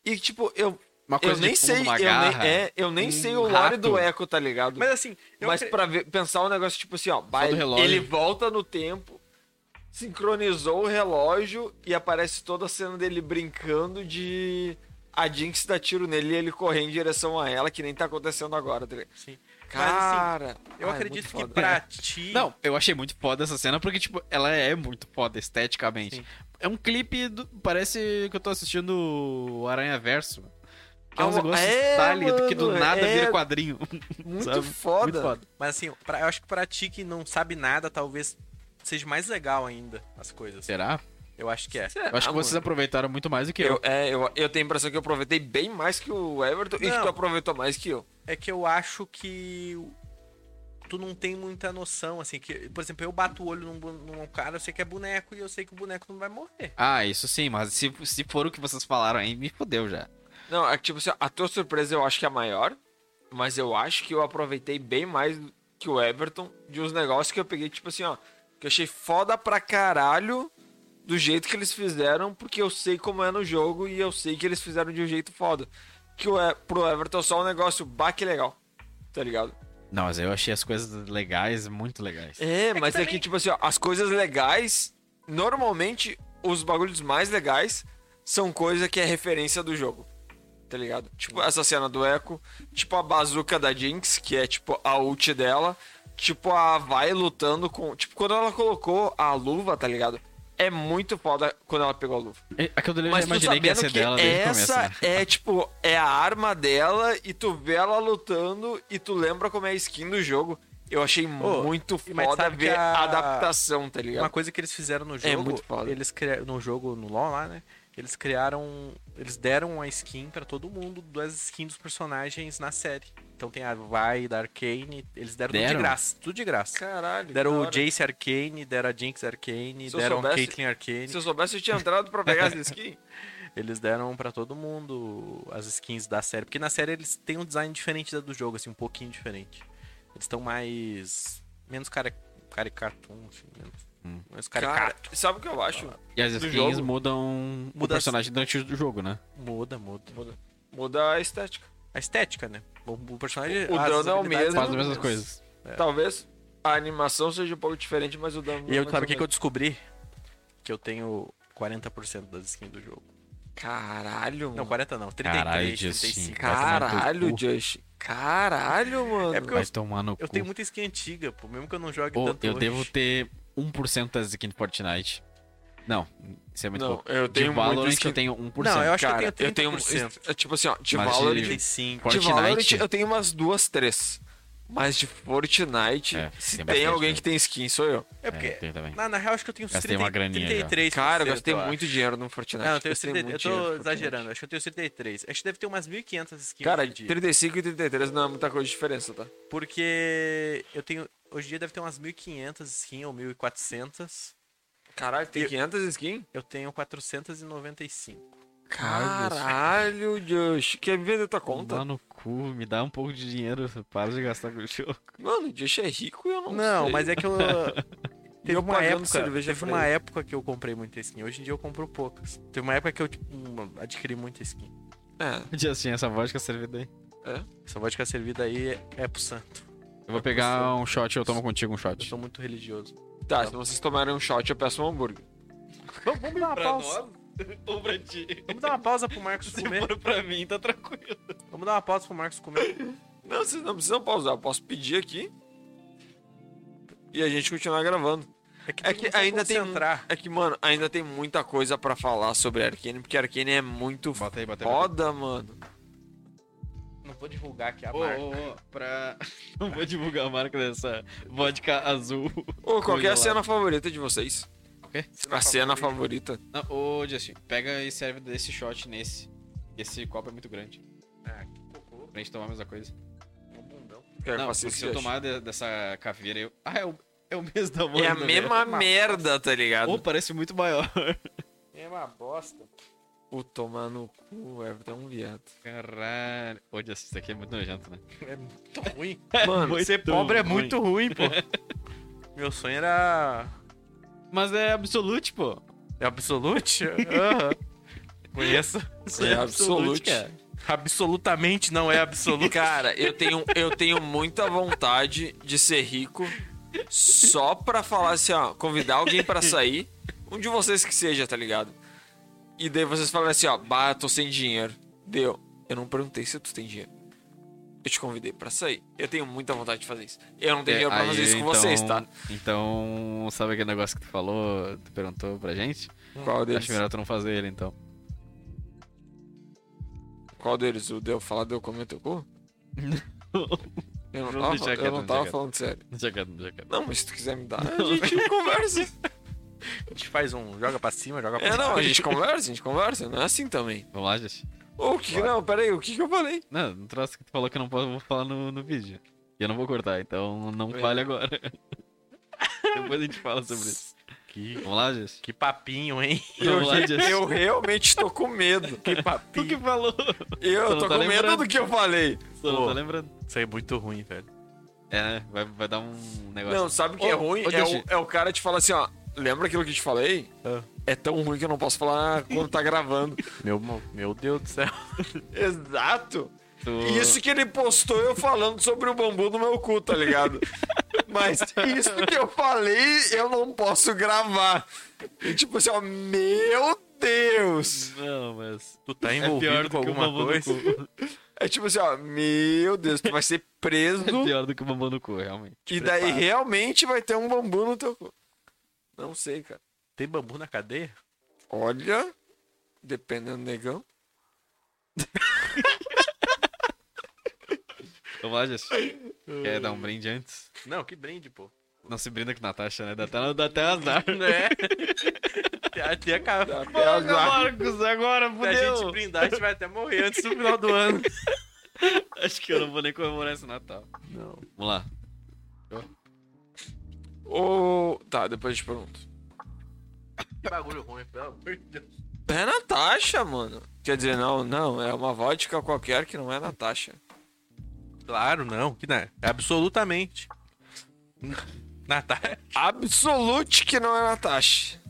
Speaker 2: E, tipo, eu,
Speaker 1: uma
Speaker 2: eu
Speaker 1: coisa
Speaker 2: nem
Speaker 1: de fundo,
Speaker 2: sei.
Speaker 1: uma
Speaker 2: eu
Speaker 1: garra.
Speaker 2: nem, é, eu nem
Speaker 1: um
Speaker 2: sei o lore
Speaker 1: rato.
Speaker 2: do Echo, tá ligado?
Speaker 3: Mas
Speaker 2: Mas,
Speaker 3: assim, eu acre-
Speaker 2: pra ver- pensar um negócio, tipo assim, ó, vai-
Speaker 1: do relógio.
Speaker 2: ele volta no tempo. Sincronizou o relógio e aparece toda a cena dele brincando de. A Jinx dá tiro nele e ele correr em direção a ela, que nem tá acontecendo agora. Tá ligado?
Speaker 3: Sim. Mas, assim,
Speaker 2: Cara,
Speaker 3: eu
Speaker 2: ah, é
Speaker 3: acredito
Speaker 2: muito
Speaker 3: que
Speaker 2: foda.
Speaker 3: pra ti.
Speaker 1: Não, eu achei muito foda essa cena, porque, tipo, ela é muito foda esteticamente.
Speaker 3: Sim.
Speaker 1: É um clipe, do- parece que eu tô assistindo o Aranha Verso. Que é um
Speaker 2: Ah,
Speaker 1: negócio
Speaker 2: é,
Speaker 1: estalhe, que do
Speaker 2: mano,
Speaker 1: nada
Speaker 2: é.
Speaker 1: vira quadrinho.
Speaker 2: Muito
Speaker 1: Sabe?
Speaker 2: foda.
Speaker 1: Muito foda.
Speaker 3: Mas assim, pra- eu acho que pra ti que não sabe nada, talvez seja mais legal ainda as coisas.
Speaker 1: Será?
Speaker 3: Eu acho que é.
Speaker 2: Será,
Speaker 1: Eu acho que
Speaker 2: mano?
Speaker 1: vocês aproveitaram muito mais do que eu.
Speaker 2: né? Eu, é, eu, eu tenho a impressão que eu aproveitei bem mais que o Everton e que
Speaker 3: Não.
Speaker 2: tu aproveitou mais que eu.
Speaker 3: É que eu acho que tu não tem muita noção, assim, que, por exemplo, eu bato o olho num, bu- num cara, eu sei que é boneco e eu sei que o boneco não vai morrer.
Speaker 1: Ah, isso sim, mas se, se for o que vocês falaram aí, me fodeu já.
Speaker 2: Não, é que tipo assim, a tua surpresa eu acho que é maior, mas eu acho que eu aproveitei bem mais que o Everton de uns negócios que eu peguei, tipo assim, ó, que eu achei foda pra caralho do jeito que eles fizeram, porque eu sei como é no jogo e eu sei que eles fizeram de um jeito foda. Que o, E- pro Everton é só um negócio baque legal, tá ligado?
Speaker 1: Não, mas eu achei as coisas legais, muito legais.
Speaker 2: É, mas é que,
Speaker 3: também-
Speaker 2: tipo assim, ó, as coisas legais, normalmente, os bagulhos mais legais são coisa que é referência do jogo. Tá ligado? Tipo, essa cena do Echo, tipo a bazuca da Jinx, que é tipo a ult dela, tipo a vai lutando com. Tipo, quando ela colocou a luva, tá ligado? É muito foda quando ela pegou a luva.
Speaker 1: É, Aquilo dele eu já
Speaker 2: Mas tu
Speaker 1: imaginei que ia
Speaker 2: sabendo
Speaker 1: ser
Speaker 2: que,
Speaker 1: dela desde o começo.
Speaker 2: essa
Speaker 1: né?
Speaker 2: é tipo, é a arma dela e tu vê ela lutando e tu lembra como é a skin do jogo. Eu achei muito
Speaker 3: mas
Speaker 2: foda
Speaker 3: sabe que
Speaker 2: ver a...
Speaker 3: a-
Speaker 2: adaptação, tá ligado? É
Speaker 3: Uma coisa que eles fizeram no jogo,
Speaker 2: muito foda.
Speaker 3: eles criaram no jogo no LoL lá, né? Eles criaram, eles deram a skin pra todo mundo das skins dos personagens na série. Então tem a Vi da Arcane, eles deram, tudo
Speaker 1: Deram?
Speaker 3: de graça, tudo de graça.
Speaker 2: Caralho.
Speaker 3: Deram
Speaker 2: da
Speaker 3: o
Speaker 2: hora.
Speaker 3: Jace Arcane, deram a Jinx Arcane,
Speaker 2: Se eu
Speaker 3: deram a
Speaker 2: soubesse-
Speaker 3: Caitlyn Arcane.
Speaker 2: Se eu soubesse, eu tinha entrado pra pegar essa skin.
Speaker 3: Eles deram pra todo mundo as skins da série. Porque na série eles têm um design diferente da do jogo, assim, um pouquinho diferente. Eles estão mais. menos cara... caricatum, assim, menos.
Speaker 2: Hum.
Speaker 3: menos
Speaker 2: Cara,
Speaker 3: caricato.
Speaker 2: sabe o que eu acho?
Speaker 1: E as
Speaker 2: do
Speaker 1: skins
Speaker 2: jogo.
Speaker 1: mudam o
Speaker 3: Muda as-
Speaker 1: personagem durante o jogo, né?
Speaker 3: Muda, muda.
Speaker 2: Muda, muda a estética.
Speaker 3: A estética, né? O, o personagem.
Speaker 2: O- o
Speaker 3: as
Speaker 2: drone é o
Speaker 3: habilidades
Speaker 2: mesmo.
Speaker 1: Faz as
Speaker 3: são
Speaker 1: mesmas coisas.
Speaker 2: Talvez a animação seja um pouco diferente, mas o dano.
Speaker 3: É. E
Speaker 2: é
Speaker 3: eu,
Speaker 2: mais
Speaker 3: sabe
Speaker 2: ou
Speaker 3: o que, que eu
Speaker 2: menos.
Speaker 3: descobri? Que eu tenho 40% das skins do jogo.
Speaker 2: Caralho,
Speaker 3: Não,
Speaker 2: mano.
Speaker 3: 40 não. 33,
Speaker 1: Caralho, Justin.
Speaker 3: 35.
Speaker 1: vai tomar no teu
Speaker 2: Caralho,
Speaker 1: cu.
Speaker 2: Josh. Caralho, mano.
Speaker 3: É porque
Speaker 1: Vai tomar no
Speaker 3: Eu
Speaker 1: cu.
Speaker 3: tenho muita skin antiga, pô. Mesmo que eu não jogue
Speaker 1: Pô,
Speaker 3: tanto
Speaker 1: eu
Speaker 3: hoje.
Speaker 1: devo ter 1% das skins de Fortnite. Não, isso é muito
Speaker 2: Não,
Speaker 1: pouco.
Speaker 2: eu tenho
Speaker 1: de Valorant
Speaker 2: muitos que-
Speaker 1: eu tenho 1%.
Speaker 3: Não, eu acho
Speaker 2: Cara,
Speaker 3: que eu tenho
Speaker 2: um-
Speaker 3: 30%.
Speaker 2: é Tipo assim, ó, de
Speaker 1: Mas de-
Speaker 2: Valorant. De
Speaker 3: 35.
Speaker 1: Fortnite?
Speaker 2: Valorant eu tenho umas duas, três. Mas de Fortnite,
Speaker 1: É,
Speaker 2: se
Speaker 1: tem
Speaker 2: tem,
Speaker 1: bastante,
Speaker 2: alguém
Speaker 1: né?
Speaker 2: que tem skin, sou eu.
Speaker 3: É
Speaker 1: É, eu
Speaker 3: porque.
Speaker 1: tenho também.
Speaker 3: Na, na real, acho que eu tenho uns
Speaker 1: Gastei
Speaker 3: 30
Speaker 1: uma graninha já.
Speaker 3: 33.
Speaker 2: Cara, eu gastei muito
Speaker 3: dinheiro.
Speaker 2: dinheiro no Fortnite.
Speaker 3: Não, eu tenho
Speaker 2: gastei
Speaker 3: 33. Eu
Speaker 2: muito dinheiro
Speaker 3: tô
Speaker 2: no Fortnite.
Speaker 3: exagerando. Acho que eu tenho 33. Acho que deve ter umas 1.500 skins.
Speaker 2: Cara,
Speaker 3: hoje em dia.
Speaker 2: 35 e 33 não é muita coisa de diferença, tá?
Speaker 3: Porque eu tenho. Hoje em dia deve ter umas 1.500 skins ou 1.400.
Speaker 2: Caralho, tem
Speaker 3: Eu-
Speaker 2: 500 skin?
Speaker 3: Eu tenho 495.
Speaker 2: Caralho, Josh. Quer me vender tua
Speaker 1: Tomar
Speaker 2: conta?
Speaker 1: no cu, me dá um pouco de dinheiro, para de gastar com o jogo.
Speaker 2: Mano, o Josh é rico e eu não,
Speaker 3: Não,
Speaker 2: sei.
Speaker 3: mas é que eu.
Speaker 2: E
Speaker 3: Teve
Speaker 2: eu
Speaker 3: uma
Speaker 2: pagando
Speaker 3: época,
Speaker 2: cerveja
Speaker 3: teve
Speaker 2: pra
Speaker 3: tipo uma
Speaker 2: ele.
Speaker 3: época que eu comprei muita skin. Hoje em dia eu compro poucas. Teve uma época que eu tipo, adquiri muita skin.
Speaker 2: É,
Speaker 1: Justin, essa vodka servida aí.
Speaker 3: Essa vodka servida aí é, é pro santo.
Speaker 1: Eu vou pegar um shot e eu tomo contigo um
Speaker 3: Eu
Speaker 1: shot.
Speaker 3: sou muito religioso.
Speaker 2: Tá, se vocês tomarem um shot, eu peço um hambúrguer.
Speaker 3: Vamos, Então, vamos dar uma pausa.
Speaker 1: ou pra ti?
Speaker 3: Vamos dar uma pausa pro Marcos comer.
Speaker 1: pra mim, tá tranquilo.
Speaker 3: Vamos dar uma pausa pro Marcos comer.
Speaker 2: Não, vocês não precisam pausar. Eu posso pedir aqui. E a gente continuar gravando. É
Speaker 3: tu
Speaker 2: que
Speaker 3: não consegue
Speaker 2: ainda tem
Speaker 3: concentrar.
Speaker 2: É que, mano, ainda tem muita coisa pra falar sobre Arcane, porque Arcane é muito
Speaker 1: Bota aí, bota aí. bota aí.
Speaker 2: foda, mano.
Speaker 3: um- Não vou divulgar aqui a
Speaker 1: Ô,
Speaker 3: marca.
Speaker 1: ô, ô, pra... Não vou divulgar a marca dessa vodka azul.
Speaker 2: Ô, qual que é a
Speaker 1: Congelado.
Speaker 2: cena favorita de vocês?
Speaker 1: Qual que quê?
Speaker 2: A cena favorita.
Speaker 1: Não, ô Justin, pega e serve desse shot nesse. Esse copo é muito grande.
Speaker 3: Ah, que cocô,
Speaker 1: Pra gente tomar a mesma coisa.
Speaker 3: um bundão.
Speaker 2: Quero
Speaker 1: não,
Speaker 2: passar
Speaker 1: porque
Speaker 2: esse
Speaker 1: se eu
Speaker 2: shot.
Speaker 1: tomar de- dessa caveira, eu. Ah, é o, é o mesmo tamanho.
Speaker 2: É a
Speaker 1: né?
Speaker 2: mesma merda, tá ligado?
Speaker 1: Ou parece muito maior.
Speaker 3: É uma bosta.
Speaker 2: O tomar no cu, o Everton é um viado.
Speaker 1: Caralho. Ô Justin, isso aqui é muito nojento, né?
Speaker 3: É muito ruim.
Speaker 2: Mano,
Speaker 1: Muito
Speaker 3: Ser pobre é muito ruim, pô. Meu sonho era.
Speaker 1: Mas é absolute, pô.
Speaker 3: É Absolute? Aham. Conheço.
Speaker 2: é absoluto.
Speaker 3: Absolutamente não é absoluto.
Speaker 2: Cara, eu tenho, eu tenho muita vontade de ser rico só pra falar assim, ó, convidar alguém pra sair, um de vocês que seja, tá ligado? E daí vocês falam assim, ó, bah, tô sem dinheiro. Deu. Eu não perguntei se tu tem dinheiro. Eu te convidei pra sair. Eu tenho muita vontade de fazer isso. Eu não tenho dinheiro pra
Speaker 1: Aí,
Speaker 2: fazer isso com
Speaker 1: então-
Speaker 2: vocês, tá?
Speaker 1: Então, sabe aquele negócio que tu falou, tu perguntou pra gente?
Speaker 2: Qual deles?
Speaker 1: Acho melhor tu não fazer ele, então.
Speaker 2: Qual deles? O deu falar deu comer teu cu? Eu não
Speaker 1: Vamos
Speaker 2: tava,
Speaker 1: deixar
Speaker 2: eu
Speaker 1: quieto,
Speaker 2: não
Speaker 1: deixa
Speaker 2: tava
Speaker 1: quieto.
Speaker 2: falando sério.
Speaker 1: Já quero, já quero.
Speaker 2: Não, mas se tu quiser me dar, a gente conversa.
Speaker 3: A gente faz um. Joga pra cima, joga pra
Speaker 2: É, não,
Speaker 3: baixo.
Speaker 2: a gente conversa, a gente conversa. Não é assim também.
Speaker 1: Vamos lá, Jess.
Speaker 2: O que? Não, peraí, o que que eu falei?
Speaker 1: Não, um troço que tu falou que eu não posso, vou falar no, no vídeo. E eu não vou cortar, então não
Speaker 2: É.
Speaker 1: fale agora. Depois a gente fala sobre isso.
Speaker 3: Que,
Speaker 1: Vamos lá, Jess.
Speaker 3: que papinho, hein?
Speaker 2: Eu,
Speaker 1: Vamos lá, Jess.
Speaker 2: eu realmente tô com medo.
Speaker 3: Que
Speaker 1: Tu que
Speaker 3: papinho.
Speaker 1: falou?
Speaker 2: Eu
Speaker 1: não
Speaker 2: tô
Speaker 1: tá
Speaker 2: com medo
Speaker 1: lembrando.
Speaker 2: do que eu falei.
Speaker 1: Só não
Speaker 3: Pô.
Speaker 1: tá lembrando.
Speaker 3: Isso aí é muito ruim, velho.
Speaker 1: É, né? vai, vai dar um negócio.
Speaker 2: Não, sabe o que é
Speaker 1: Ô,
Speaker 2: ruim?
Speaker 1: ô,
Speaker 2: é,
Speaker 1: Joshi.
Speaker 2: o, é o cara te falar assim, ó. Lembra aquilo que eu te falei?
Speaker 3: Ah.
Speaker 2: É tão ruim que eu não posso falar quando tá gravando.
Speaker 3: Meu, meu Deus do céu.
Speaker 2: Exato.
Speaker 1: Tu-
Speaker 2: Isso que ele postou eu falando sobre o bambu no meu cu, tá ligado? Mas isso que eu falei, eu não posso gravar. E tipo assim, ó, meu Deus!
Speaker 1: Não, mas.
Speaker 3: Tu tá
Speaker 1: É
Speaker 3: envolvido
Speaker 1: pior do
Speaker 3: com
Speaker 1: que o
Speaker 3: alguma
Speaker 1: mamão no
Speaker 3: coisa.
Speaker 1: cu.
Speaker 2: É tipo assim, ó, meu Deus, tu vai ser preso
Speaker 1: É pior do que o mamão no cu, realmente.
Speaker 2: e daí realmente vai ter um bambu no teu cu. Não sei, cara.
Speaker 3: Tem bambu na cadeia?
Speaker 2: Olha, dependendo do negão.
Speaker 1: Vamos lá, Jess. Quer dar um brinde antes?
Speaker 3: Não, que brinde, pô.
Speaker 1: Não se brinda com Natasha, né? Dá até, dá até azar.
Speaker 3: Né? Até a
Speaker 2: Dá
Speaker 3: cara.
Speaker 2: até azar.
Speaker 1: Marcos, agora,
Speaker 3: Se a gente brindar, a gente vai até morrer antes do final do ano.
Speaker 1: Acho que eu não vou nem comemorar esse Natal.
Speaker 3: Não.
Speaker 1: Vamos lá.
Speaker 2: Ô, Tá, depois eu te pergunto.
Speaker 3: Que bagulho ruim, pelo amor de Deus.
Speaker 2: É Natasha, mano. Quer dizer, não, não, é uma vodka qualquer que não é Natasha.
Speaker 3: Claro, não. Que não. Absolutamente. Natália.
Speaker 2: Absolute que não é Natasha.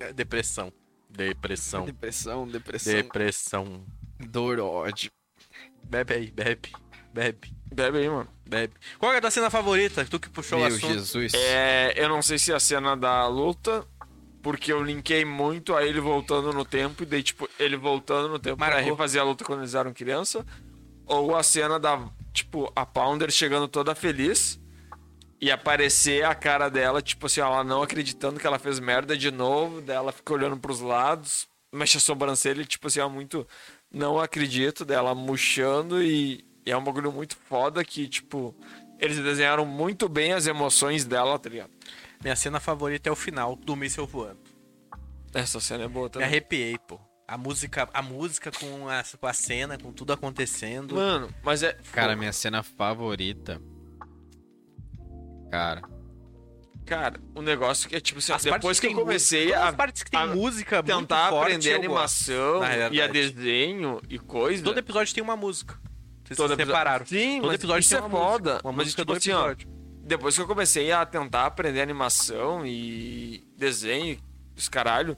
Speaker 3: é Depressão. Depressão.
Speaker 1: Depressão, depressão.
Speaker 3: Depressão.
Speaker 1: Dor, ódio.
Speaker 3: Bebe aí, bebe. Bebe,
Speaker 2: Bebe aí, mano.
Speaker 3: bebe. Qual é a tua cena favorita? Tu que puxou o
Speaker 1: Meu
Speaker 3: assunto.
Speaker 1: Jesus.
Speaker 2: É, eu não sei se é a cena da luta, porque eu linkei muito a ele voltando no tempo, e daí, tipo, ele voltando no tempo pra
Speaker 3: Marcou.
Speaker 2: refazer a luta quando eles eram criança. Ou a cena da, tipo, a Pounder chegando toda feliz e aparecer a cara dela, tipo assim, ela não acreditando que ela fez merda de novo, daí ela fica olhando pros lados, mexe a sobrancelha, e, tipo assim, ela muito não acredito dela murchando e, e é um bagulho muito foda que, tipo, eles desenharam muito bem as emoções dela, tá ligado?
Speaker 3: Minha cena favorita é o final do míssil voando.
Speaker 2: Essa cena é boa
Speaker 1: Então-
Speaker 3: Me
Speaker 2: também.
Speaker 3: arrepiei, pô. A música, a música com a, com a cena, com tudo acontecendo.
Speaker 2: Mano, mas é.
Speaker 1: Cara, minha cena favorita. Cara.
Speaker 2: Cara, o negócio que é tipo assim, ó,
Speaker 3: As partes
Speaker 2: depois que eu
Speaker 3: tem
Speaker 2: comecei
Speaker 3: música- todas
Speaker 2: a
Speaker 3: as partes que tem
Speaker 2: a
Speaker 3: música muito
Speaker 2: tentar
Speaker 3: forte,
Speaker 2: aprender
Speaker 3: eu
Speaker 2: animação
Speaker 3: gosto, na
Speaker 2: e a
Speaker 3: realidade.
Speaker 2: desenho e coisa.
Speaker 3: Todo episódio tem uma música. Vocês
Speaker 2: Todo episódio-
Speaker 3: separaram.
Speaker 2: Sim,
Speaker 3: Todo
Speaker 2: mas
Speaker 3: episódio
Speaker 2: isso
Speaker 3: tem
Speaker 2: é
Speaker 3: uma
Speaker 2: foda,
Speaker 3: música. Uma
Speaker 2: mas
Speaker 3: música
Speaker 2: tipo
Speaker 3: do
Speaker 2: assim, ó,
Speaker 3: episódio.
Speaker 2: depois que eu comecei a tentar aprender animação e desenho, os caralho,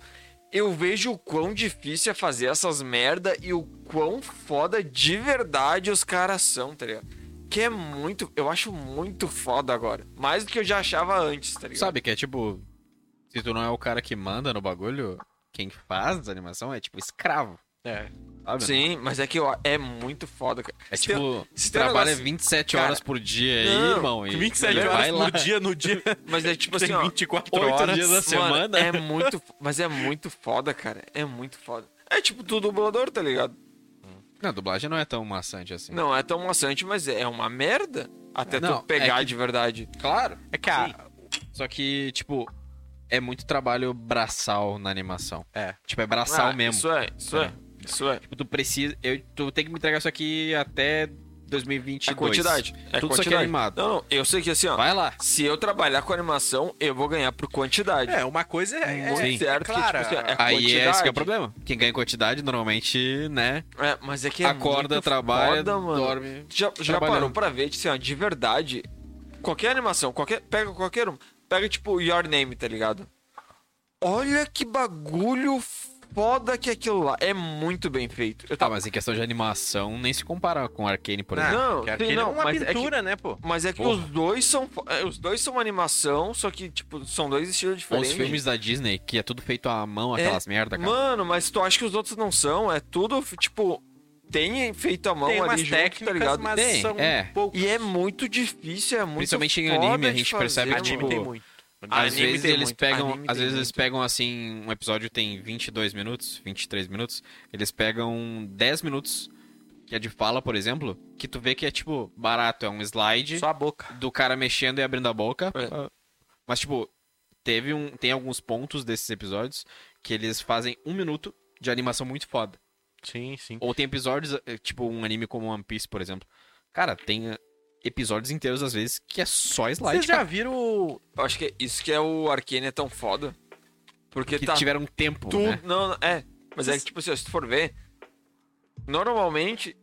Speaker 2: eu vejo o quão difícil é fazer essas merda e o quão foda de verdade os caras são, tá ligado? Que é muito, eu acho muito foda agora. Mais do que eu já achava antes, tá ligado?
Speaker 1: Sabe que é tipo. Se tu não é o cara que manda no bagulho, quem faz a animação é tipo escravo.
Speaker 3: É.
Speaker 1: Sabe?
Speaker 2: Sim, mas é que ó, é muito foda, cara.
Speaker 1: É
Speaker 2: Se
Speaker 1: tipo,
Speaker 2: tem- se tem um
Speaker 1: trabalha
Speaker 2: negócio-
Speaker 1: 27
Speaker 2: Cara,
Speaker 1: horas por dia aí,
Speaker 2: não,
Speaker 1: irmão. E,
Speaker 3: 27
Speaker 1: e
Speaker 3: horas
Speaker 1: vai lá.
Speaker 3: no dia, no dia.
Speaker 2: Mas é tipo assim,
Speaker 3: tem
Speaker 2: ó.
Speaker 3: 24
Speaker 1: oito
Speaker 3: horas.
Speaker 1: dias da
Speaker 2: Mano,
Speaker 1: semana.
Speaker 2: é muito. Mas é muito foda, cara. É muito foda. É tipo tu dublador, tá ligado?
Speaker 1: Não, dublagem não é tão maçante assim.
Speaker 2: Não é tão maçante, mas é uma merda. Até
Speaker 1: Não,
Speaker 2: tu pegar
Speaker 1: é que-
Speaker 2: de verdade.
Speaker 1: Claro.
Speaker 3: É que a,
Speaker 1: Só que, tipo, é muito trabalho braçal na animação.
Speaker 3: É.
Speaker 1: Tipo, é braçal
Speaker 2: Ah,
Speaker 1: mesmo.
Speaker 2: Isso é, isso é. Isso é.
Speaker 1: Tipo, tu precisa. Eu, tu tem que me entregar isso aqui até 2022.
Speaker 2: É quantidade. É
Speaker 1: Tudo isso aqui é
Speaker 2: quantidade.
Speaker 1: animado.
Speaker 2: Não, não, eu sei que assim, ó.
Speaker 1: Vai lá.
Speaker 2: Se eu trabalhar com animação, eu vou ganhar por quantidade.
Speaker 3: É, uma coisa é, é,
Speaker 1: Sim.
Speaker 3: é clara.
Speaker 2: Que, tipo, assim, é
Speaker 1: Aí é esse que é o
Speaker 2: quantidade.
Speaker 1: problema. Quem ganha quantidade, normalmente, né?
Speaker 2: É, mas é que é
Speaker 1: acorda,
Speaker 2: muito
Speaker 1: trabalha,
Speaker 2: foda, mano.
Speaker 1: dorme.
Speaker 2: Já, já
Speaker 1: Trabalhando.
Speaker 2: parou pra ver, assim, ó, de verdade, qualquer animação, qualquer, pega qualquer um, pega tipo Your Name, tá ligado? Olha que bagulho foda que é aquilo lá. É muito bem feito. Eu
Speaker 1: Tá,
Speaker 2: tava...
Speaker 1: mas em questão de animação, nem se compara com Arcane, por exemplo.
Speaker 2: Não,
Speaker 3: Que
Speaker 2: sim,
Speaker 3: aquele é
Speaker 2: não,
Speaker 3: uma
Speaker 2: mas é que-
Speaker 3: pintura, né, pô?
Speaker 2: Mas é que
Speaker 1: Porra.
Speaker 2: os dois são. fo- é, Os dois são uma animação, só que, tipo, são dois estilos
Speaker 1: Ou
Speaker 2: diferentes.
Speaker 1: os filmes da Disney, que é tudo feito à mão,
Speaker 2: É,
Speaker 1: aquelas merda, cara.
Speaker 2: Mano, mas tu acha que os outros não são? É tudo, tipo, tem feito à mão
Speaker 3: Tem umas
Speaker 2: ali junto, tá
Speaker 3: técnicas,
Speaker 2: ligado?
Speaker 3: mas
Speaker 1: Tem,
Speaker 3: são
Speaker 1: é.
Speaker 3: poucas.
Speaker 2: E é muito difícil, é muito
Speaker 1: Principalmente em
Speaker 2: foda
Speaker 1: anime, a
Speaker 2: de
Speaker 1: gente
Speaker 2: fazer,
Speaker 1: percebe,
Speaker 2: mano.
Speaker 1: tipo,
Speaker 3: Anime tem muito.
Speaker 1: Às
Speaker 2: Anime
Speaker 1: vezes
Speaker 2: tem
Speaker 1: eles
Speaker 2: muito,
Speaker 1: pegam,
Speaker 2: anime
Speaker 1: às
Speaker 2: tem
Speaker 1: vezes eles
Speaker 2: muito.
Speaker 1: pegam assim, um episódio tem 22 minutos, 23 minutos, eles pegam 10 minutos que é de fala, por exemplo, que tu vê que é tipo barato, é um slide
Speaker 3: Só a boca.
Speaker 1: do cara mexendo e abrindo a boca.
Speaker 2: É.
Speaker 1: Ah, Mas tipo, teve um, tem alguns pontos desses episódios que eles fazem um minuto de animação muito foda.
Speaker 3: Sim, sim.
Speaker 1: Ou tem episódios, eh, tipo um anime como One Piece, por exemplo. Cara, tem eh, episódios inteiros às vezes que é só slide,
Speaker 3: Vocês já
Speaker 1: cara,
Speaker 3: viram o-
Speaker 2: Eu acho que é isso que é o Arcane é tão foda. Porque
Speaker 1: que
Speaker 2: tá
Speaker 1: tiveram tempo,
Speaker 2: tudo.
Speaker 1: né?
Speaker 2: Não, não, é. Mas é que, tipo assim, ó, se tu for ver, normalmente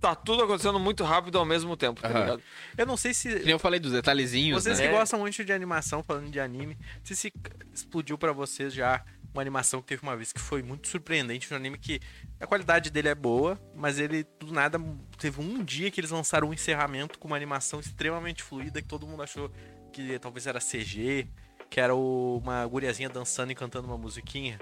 Speaker 2: tá tudo acontecendo muito rápido ao mesmo tempo, tá
Speaker 1: Aham.
Speaker 2: ligado?
Speaker 3: Eu não sei
Speaker 1: Que
Speaker 3: se...
Speaker 1: nem eu falei dos detalhezinhos,
Speaker 3: Vocês
Speaker 1: né?
Speaker 3: que
Speaker 2: né?
Speaker 3: gostam muito de animação, falando de anime, se se explodiu pra vocês já uma animação que teve uma vez que foi muito surpreendente, um anime que a qualidade dele é boa, mas ele do nada teve um dia que eles lançaram um encerramento com uma animação extremamente fluida que todo mundo achou que talvez era CG, que era o- uma guriazinha dançando e cantando uma musiquinha.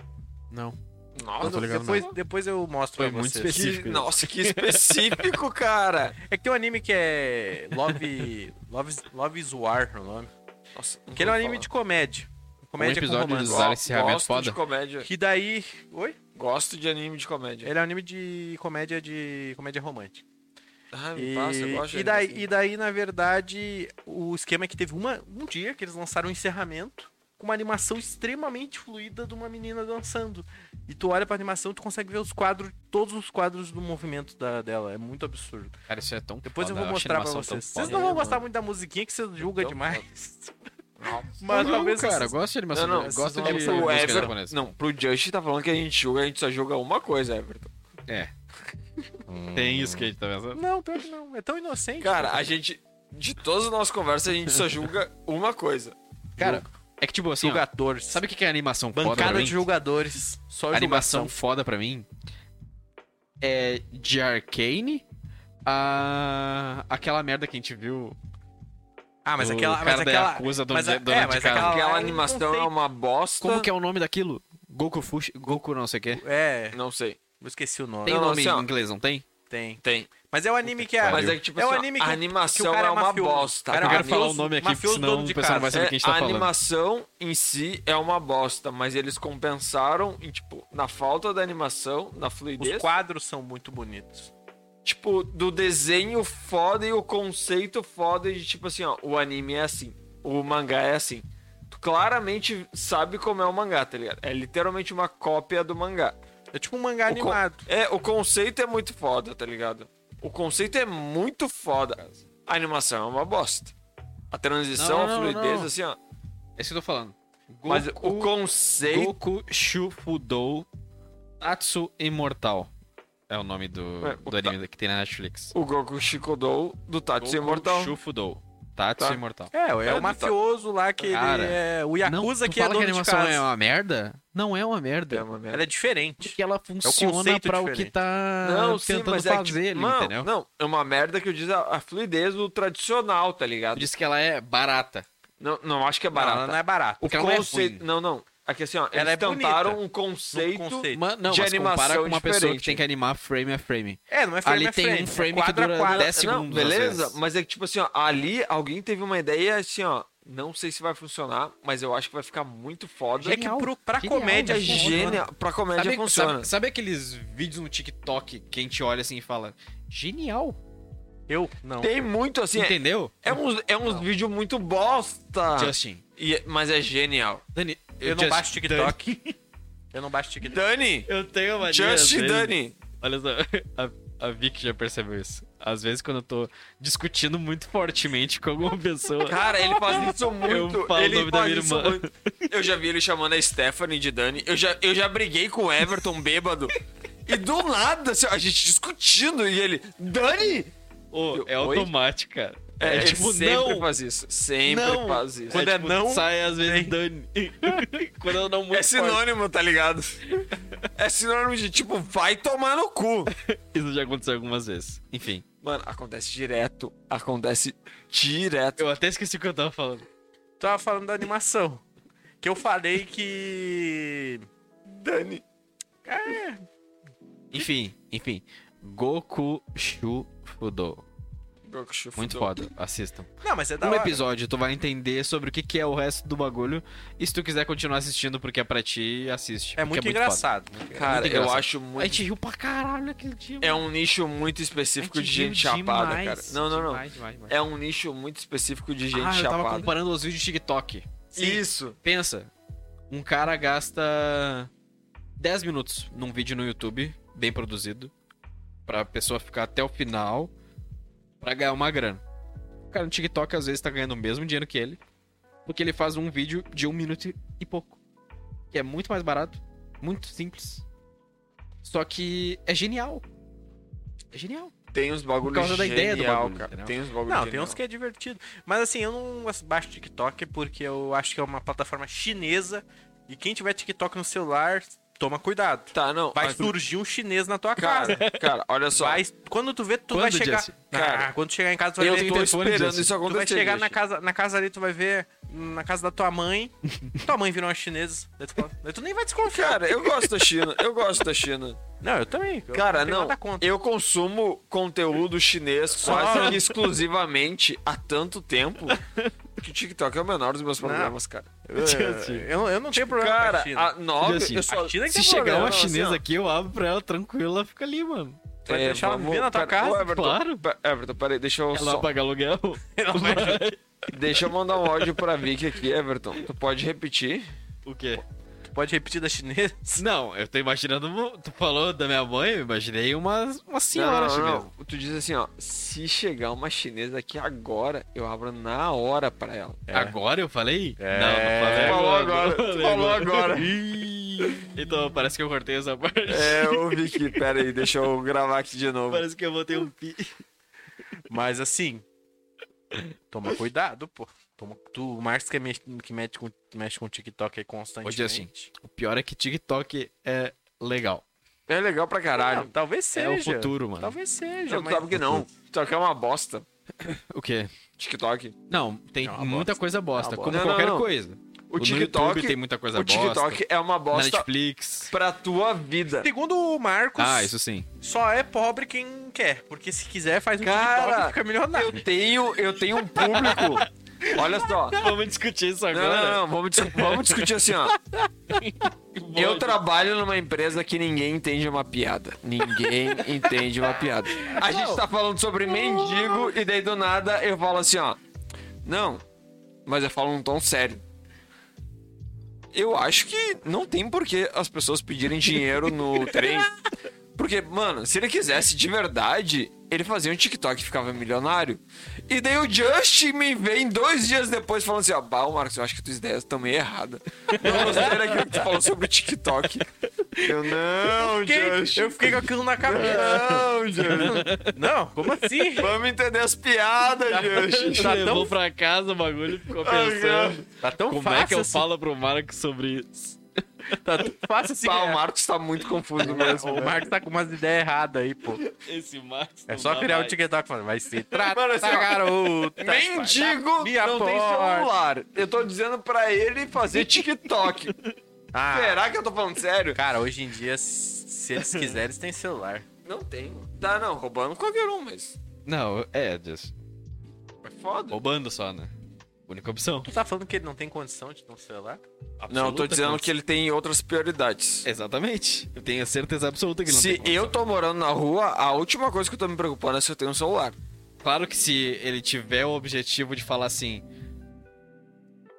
Speaker 2: Nossa,
Speaker 3: depois, depois eu mostro
Speaker 1: Foi
Speaker 3: pra
Speaker 1: muito
Speaker 3: vocês.
Speaker 1: específico.
Speaker 2: que, nossa, que específico, cara.
Speaker 3: É que tem um anime que é Love Love Love is War, é o nome.
Speaker 2: Nossa, não
Speaker 3: Que ele é um
Speaker 2: vou
Speaker 3: anime
Speaker 2: falar. Um
Speaker 3: de comédia. Comédia com
Speaker 1: episódio
Speaker 3: romance.
Speaker 1: dos Usaram
Speaker 2: Go-
Speaker 1: esse encerramento
Speaker 2: gosto
Speaker 1: foda.
Speaker 2: de comédia.
Speaker 3: Que daí. Oi?
Speaker 2: Gosto de anime de comédia.
Speaker 3: Ele é um anime de comédia de. comédia romântica.
Speaker 2: Ah, me
Speaker 3: E,
Speaker 2: passa, eu gosto de
Speaker 3: e,
Speaker 2: anime
Speaker 3: daí,
Speaker 2: assim.
Speaker 3: e daí, na verdade, o esquema é que teve uma, um dia que eles lançaram um encerramento com uma animação extremamente fluida de uma menina dançando. E tu olha pra animação tu consegue ver os quadros, todos os quadros do movimento da, dela. É muito absurdo.
Speaker 1: Cara, isso é tão
Speaker 3: Depois
Speaker 1: foda,
Speaker 3: eu vou
Speaker 1: acho
Speaker 3: mostrar pra
Speaker 1: animação tão
Speaker 3: vocês. Vocês
Speaker 1: foda.
Speaker 3: não vão
Speaker 2: É,
Speaker 3: gostar
Speaker 2: mano.
Speaker 3: muito da musiquinha que vocês julgam
Speaker 2: Então,
Speaker 3: demais.
Speaker 2: Nossa.
Speaker 3: Mas
Speaker 1: Não,
Speaker 3: talvez
Speaker 1: cara, eu
Speaker 3: vocês...
Speaker 1: gosto de animação,
Speaker 2: Não, não,
Speaker 1: Tipo assim, eu gosto de
Speaker 3: vocês
Speaker 2: Pro
Speaker 3: vão-
Speaker 1: música
Speaker 2: Everton-
Speaker 1: japonesa.
Speaker 2: Não, pro Just tá falando que a gente julga, a gente só julga uma coisa, Everton.
Speaker 1: Tem isso que a gente tá pensando.
Speaker 3: Não, pior que não. É tão inocente.
Speaker 2: Cara, a gente. De todas as nossas conversas, a gente só julga uma coisa.
Speaker 1: Cara, é que tipo assim, ó,
Speaker 3: Jogadores.
Speaker 1: sabe o que que é animação foda pra
Speaker 3: Bancada
Speaker 1: mim?
Speaker 3: de jogadores. Só
Speaker 1: animação
Speaker 3: julgação.
Speaker 1: foda pra mim é de Arcane a... aquela merda que a gente viu
Speaker 3: Ah, mas
Speaker 1: do
Speaker 3: aquela.
Speaker 1: cara
Speaker 3: Mas
Speaker 1: da
Speaker 3: aquela.
Speaker 1: Yakuza, dono
Speaker 3: mas
Speaker 1: de-
Speaker 3: a-
Speaker 1: dono
Speaker 3: é,
Speaker 1: de
Speaker 3: mas
Speaker 1: casa.
Speaker 3: aquela-
Speaker 2: Aquela
Speaker 3: é um
Speaker 2: animação
Speaker 3: conceito.
Speaker 2: é uma bosta.
Speaker 1: Como que é o nome daquilo? Goku Fush... Goku não sei o quê.
Speaker 3: É,
Speaker 2: Não sei.
Speaker 3: eu esqueci o nome.
Speaker 1: Tem
Speaker 2: Não,
Speaker 1: nome
Speaker 2: assim, ó.
Speaker 1: em inglês, não tem?
Speaker 3: Tem.
Speaker 2: Tem.
Speaker 3: Mas é o anime que é.
Speaker 1: pariu.
Speaker 2: Mas é que, tipo
Speaker 3: É um
Speaker 2: assim, ó,
Speaker 3: anime que-
Speaker 2: a
Speaker 3: que o
Speaker 2: animação
Speaker 3: cara
Speaker 2: é
Speaker 3: é
Speaker 2: uma
Speaker 3: mafioso.
Speaker 2: bosta.
Speaker 3: Cara,
Speaker 1: Eu
Speaker 2: a
Speaker 1: quero falar o
Speaker 3: mafioso-
Speaker 1: nome aqui, porque
Speaker 3: mafioso
Speaker 1: senão
Speaker 3: dono
Speaker 1: o
Speaker 3: de
Speaker 1: pessoal não vai
Speaker 3: casa.
Speaker 1: saber o que a gente tá
Speaker 2: É, a
Speaker 1: falando.
Speaker 2: animação em si é uma bosta, mas eles compensaram em, tipo, na falta da animação, na
Speaker 3: Os
Speaker 2: fluidez.
Speaker 3: quadros são muito bonitos.
Speaker 2: Tipo, do desenho foda e o conceito foda de tipo assim, ó, o anime é assim, o mangá é assim. Tu claramente sabe como é o mangá, tá ligado? É literalmente uma cópia do mangá.
Speaker 3: É tipo um mangá
Speaker 2: O con-
Speaker 3: animado.
Speaker 2: É, o conceito é muito foda, tá ligado? O conceito é muito foda. A animação é uma bosta. A transição,
Speaker 1: Não, não,
Speaker 2: a fluidez,
Speaker 1: não.
Speaker 2: assim, ó.
Speaker 1: É isso que eu tô falando. Goku,
Speaker 2: Mas o conceito.
Speaker 1: Goku Shufudou Tatsu Imortal. É o nome do,
Speaker 2: É, o
Speaker 1: do anime que tem na Netflix.
Speaker 2: O Goku Shikodou do Tatsu Imortal.
Speaker 1: Shufudou. Tatsu
Speaker 2: Tá.
Speaker 1: Imortal.
Speaker 3: É, é,
Speaker 2: É
Speaker 3: o
Speaker 2: do-
Speaker 3: mafioso lá que
Speaker 1: Cara,
Speaker 3: ele é. O Yakuza
Speaker 1: tu
Speaker 3: que é
Speaker 1: fala que
Speaker 3: dono
Speaker 1: a
Speaker 3: de
Speaker 1: animação
Speaker 3: casa.
Speaker 1: é uma merda? Não é uma merda.
Speaker 2: É uma merda.
Speaker 3: Ela é diferente.
Speaker 1: Porque ela funciona
Speaker 3: conceito
Speaker 1: pra o
Speaker 3: diferente.
Speaker 1: que tá
Speaker 2: Não, sim,
Speaker 1: tentando
Speaker 2: mas é que,
Speaker 1: fazer ali,
Speaker 2: tipo, não,
Speaker 1: entendeu?
Speaker 2: Não, é uma merda que eu diz a, a fluidez do tradicional, tá
Speaker 1: Tu
Speaker 2: ligado?
Speaker 1: disse que ela é barata.
Speaker 2: Não, não acho que é
Speaker 3: Não,
Speaker 2: barato.
Speaker 3: ela não é barata.
Speaker 2: O
Speaker 1: porque ela não é
Speaker 2: conceito.
Speaker 1: ruim.
Speaker 2: não, não. Aqui assim, ó,
Speaker 3: Ela
Speaker 2: eles
Speaker 3: é
Speaker 2: tentaram
Speaker 3: bonita,
Speaker 2: um conceito.
Speaker 3: No conceito.
Speaker 1: Mas, não,
Speaker 2: De
Speaker 1: mas compara
Speaker 2: animação
Speaker 1: com uma pessoa que
Speaker 2: diferente.
Speaker 1: tem que animar frame a frame.
Speaker 3: É, não é frame
Speaker 1: Ali
Speaker 3: a
Speaker 1: tem
Speaker 3: frame.
Speaker 1: um frame
Speaker 3: é
Speaker 1: que
Speaker 3: quadro a
Speaker 1: dura
Speaker 3: quadro.
Speaker 1: 10
Speaker 2: Não,
Speaker 1: segundos, às
Speaker 2: beleza,
Speaker 1: vezes.
Speaker 2: mas é que tipo assim, ó, ali alguém teve uma ideia assim, ó, não sei se vai funcionar, mas eu acho que vai ficar muito foda.
Speaker 3: É que pro, pra
Speaker 1: Genial,
Speaker 3: comédia
Speaker 2: é
Speaker 1: genial.
Speaker 3: gênio.
Speaker 2: gênia, pra comédia
Speaker 1: Sabe,
Speaker 2: funciona.
Speaker 1: sabe- sabe aqueles vídeos no TikTok que a gente olha assim e fala, genial,
Speaker 3: Eu? Não.
Speaker 2: Tem muito assim, é,
Speaker 1: entendeu?
Speaker 2: é uns, é uns vídeos muito bosta.
Speaker 1: Justin,
Speaker 2: E- mas é genial.
Speaker 1: Dani,
Speaker 3: Eu, não
Speaker 1: Just
Speaker 3: baixo TikTok. Eu não baixo TikTok.
Speaker 2: Dani!
Speaker 1: Eu tenho uma
Speaker 2: Just Dani!
Speaker 1: Olha só, a, a Vic já percebeu isso. Às vezes, quando eu tô discutindo muito fortemente com alguma pessoa.
Speaker 2: Cara, ele faz isso muito.
Speaker 1: Eu falo
Speaker 2: ele
Speaker 1: o nome da
Speaker 2: faz
Speaker 1: minha
Speaker 2: isso
Speaker 1: irmã.
Speaker 2: muito. Eu já vi ele chamando a Stephanie de Dani. Eu já, eu já briguei com o Everton bêbado. E do nada, assim, a gente discutindo e ele, Dani!
Speaker 1: Ô, é
Speaker 2: Oi?
Speaker 1: automático, cara.
Speaker 2: É, ele
Speaker 1: tipo,
Speaker 2: sempre
Speaker 1: não.
Speaker 2: faz isso. Sempre
Speaker 1: Não.
Speaker 2: faz isso.
Speaker 1: Quando é,
Speaker 2: tipo,
Speaker 1: não, sai às vezes Dani. Quando eu não muito
Speaker 2: É sinônimo, tá ligado? É sinônimo de tipo, vai tomar no cu.
Speaker 1: forte. Isso já aconteceu algumas vezes. Enfim,
Speaker 2: Mano, acontece direto. Acontece direto.
Speaker 1: eu até esqueci o que eu tava falando.
Speaker 3: Tava falando da animação. Que eu falei que.
Speaker 2: Dani.
Speaker 1: Enfim, enfim. Goku Shu Fudo.
Speaker 2: Gokushu
Speaker 1: Muito
Speaker 2: Fudo.
Speaker 1: foda, assistam.
Speaker 3: Não, mas é da
Speaker 1: Um
Speaker 3: hora.
Speaker 1: episódio, tu vai entender sobre o que que é o resto do bagulho. E se tu quiser continuar assistindo porque é pra ti, assiste. porque
Speaker 3: É muito
Speaker 1: foda.
Speaker 3: engraçado. muito engraçado.
Speaker 2: Cara,
Speaker 1: Muito
Speaker 2: eu
Speaker 1: engraçado.
Speaker 2: acho
Speaker 1: A
Speaker 2: muito.
Speaker 1: gente riu pra caralho aquele dia.
Speaker 2: É um nicho muito específico de gente chapada, cara. Não, não, não. É um nicho muito específico de gente
Speaker 1: ah, eu tava
Speaker 2: chapada.
Speaker 1: comparando os vídeos de TikTok.
Speaker 2: Isso.
Speaker 1: Pensa, um cara gasta 10 minutos num vídeo no YouTube, bem produzido, pra pessoa ficar até o final, pra ganhar uma grana. O cara no TikTok às vezes tá ganhando o mesmo dinheiro que ele, porque ele faz um vídeo de um minuto e pouco. Que é muito mais barato, muito simples. Só que é genial. É genial.
Speaker 2: Tem uns bagulhos
Speaker 1: Por causa da ideia do
Speaker 2: genial,
Speaker 1: bagulho,
Speaker 2: cara.
Speaker 1: entendeu?
Speaker 2: Tem uns bagulhos
Speaker 3: Não, tem uns que é divertido. Mas assim, eu não baixo TikTok porque eu acho que é uma plataforma chinesa. E quem tiver TikTok no celular, toma cuidado.
Speaker 2: Tá, não.
Speaker 3: Vai
Speaker 2: mas-
Speaker 3: surgir um chinês na tua casa.
Speaker 2: Cara, cara, olha só.
Speaker 3: Vai, quando tu vê, tu
Speaker 1: Quando,
Speaker 3: vai chegar.
Speaker 1: Jesse?
Speaker 2: Cara,
Speaker 3: Ah, quando chegar em casa, tu vai
Speaker 2: eu
Speaker 3: ver.
Speaker 2: tô
Speaker 3: tu-
Speaker 1: telefone,
Speaker 2: esperando
Speaker 1: Jesse.
Speaker 2: isso
Speaker 3: Tu vai
Speaker 2: acontecer.
Speaker 3: chegar na
Speaker 2: gente.
Speaker 3: casa, na casa ali, tu vai ver na casa da tua mãe. tua mãe virou uma chinesa. Daí tu, fala- daí tu nem vai desconfiar.
Speaker 2: Cara, eu gosto da China. Eu gosto da China.
Speaker 3: não, eu também. eu
Speaker 2: Cara,
Speaker 3: tenho
Speaker 2: não,
Speaker 3: nada contra.
Speaker 2: eu consumo conteúdo chinês quase que exclusivamente há tanto tempo que o TikTok é o menor dos meus problemas, cara.
Speaker 3: Eu, eu, eu não tenho problema
Speaker 2: assim.
Speaker 3: com
Speaker 2: Tipo, Cara,
Speaker 3: a China. assim,
Speaker 2: a nove,
Speaker 1: Justin,
Speaker 2: eu só...
Speaker 3: A China é que
Speaker 1: Se
Speaker 3: tem
Speaker 1: chegar
Speaker 3: problema,
Speaker 1: uma
Speaker 2: não, assim,
Speaker 1: chinesa
Speaker 2: ó.
Speaker 1: aqui, eu abro pra ela tranquilo, ela fica ali, mano.
Speaker 3: vai deixar ela
Speaker 2: É, vamos-
Speaker 3: vir na
Speaker 2: pera-
Speaker 3: tua casa?
Speaker 2: Ô, Everton,
Speaker 1: Claro.
Speaker 2: pe- Everton, peraí, deixa
Speaker 3: É
Speaker 2: eu
Speaker 1: Ela
Speaker 2: só...
Speaker 1: paga aluguel.
Speaker 3: Ela vai-
Speaker 2: Deixa eu mandar um áudio pra Vicky aqui, Everton. Tu pode repetir?
Speaker 1: O quê?
Speaker 3: Tu pode repetir da chinesa?
Speaker 1: Não, eu tô imaginando. uma- Tu falou da minha mãe, eu imaginei uma, uma senhora
Speaker 2: não, não,
Speaker 1: chinesa.
Speaker 2: não. Tu diz assim, ó, se chegar uma chinesa aqui agora, eu abro na hora pra ela.
Speaker 1: Agora eu falei?
Speaker 3: É.
Speaker 1: Não, não falei.
Speaker 2: Falou agora,
Speaker 1: não falei
Speaker 2: falou agora.
Speaker 1: Ih, então parece que eu cortei essa parte.
Speaker 2: É, ô Vicky, peraí, deixa eu gravar aqui de novo.
Speaker 1: Parece que eu botei um pi.
Speaker 3: Mas assim. Toma cuidado, pô. Toma, tu, o Marcos que, é mex- que mexe, com, mexe com o TikTok aí constantemente.
Speaker 1: Hoje é assim. O pior é que TikTok é legal.
Speaker 2: É legal pra caralho.
Speaker 3: Não, talvez seja.
Speaker 1: É o futuro,
Speaker 2: Tá
Speaker 1: mano.
Speaker 3: Talvez seja.
Speaker 2: Não, tu
Speaker 3: mas...
Speaker 2: sabe que não. TikTok é uma bosta.
Speaker 1: O quê?
Speaker 2: TikTok.
Speaker 1: Não, tem
Speaker 3: É uma
Speaker 1: muita
Speaker 3: bosta.
Speaker 1: coisa bosta,
Speaker 3: É uma
Speaker 1: como
Speaker 2: bosta. Não,
Speaker 1: qualquer
Speaker 2: não, não.
Speaker 1: coisa.
Speaker 2: O
Speaker 1: No
Speaker 2: TikTok,
Speaker 1: YouTube tem muita coisa
Speaker 2: o TikTok é uma
Speaker 1: bosta. Na
Speaker 2: bosta
Speaker 1: Netflix.
Speaker 2: pra tua vida.
Speaker 3: Segundo o Marcos,
Speaker 1: Ah, isso sim.
Speaker 3: só é pobre quem quer. Porque se quiser, faz um
Speaker 2: Cara,
Speaker 3: TikTok e fica milionário.
Speaker 2: Eu tenho, eu tenho um público. Olha só.
Speaker 1: Vamos discutir isso
Speaker 2: Não,
Speaker 1: agora.
Speaker 2: não, não, vamos, dis- vamos discutir assim, ó. Eu trabalho numa empresa que ninguém entende uma piada. Ninguém entende uma piada. A gente tá falando sobre mendigo e daí do nada eu falo assim, ó. Não, mas eu falo num tom sério. Eu acho que não tem por que as pessoas pedirem dinheiro no trem. Porque, mano, se ele quisesse de verdade, ele fazia um TikTok e ficava milionário. E daí o Justin me vem dois dias depois falando assim: ó, bah, ô, Marcos, eu acho que tuas ideias estão meio erradas. Não gostei daquilo que tu falou sobre o TikTok. Eu não,
Speaker 3: Fiquei-
Speaker 2: Justin.
Speaker 3: eu fiquei com aquilo na cabeça.
Speaker 2: Não, Justin.
Speaker 3: Não, como assim?
Speaker 2: Vamos entender as piadas, Justin.
Speaker 1: Tá levou pra casa o bagulho e ficou pensando.
Speaker 3: Tá tão
Speaker 1: Como
Speaker 3: fácil.
Speaker 1: é que eu
Speaker 3: assim-
Speaker 1: falo pro Marco sobre isso?
Speaker 3: Tá tão fácil assim.
Speaker 2: Bah,
Speaker 3: é.
Speaker 2: o Marcos tá muito confuso mesmo.
Speaker 3: O
Speaker 2: velho.
Speaker 3: Marcos tá com umas ideias erradas aí, pô.
Speaker 1: Esse Marcos.
Speaker 3: É
Speaker 1: não
Speaker 3: só
Speaker 1: dá
Speaker 3: criar o
Speaker 1: mais.
Speaker 3: TikTok, mano. Vai se
Speaker 2: Mano,
Speaker 3: tratar,
Speaker 2: assim, ó,
Speaker 1: Tá,
Speaker 3: garota.
Speaker 2: Mendigo
Speaker 3: Me
Speaker 2: não tem
Speaker 3: apoia.
Speaker 2: celular. Eu tô dizendo pra ele fazer TikTok.
Speaker 3: Ah,
Speaker 2: Será que eu tô falando sério?
Speaker 3: Cara, hoje em dia, s- se eles quiserem, eles têm celular.
Speaker 2: Não tenho. Tá, não, roubando qualquer um, mas.
Speaker 1: Não, é, just...
Speaker 2: É foda.
Speaker 1: roubando só, né? Única opção.
Speaker 3: Tu tá falando que ele não tem condição de ter um celular?
Speaker 2: Não, eu tô
Speaker 1: Absoluta
Speaker 2: dizendo
Speaker 1: cons-
Speaker 2: que ele tem outras prioridades.
Speaker 1: Exatamente. Eu tenho certeza absoluta que ele não
Speaker 2: Se
Speaker 1: tem cons-
Speaker 2: eu tô morando na rua, a última coisa que eu tô me preocupando é se eu tenho um celular.
Speaker 1: Claro que se ele tiver o objetivo de falar assim.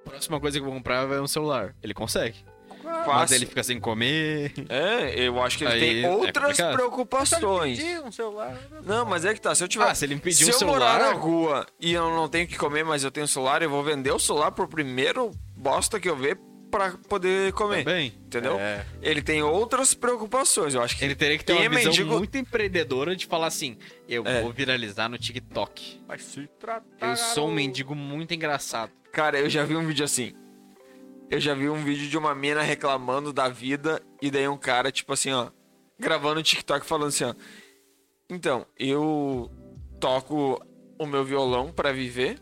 Speaker 1: próxima coisa que eu vou comprar é um celular. Ele consegue. Mas
Speaker 2: Fácil.
Speaker 1: ele fica sem comer.
Speaker 2: É, eu acho que ele
Speaker 1: Aí
Speaker 2: tem
Speaker 1: é
Speaker 2: outras
Speaker 1: complicado.
Speaker 2: preocupações.
Speaker 3: Ih, um celular.
Speaker 2: Não, mas é que tá. Se eu tiver.
Speaker 1: Ah, se ele me pedir
Speaker 2: se
Speaker 1: um
Speaker 2: eu
Speaker 1: celular.
Speaker 2: morar na rua e eu não tenho o que comer, mas eu tenho celular, eu vou vender o celular pro primeiro bosta que eu ver pra poder comer.
Speaker 1: Também.
Speaker 2: Entendeu?
Speaker 1: É.
Speaker 2: Ele tem outras preocupações. Eu acho que
Speaker 1: Ele teria que ter uma
Speaker 2: Quem é
Speaker 1: visão
Speaker 2: mendigo-
Speaker 1: muito empreendedora de falar assim: eu
Speaker 2: É.
Speaker 1: vou viralizar no TikTok.
Speaker 3: Vai se tratar.
Speaker 1: Eu sou um mendigo muito engraçado.
Speaker 2: Cara, eu já vi um vídeo assim. Eu já vi um vídeo de uma mina reclamando da vida e daí um cara, tipo assim, ó, gravando o TikTok falando assim, ó. Então, eu toco o meu violão pra viver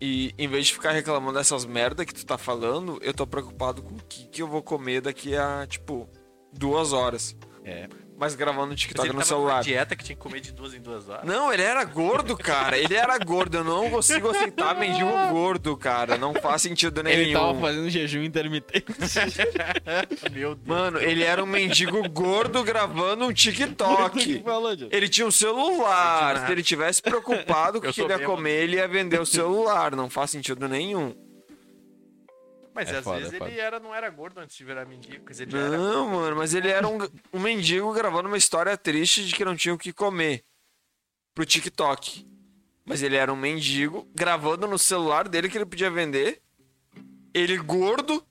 Speaker 2: e em vez de ficar reclamando dessas merda que tu tá falando, eu tô preocupado com o que, que eu vou comer daqui a, tipo, duas horas.
Speaker 1: É.
Speaker 2: Mas gravando o
Speaker 3: Pensei que
Speaker 2: TikTok
Speaker 3: ele
Speaker 2: no
Speaker 3: tava
Speaker 2: celular.
Speaker 3: tá numa dieta que tinha que comer de duas em duas horas.
Speaker 2: Não, ele era gordo, cara. Ele era gordo. Eu não consigo aceitar mendigo gordo, cara. Não faz sentido nenhum.
Speaker 1: Ele tava fazendo jejum intermitente.
Speaker 3: Meu Deus.
Speaker 2: Mano, ele era um mendigo gordo gravando um TikTok. Ele tinha um celular. Se ele tivesse preocupado com o
Speaker 3: Eu
Speaker 2: que
Speaker 3: sou
Speaker 2: ele ia
Speaker 3: bêbado.
Speaker 2: comer, ele ia vender o celular. Não faz sentido nenhum.
Speaker 3: Mas
Speaker 4: É
Speaker 3: às
Speaker 4: foda,
Speaker 3: vezes
Speaker 4: é foda.
Speaker 3: ele era, não era gordo antes de virar mendigo. Quer dizer, ele era.
Speaker 2: Não, mano, mas ele era um, um mendigo gravando uma história triste de que não tinha o que comer pro TikTok. Mas ele era um mendigo gravando no celular dele que ele podia vender. Ele gordo.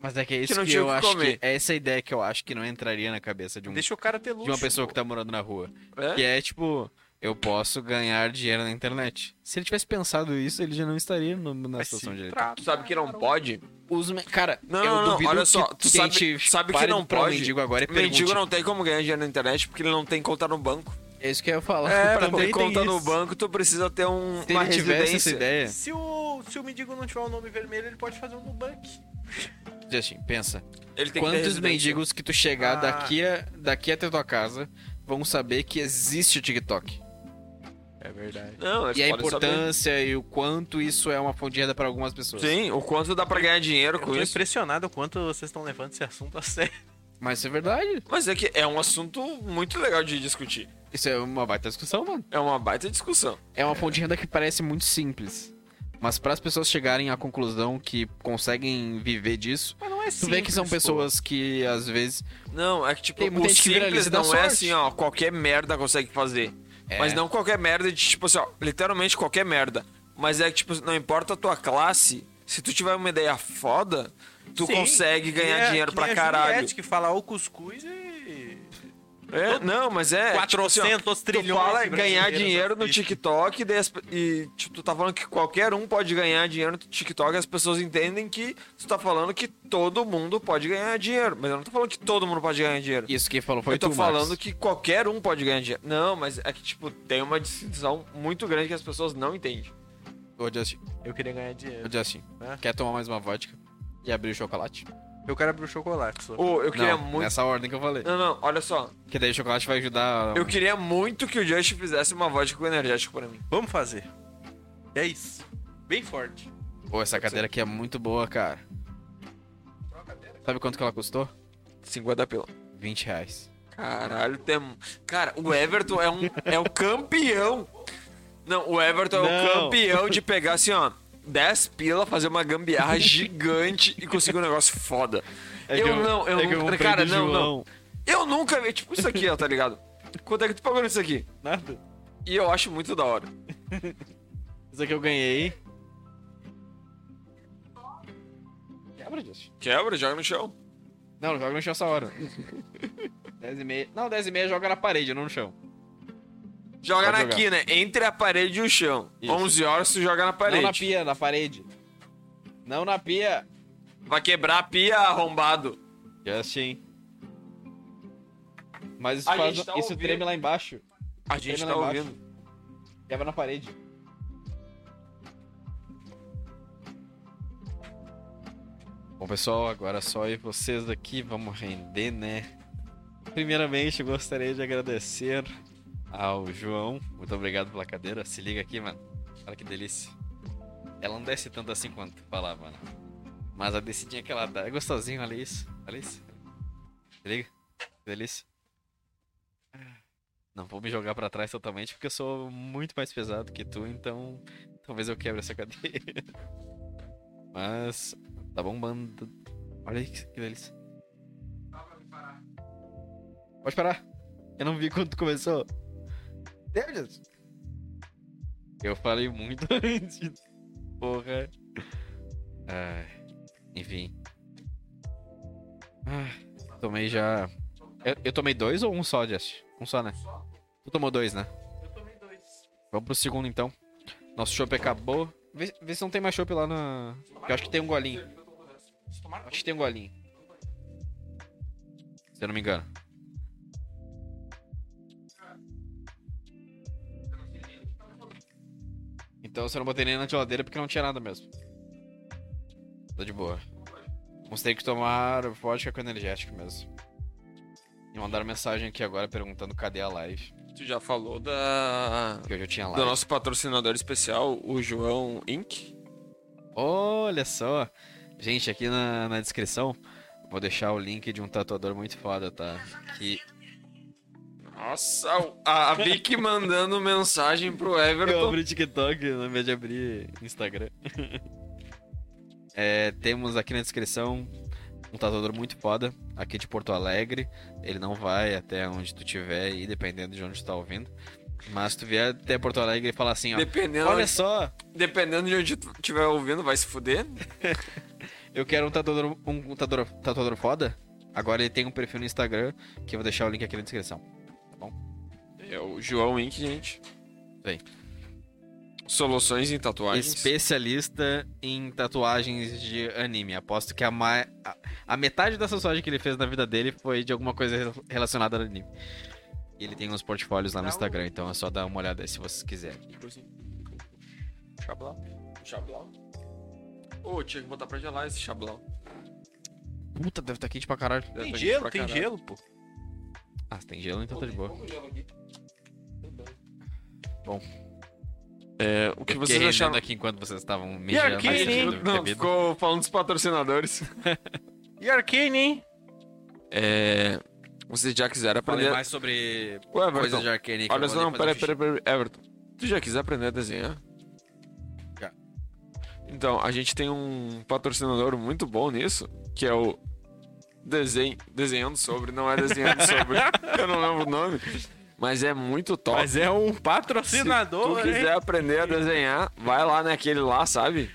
Speaker 1: Mas é que é
Speaker 2: Que
Speaker 1: isso
Speaker 2: não
Speaker 1: que,
Speaker 2: tinha o
Speaker 1: eu
Speaker 2: que
Speaker 1: acho
Speaker 2: comer.
Speaker 1: que. É essa ideia que eu acho que não entraria na cabeça de, um, de
Speaker 3: Deixa o cara ter luxo.
Speaker 1: uma pessoa que tá morando na rua.
Speaker 2: É?
Speaker 1: Que é tipo, eu posso ganhar dinheiro na internet. Se ele tivesse pensado isso, ele já não estaria no- na
Speaker 3: Vai se
Speaker 1: situação de direito.
Speaker 3: tratar.
Speaker 2: Tu sabe que não pode?
Speaker 1: Os me- Cara,
Speaker 2: Não,
Speaker 1: eu
Speaker 2: não, não,
Speaker 1: duvido
Speaker 2: olha
Speaker 1: que,
Speaker 2: só, tu
Speaker 1: que a
Speaker 2: sabe-
Speaker 1: gente
Speaker 2: sabe que
Speaker 1: pare
Speaker 2: não
Speaker 1: pra um
Speaker 2: pode?
Speaker 1: mendigo agora e pergunte.
Speaker 2: Mendigo não tem como ganhar dinheiro na internet porque ele não tem conta no banco.
Speaker 1: É isso que eu ia falar.
Speaker 2: É, pra
Speaker 1: Também
Speaker 2: ter
Speaker 1: tem
Speaker 2: conta no
Speaker 1: isso.
Speaker 2: banco, tu precisa ter um,
Speaker 1: Se
Speaker 2: uma
Speaker 1: ele tivesse essa
Speaker 2: residência.
Speaker 1: ideia,
Speaker 3: Se o, se o mendigo não tiver o nome vermelho, ele pode fazer um Nubank.
Speaker 1: Justin, assim, pensa.
Speaker 2: Ele tem que ter
Speaker 1: Quantos
Speaker 2: residência.
Speaker 1: mendigos que tu chegar
Speaker 3: Ah.
Speaker 1: daqui, a, daqui até tua casa vão saber que existe o TikTok?
Speaker 3: É verdade.
Speaker 2: Não, eles
Speaker 1: E a
Speaker 2: podem saber.
Speaker 1: importância e o quanto isso é uma fonte de renda pra algumas pessoas.
Speaker 2: Sim, o quanto dá pra ganhar dinheiro
Speaker 3: Eu
Speaker 2: com
Speaker 3: tô
Speaker 2: isso.
Speaker 3: impressionado o quanto vocês estão levando esse assunto a sério.
Speaker 1: Mas isso é verdade.
Speaker 2: Mas é que é um assunto muito legal de discutir.
Speaker 1: Isso é uma baita discussão, mano.
Speaker 2: É uma baita discussão.
Speaker 1: É uma fonte de renda que parece muito simples. Mas para as pessoas chegarem à conclusão que conseguem viver disso,
Speaker 3: Mas não é
Speaker 1: tu vê que são pessoas que às vezes.
Speaker 2: Não, é que tipo,
Speaker 1: Tem muita
Speaker 2: o
Speaker 1: gente que vira
Speaker 2: simples
Speaker 1: lista da
Speaker 2: não é
Speaker 1: sorte.
Speaker 2: assim, ó, qualquer merda consegue fazer.
Speaker 1: É.
Speaker 2: Mas não qualquer merda de tipo assim, ó, literalmente qualquer merda. Mas é que tipo, não importa a tua classe, se tu tiver uma ideia foda, tu consegue ganhar dinheiro pra caralho.
Speaker 3: que fala o cuscuz e...
Speaker 2: É, não, mas é.
Speaker 3: 400
Speaker 2: tu
Speaker 3: trilhões
Speaker 2: fala
Speaker 3: de
Speaker 2: ganhar
Speaker 3: brasileiros
Speaker 2: dinheiro no
Speaker 3: assistem.
Speaker 2: TikTok daí as- e tipo, tu tá falando que qualquer um pode ganhar dinheiro no TikTok. As pessoas entendem que tu tá falando que todo mundo pode ganhar dinheiro. Mas eu não tô falando que todo mundo pode ganhar dinheiro.
Speaker 1: Isso que falou foi
Speaker 2: eu tô
Speaker 1: tu, Marcos.
Speaker 2: falando que qualquer um pode ganhar dinheiro. Não, mas é que, tipo, tem uma distinção muito grande que as pessoas não entendem.
Speaker 1: Ô, Justin,
Speaker 3: Eu queria ganhar dinheiro.
Speaker 1: ô, Justin
Speaker 3: É?
Speaker 1: assim, quer tomar mais uma vodka e abrir o chocolate?
Speaker 3: Eu quero abrir o chocolate. só.
Speaker 2: Ô, eu queria
Speaker 1: não,
Speaker 2: muito.
Speaker 1: nessa ordem que é eu falei.
Speaker 2: Não, não, olha só.
Speaker 1: Que daí o chocolate vai ajudar.
Speaker 2: Eu queria muito que o Just fizesse uma vodka com energético pra mim.
Speaker 3: Vamos fazer. É isso. Bem forte.
Speaker 1: Pô, essa cadeira aqui é muito boa, cara. Sabe quanto que ela custou?
Speaker 2: 50 é pila.
Speaker 1: 20 reais.
Speaker 2: Caralho, tem... Cara, o Everton é, um, é o campeão. Não, o Everton é o
Speaker 1: Não.
Speaker 2: campeão de pegar assim, ó, 10 pila, fazer uma gambiarra gigante e conseguir um negócio foda.
Speaker 1: É
Speaker 2: eu não, eu nunca. cara, não, não. Eu nunca vi, tipo, isso aqui, ó, tá ligado? Quanto é que tu pagou nisso aqui?
Speaker 1: Nada.
Speaker 2: E eu acho muito da hora.
Speaker 1: Isso aqui eu ganhei. Quebra, Justin.
Speaker 2: Quebra, joga no chão.
Speaker 1: Não, não joga no chão essa hora. 10 e meia. Não, 10 e meia joga na parede, não no chão.
Speaker 2: Joga
Speaker 1: Pode
Speaker 2: na
Speaker 1: jogar.
Speaker 2: quina, entre a parede e o chão.
Speaker 1: Isso.
Speaker 2: 11 horas tu joga na
Speaker 1: Não
Speaker 2: parede.
Speaker 1: na pia, na parede. Não na pia.
Speaker 2: Vai quebrar a pia arrombado.
Speaker 1: Justin. Mas isso,
Speaker 2: A
Speaker 1: faz-
Speaker 2: gente tá
Speaker 1: isso
Speaker 2: ouvindo.
Speaker 1: treme lá embaixo.
Speaker 2: A gente
Speaker 1: Treme
Speaker 2: tá
Speaker 1: lá embaixo.
Speaker 2: ouvindo.
Speaker 1: Quebra na parede. Bom, pessoal, agora só eu e vocês aqui, vamos render, né? Primeiramente, eu gostaria de agradecer ao João. Muito obrigado pela cadeira. Se liga aqui, mano. Olha que delícia. Ela não desce tanto assim quanto tu falava, mano. Mas a descidinha que ela dá é gostosinho, olha isso. Olha isso. Se liga. Que delícia. Não vou me jogar pra trás totalmente porque eu sou muito mais pesado que tu, então talvez eu quebre essa cadeira. Mas tá bombando. Olha aí que que delícia. Pode parar. Eu não vi quando tu começou. Deus. Eu falei muito antes. Porra. Ai, enfim. Ah, tomei já. Eu, eu tomei dois ou um só, Just? Um só, né? Tu tomou dois, né?
Speaker 3: Eu tomei dois.
Speaker 1: Vamos pro segundo então. Nosso chopp acabou. Vê, vê se não tem mais chopp lá na. Eu acho que tem um golinho. Acho que tem um golinho. Se eu não me engano. Então se eu não botei nem na geladeira porque não tinha nada mesmo. Tá de boa. Vamos ter que tomar vodka com energético mesmo. E mandaram mensagem aqui agora perguntando cadê a live.
Speaker 2: Tu já falou da.
Speaker 1: Porque hoje eu tinha live.
Speaker 2: Do nosso patrocinador especial, o João Inc.
Speaker 1: Olha só. Gente, aqui na, na descrição vou deixar o link de um tatuador muito foda, tá? Que
Speaker 2: Nossa, o- a, a Vicky mandando mensagem pro
Speaker 1: eu
Speaker 2: Everton.
Speaker 1: abri TikTok né? ao invés de abrir Instagram. É, temos aqui na descrição um tatuador muito foda, aqui de Porto Alegre. Ele não vai até onde tu tiver aí, dependendo de onde tu tá ouvindo. Mas se tu vier até Porto Alegre e falar assim, ó.
Speaker 2: Dependendo,
Speaker 1: Olha só,
Speaker 2: dependendo de onde tu estiver ouvindo, vai se fuder.
Speaker 1: Eu quero um tatuador, um tatuador, tatuador foda. Agora ele tem um perfil no Instagram que eu vou deixar o link aqui na descrição.
Speaker 2: É o João Inc, gente.
Speaker 1: Bem.
Speaker 2: Soluções em tatuagens.
Speaker 1: Especialista em tatuagens de anime. Aposto que a, ma- a- a metade da tatuagem que ele fez na vida dele foi de alguma coisa rel- relacionada ao anime. E ele tem uns portfólios lá no
Speaker 2: Tá
Speaker 3: Dá um-
Speaker 1: Instagram, então é só dar uma olhada aí se vocês quiserem.
Speaker 2: Xablau. Xablau. Ô, tinha que botar pra gelar esse xablau.
Speaker 1: Puta, deve estar quente pra caralho.
Speaker 2: Deve
Speaker 3: Tem
Speaker 2: tá
Speaker 3: gelo,
Speaker 2: pra
Speaker 3: tem
Speaker 2: caralho.
Speaker 3: gelo, pô.
Speaker 1: Ah, se tem gelo, então tá de boa. Bom.
Speaker 2: É, o que
Speaker 1: eu
Speaker 2: vocês
Speaker 1: fiquei
Speaker 2: acharam?
Speaker 1: rendendo aqui enquanto vocês estavam
Speaker 2: E
Speaker 1: mijando.
Speaker 2: Arcane,
Speaker 1: assim,
Speaker 2: hein?
Speaker 1: do
Speaker 2: Não,
Speaker 1: bebido.
Speaker 2: ficou falando dos patrocinadores.
Speaker 3: E Arcane, hein?
Speaker 2: É. Vocês já quiseram
Speaker 1: Falei
Speaker 2: aprender.
Speaker 1: mais sobre
Speaker 2: Ô,
Speaker 1: coisas
Speaker 2: Everton.
Speaker 1: de Arcane que eu
Speaker 2: Olha
Speaker 1: vou
Speaker 2: só, não,
Speaker 1: depois
Speaker 2: peraí,
Speaker 1: assistir.
Speaker 2: peraí, peraí, peraí. Everton. Tu já quiser aprender a desenhar?
Speaker 1: Já.
Speaker 2: Então, a gente tem um patrocinador muito bom nisso, que é o. Desenho, desenhando sobre, não é desenhando sobre. eu não lembro o nome. Mas é muito top.
Speaker 3: Mas é um
Speaker 2: Se
Speaker 3: patrocinador,
Speaker 2: tu quiser
Speaker 3: hein?
Speaker 2: aprender a desenhar, vai lá naquele lá, sabe?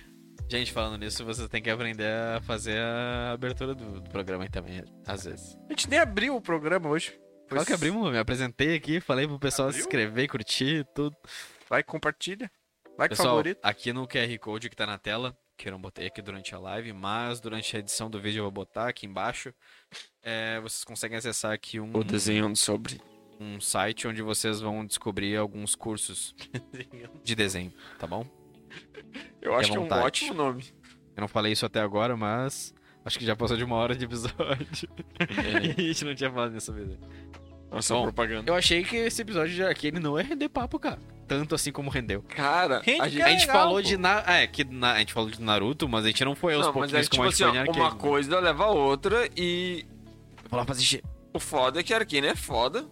Speaker 1: Gente, falando nisso, você tem que aprender a fazer a abertura do, do programa aí também, às vezes.
Speaker 3: A gente nem abriu o programa hoje.
Speaker 1: Claro que abrimos, eu me apresentei aqui, falei pro pessoal se
Speaker 3: Abriu?
Speaker 1: inscrever, curtir, tudo.
Speaker 3: Like, compartilha. Like,
Speaker 1: Pessoal,
Speaker 3: favorito.
Speaker 1: aqui no QR Code que tá na tela, que eu não botei aqui durante a live, mas durante a edição do vídeo eu vou botar aqui embaixo. é, vocês conseguem acessar aqui um,
Speaker 2: Ou desenhando sobre.
Speaker 1: um site onde vocês vão descobrir alguns cursos de desenho, tá bom?
Speaker 2: Eu acho
Speaker 1: Fique à
Speaker 2: que é um
Speaker 1: vontade.
Speaker 2: ótimo nome.
Speaker 1: Eu não falei isso até agora, mas acho que já passou de uma hora de episódio.
Speaker 3: É.
Speaker 1: e a gente não tinha falado nessa vez.
Speaker 2: Nossa,
Speaker 1: Bom,
Speaker 2: propaganda.
Speaker 1: Eu achei que esse episódio de Arcane não é render papo, cara. Tanto assim como rendeu.
Speaker 2: Cara,
Speaker 3: Quem
Speaker 2: a
Speaker 3: que
Speaker 2: gente
Speaker 1: a
Speaker 3: É
Speaker 1: gente
Speaker 3: legal,
Speaker 1: falou
Speaker 3: pô.
Speaker 1: de na... ah, é, que na- a gente falou de Naruto, mas a gente não foi aos
Speaker 2: Não, mas é
Speaker 1: pouquinhos
Speaker 2: que,
Speaker 1: como
Speaker 2: tipo
Speaker 1: a gente
Speaker 2: assim,
Speaker 1: foi
Speaker 2: ó,
Speaker 1: em Arcane.
Speaker 2: uma coisa leva a outra e
Speaker 1: Vou lá pra assistir.
Speaker 2: o foda é que Arcane é foda.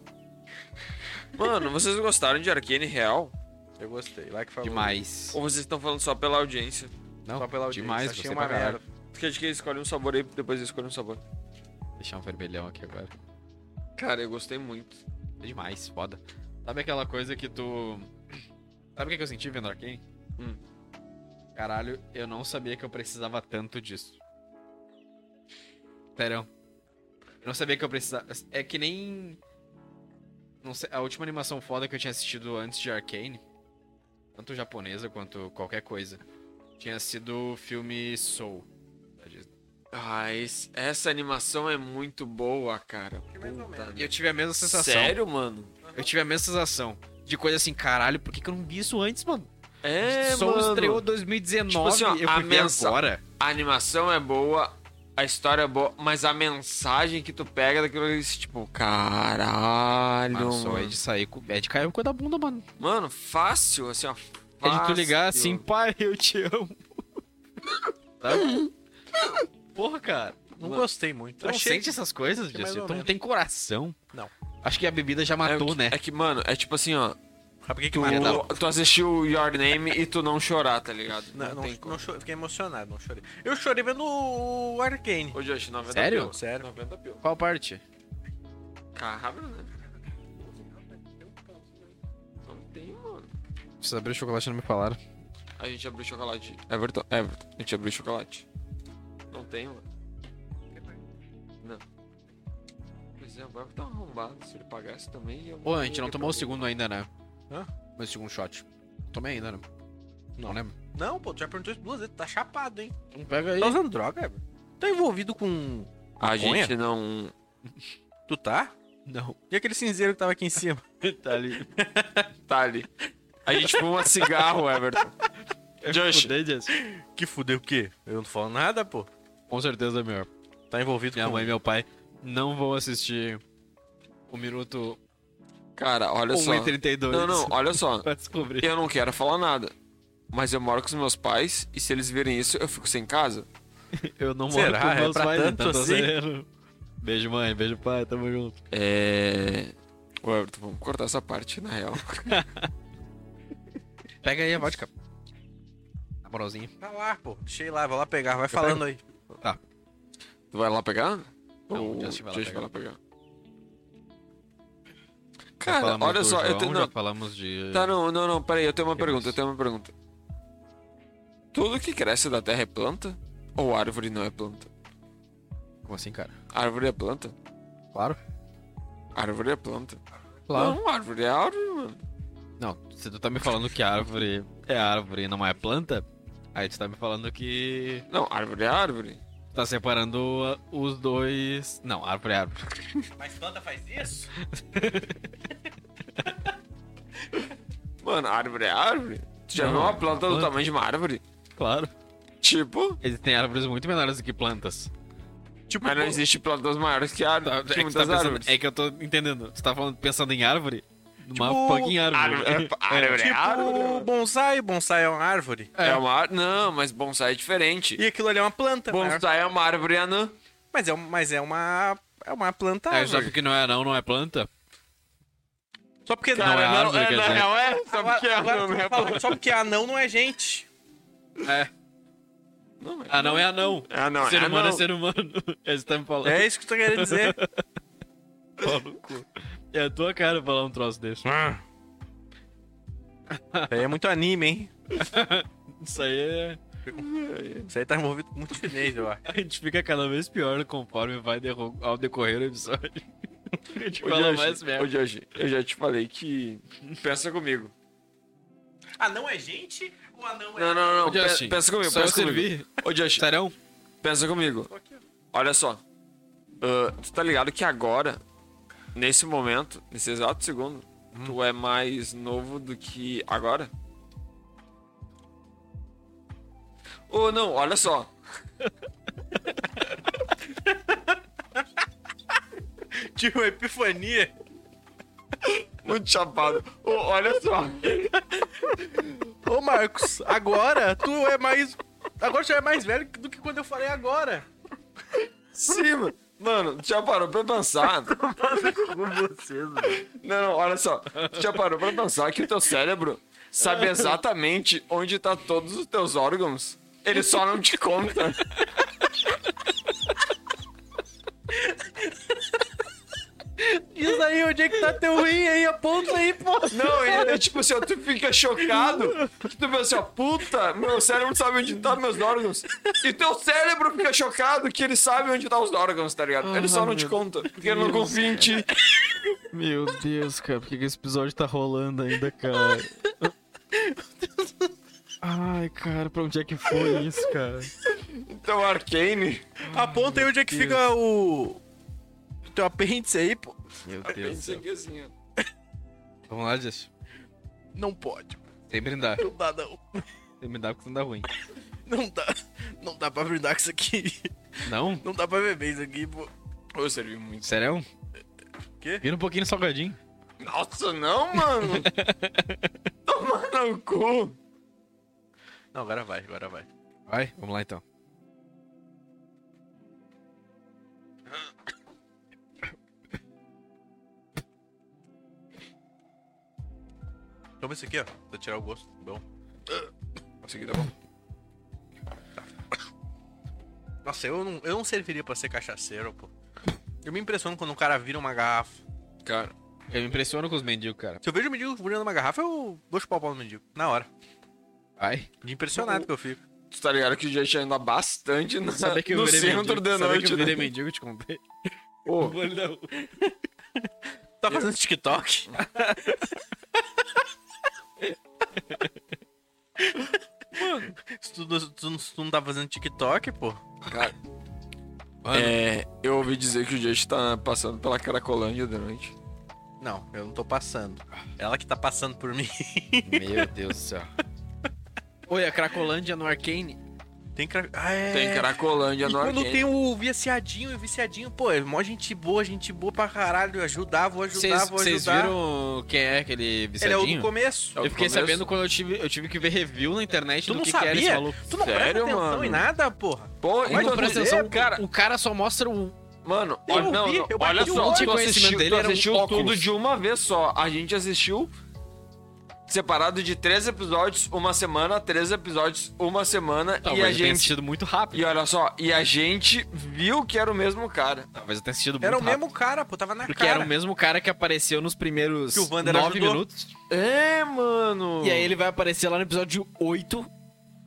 Speaker 2: Mano, vocês gostaram de Arcane real?
Speaker 3: Eu gostei. Like, favorito.
Speaker 1: Demais.
Speaker 2: Ou vocês estão falando só pela audiência?
Speaker 1: Não,
Speaker 3: Só pela audiência.
Speaker 1: demais,
Speaker 3: Achei
Speaker 1: gostei
Speaker 3: uma
Speaker 1: pra caralho.
Speaker 3: merda.
Speaker 2: Porque a gente escolhe um sabor aí, depois escolhe um sabor.
Speaker 1: Deixar um vermelhão aqui agora.
Speaker 2: Cara, eu gostei muito.
Speaker 1: É demais, foda. Sabe aquela coisa que tu... Sabe o que que eu senti vendo Arcane?
Speaker 2: Hum.
Speaker 1: Caralho, eu não sabia que eu precisava tanto disso. Sério. Eu não sabia que eu precisava... É que nem... Não sei, a última animação foda que eu tinha assistido antes de Arcane, tanto japonesa quanto qualquer coisa, tinha sido o filme Soul. da Disney.
Speaker 2: Ah, esse- essa animação é muito boa, cara.
Speaker 3: mais ou
Speaker 2: Puta
Speaker 3: menos.
Speaker 1: E eu
Speaker 2: merda.
Speaker 1: tive a mesma sensação.
Speaker 2: Sério, mano?
Speaker 1: Eu tive a mesma sensação. De coisa assim, caralho, por que, que eu não vi isso antes, mano?
Speaker 2: É,
Speaker 1: Soul
Speaker 2: mano.
Speaker 1: estreou 2019,
Speaker 2: Tipo assim, ó,
Speaker 1: eu
Speaker 2: a
Speaker 1: fui ver
Speaker 2: mensa-
Speaker 1: agora.
Speaker 2: A animação é boa, a história é boa, mas a mensagem que tu pega daquilo ali, tipo, caralho,
Speaker 1: Mano,
Speaker 2: mano.
Speaker 1: só é de sair com... É de cair com a da bunda, mano.
Speaker 2: Mano, fácil, assim, ó.
Speaker 1: É
Speaker 2: Fácil.
Speaker 1: de tu ligar assim, pai, eu te amo. Sabe? Porra, cara.
Speaker 3: Não gostei muito.
Speaker 1: Tu não sente essas coisas,
Speaker 3: achei mais
Speaker 1: Jesse?
Speaker 3: ou
Speaker 1: Tu não
Speaker 3: menos.
Speaker 1: tem coração.
Speaker 3: Não.
Speaker 1: Acho que a bebida já
Speaker 2: É
Speaker 1: matou,
Speaker 2: que-
Speaker 1: né?
Speaker 2: É que, mano, é tipo assim, ó.
Speaker 1: Sabe o que que
Speaker 2: Tu,
Speaker 1: mataram?
Speaker 2: tu assistiu Your Name e tu não chorar, tá ligado?
Speaker 3: Não, não,
Speaker 2: tem como.
Speaker 3: não chorei, fiquei emocionado, não chorei. Eu chorei vendo o Arcane.
Speaker 2: Ô, Josh, 90
Speaker 1: Sério?
Speaker 2: pila.
Speaker 3: Sério.
Speaker 2: 90 pila.
Speaker 1: Qual parte?
Speaker 2: Caralho, né? Não tem, mano.
Speaker 1: Vocês abriram o chocolate e não me falaram.
Speaker 2: A gente abriu chocolate. Everton, Everton. A gente abriu chocolate. Não tem, mano. Não. Pois é, o Everton tá arrombado. Se ele pagasse também... eu-
Speaker 1: Ô, a gente não tomou o segundo ainda, né?
Speaker 3: Hã?
Speaker 1: Mas o segundo shot. Não Tomei ainda, né? Não, lembro.
Speaker 3: Não, pô, tu já perguntou isso duas vezes, tu tá chapado, hein?
Speaker 1: Então pega aí.
Speaker 3: Tá usando droga, Eber? Tá envolvido com.
Speaker 2: A gente
Speaker 3: Maconha?
Speaker 2: não...
Speaker 3: Tu tá?
Speaker 1: Não.
Speaker 3: E aquele cinzeiro que tava aqui em cima?
Speaker 4: tá ali.
Speaker 2: Tá ali. A gente fuma cigarro, Everton. Josh,
Speaker 3: que fudeu o quê? Eu não falo nada, pô.
Speaker 1: Com certeza é melhor.
Speaker 3: Tá envolvido
Speaker 1: Minha
Speaker 3: com.
Speaker 1: mãe e meu pai não vão assistir o um minuto
Speaker 2: cara, olha só.
Speaker 1: 1h32.
Speaker 2: Não, não, olha só.
Speaker 1: Pra descobrir.
Speaker 2: Eu não quero falar nada. Mas eu moro com os meus pais e se eles verem isso, eu fico sem casa.
Speaker 1: Eu não moro
Speaker 3: Será?
Speaker 1: com
Speaker 3: É
Speaker 1: meus
Speaker 3: pra
Speaker 1: pais,
Speaker 3: tanto
Speaker 1: então tô
Speaker 3: assim?
Speaker 1: zero. Beijo, mãe. Beijo, pai. Tamo junto.
Speaker 2: É. Ô, Everton, vamos cortar essa parte, na real.
Speaker 1: Pega aí a vodka. Na moralzinha.
Speaker 3: Tá lá, pô. Deixei lá, vou lá pegar, vai falando aí.
Speaker 2: Tu vai lá pegar?
Speaker 1: Não,
Speaker 2: Ou
Speaker 1: o Justin vai lá
Speaker 2: Justin
Speaker 1: pegar.
Speaker 2: Cara, olha só, eu tenho.
Speaker 1: Já
Speaker 2: Não,
Speaker 1: falamos de...
Speaker 2: tá, não, não, não, peraí, eu tenho uma
Speaker 1: Que
Speaker 2: pergunta,
Speaker 1: mais?
Speaker 2: eu tenho uma pergunta. Tudo que cresce da terra é planta? Ou árvore não é planta?
Speaker 1: Como assim, cara?
Speaker 2: Árvore é planta?
Speaker 1: Claro.
Speaker 2: Árvore é planta.
Speaker 1: Claro.
Speaker 2: Não, árvore é árvore, mano.
Speaker 1: Não. se tu tá me falando que árvore é árvore e não é planta, aí tu tá me falando que
Speaker 2: Não, árvore é árvore.
Speaker 1: tu tá separando ah, os dois... Não, árvore é árvore.
Speaker 3: Mas planta faz isso?
Speaker 2: Mano, árvore é árvore. Tu já
Speaker 1: Não, é
Speaker 2: viu uma
Speaker 1: uma
Speaker 2: planta do
Speaker 1: planta.
Speaker 2: tamanho de uma árvore?
Speaker 1: Claro.
Speaker 2: Tipo,
Speaker 1: Existem árvores muito menores do que plantas.
Speaker 2: tipo mas não existe plantas maiores que, ar...
Speaker 1: Tá, é, que
Speaker 2: que
Speaker 1: tu tá
Speaker 2: muitas
Speaker 1: pensando-
Speaker 2: Tipo, árvores.
Speaker 1: é que eu tô entendendo. Tu tá falando, pensando em árvore? Numa
Speaker 3: Tipo,
Speaker 1: fucking árvore.
Speaker 2: Árvore é, árvore é árvore.
Speaker 3: Tipo, bonsai, bonsai é uma árvore.
Speaker 2: É uma ar- Não, mas bonsai é diferente.
Speaker 3: E aquilo ali é uma planta, né?
Speaker 2: Bonsai é uma árvore anã.
Speaker 3: Mas é, um- mas é uma. É uma planta
Speaker 1: Aí só
Speaker 3: árvore.
Speaker 1: porque não é não, não é planta?
Speaker 3: Só porque
Speaker 1: Não é árvore, quer dizer.
Speaker 2: real é, só
Speaker 3: Agora-
Speaker 2: porque é
Speaker 3: agora
Speaker 2: anã,
Speaker 3: tu
Speaker 2: né?
Speaker 3: falou, só porque anão não é gente.
Speaker 1: É.
Speaker 2: Não, é.
Speaker 1: Anão é anão.
Speaker 2: Ah, não,
Speaker 1: ser
Speaker 2: é
Speaker 1: humano é
Speaker 2: anão.
Speaker 1: ser humano. É isso que tá me falando.
Speaker 3: É isso que tu tá querendo dizer.
Speaker 1: Pau no cu. É a tua cara falar um troço desse.
Speaker 3: Isso aí é muito anime, hein?
Speaker 1: Isso aí é.
Speaker 3: Isso aí tá envolvido com muito chinês, eu acho.
Speaker 1: A gente fica cada vez pior conforme vai derro- ao decorrer o episódio. A gente
Speaker 2: Ô,
Speaker 1: fala
Speaker 2: Josh,
Speaker 1: mais
Speaker 2: ô,
Speaker 1: merda.
Speaker 2: Josh, eu já te falei que... Pensa comigo.
Speaker 3: Anão é gente ou anão é
Speaker 2: Não, não, não,
Speaker 1: Ô, Justin,
Speaker 2: pe- pensa comigo,
Speaker 1: só eu
Speaker 2: pensa comigo.
Speaker 1: servir.
Speaker 2: Ô, Josh,
Speaker 1: Serão?
Speaker 2: pensa comigo. Olha só. Ah, tu tá ligado que agora, nesse momento, nesse exato segundo, tu é mais novo do que agora? Ou não, olha só.
Speaker 3: Tipo, epifania.
Speaker 2: Muito chapado. Ô, olha só.
Speaker 3: Ô, Marcos, agora tu é mais. Agora tu já é mais velho do que quando eu falei agora.
Speaker 2: Sim, mano. Mano, tu já parou pra pensar? Não, não, olha só. Tu já parou pra pensar que o teu cérebro sabe exatamente onde tá todos os teus órgãos? Ele só não te conta.
Speaker 3: Diz aí onde é que tá teu rim aí, aponta aí, pô.
Speaker 2: Não, ele é tipo assim, ó, tu fica chocado, que tu pensa assim, ó, puta, meu cérebro sabe onde tá meus órgãos. E teu cérebro fica chocado que ele sabe onde tá os órgãos, tá ligado? Ele só não te conta, porque ele não confia em ti.
Speaker 4: Meu Deus, cara, por que, que esse episódio tá rolando ainda, cara? Ai, cara, pra onde é que foi isso, cara?
Speaker 2: Então, Arcane,
Speaker 3: Aponta aí onde é que fica o. Teu apêndice aí, pô.
Speaker 1: Meu Deus do
Speaker 2: pensa
Speaker 1: céu.
Speaker 2: aqui assim, ó.
Speaker 1: Vamos lá, Justin.
Speaker 3: Não pode.
Speaker 1: Sem brindar.
Speaker 3: Não dá, não.
Speaker 1: Sem brindar porque senão dá ruim.
Speaker 3: Não dá. Não dá pra brindar com isso aqui.
Speaker 1: Não?
Speaker 3: Não dá pra beber isso aqui, pô.
Speaker 2: Eu servi muito.
Speaker 1: Serão?
Speaker 3: Quê?
Speaker 1: Vira um pouquinho no salgadinho.
Speaker 2: Nossa, não, mano. Toma no cu.
Speaker 3: Não, agora vai, agora vai.
Speaker 1: Vai, vamos lá então.
Speaker 3: Ô, Toma esse aqui, ó. Pra tirar o gosto. tá Bom.
Speaker 2: Isso aqui tá bom.
Speaker 3: Nossa, eu não, eu não serviria pra ser cachaceiro, pô. Eu me impressiono quando um cara vira uma garrafa.
Speaker 1: Cara, eu me impressiono com os mendigos, cara.
Speaker 3: Se eu vejo um mendigo virando uma garrafa, eu vou chupar o pau no mendigo. Na hora.
Speaker 1: Ai.
Speaker 3: De impressionado que eu fico.
Speaker 2: Tu tá ligado que já gente ainda bastante na,
Speaker 1: Saber que eu
Speaker 2: Tá no
Speaker 1: virei
Speaker 2: centro
Speaker 1: mendigo.
Speaker 2: da
Speaker 1: saber que
Speaker 2: noite.
Speaker 1: eu virei
Speaker 2: né?
Speaker 1: mendigo, eu te contei.
Speaker 2: Ô,
Speaker 3: Tá fazendo TikTok? Mano, se tu, se tu- se tu não tá fazendo TikTok, pô.
Speaker 2: cara,
Speaker 3: Mano,
Speaker 2: é, eu ouvi dizer que o gente tá passando pela Cracolândia da noite.
Speaker 3: Não, eu não tô passando. Ela que tá passando por mim.
Speaker 1: Meu Deus do céu. Oi, a Cracolândia no Arcane.
Speaker 3: Tem cra... ah, é.
Speaker 2: Tem Cracolândia
Speaker 3: E
Speaker 2: no
Speaker 3: quando
Speaker 2: Arcane.
Speaker 3: tem o viciadinho e o viciadinho, pô, é mó gente boa, gente boa pra caralho. Ajudar, vou ajudar, vou
Speaker 1: Vocês
Speaker 3: ajudar.
Speaker 1: viram quem é aquele
Speaker 3: Ele é o
Speaker 1: viciadinho?
Speaker 3: do começo.
Speaker 2: É
Speaker 1: Eu
Speaker 2: o do
Speaker 1: fiquei
Speaker 2: começo.
Speaker 1: sabendo quando eu tive, eu tive que ver review na internet
Speaker 3: Tu
Speaker 1: do
Speaker 3: não
Speaker 1: que, que era esse
Speaker 3: sabia?
Speaker 1: maluco.
Speaker 3: Tu não presta
Speaker 2: Sério,
Speaker 3: atenção
Speaker 2: mano?
Speaker 3: em nada, porra.
Speaker 2: Pô,
Speaker 3: Vai
Speaker 2: então,
Speaker 1: Não, presta atenção,
Speaker 2: cara,
Speaker 1: o cara só mostra o.
Speaker 2: Mano,
Speaker 3: Eu
Speaker 2: olha, não,
Speaker 3: vi,
Speaker 2: não,
Speaker 3: eu bati
Speaker 2: olha
Speaker 3: o
Speaker 2: só,
Speaker 3: olho. Tipo,
Speaker 2: tu
Speaker 1: O conhecimento
Speaker 2: assistiu,
Speaker 1: dele
Speaker 2: tu
Speaker 1: era um
Speaker 2: assistiu
Speaker 1: óculos.
Speaker 2: tudo de uma vez só. A gente assistiu separado de três episódios uma semana, três episódios uma semana e
Speaker 1: Talvez
Speaker 2: a
Speaker 1: eu tenha
Speaker 2: gente
Speaker 1: assistido muito rápido.
Speaker 2: e olha só, e a gente viu que era o mesmo cara.
Speaker 1: Talvez eu tenha assistido muito
Speaker 3: Era o
Speaker 1: rápido.
Speaker 3: mesmo cara, pô, tava na
Speaker 1: Porque
Speaker 3: cara.
Speaker 1: era o mesmo cara que apareceu nos primeiros
Speaker 3: Que o Wander
Speaker 1: nove
Speaker 3: ajudou.
Speaker 1: minutos.
Speaker 2: É, mano.
Speaker 1: E aí ele vai aparecer lá no episódio 8,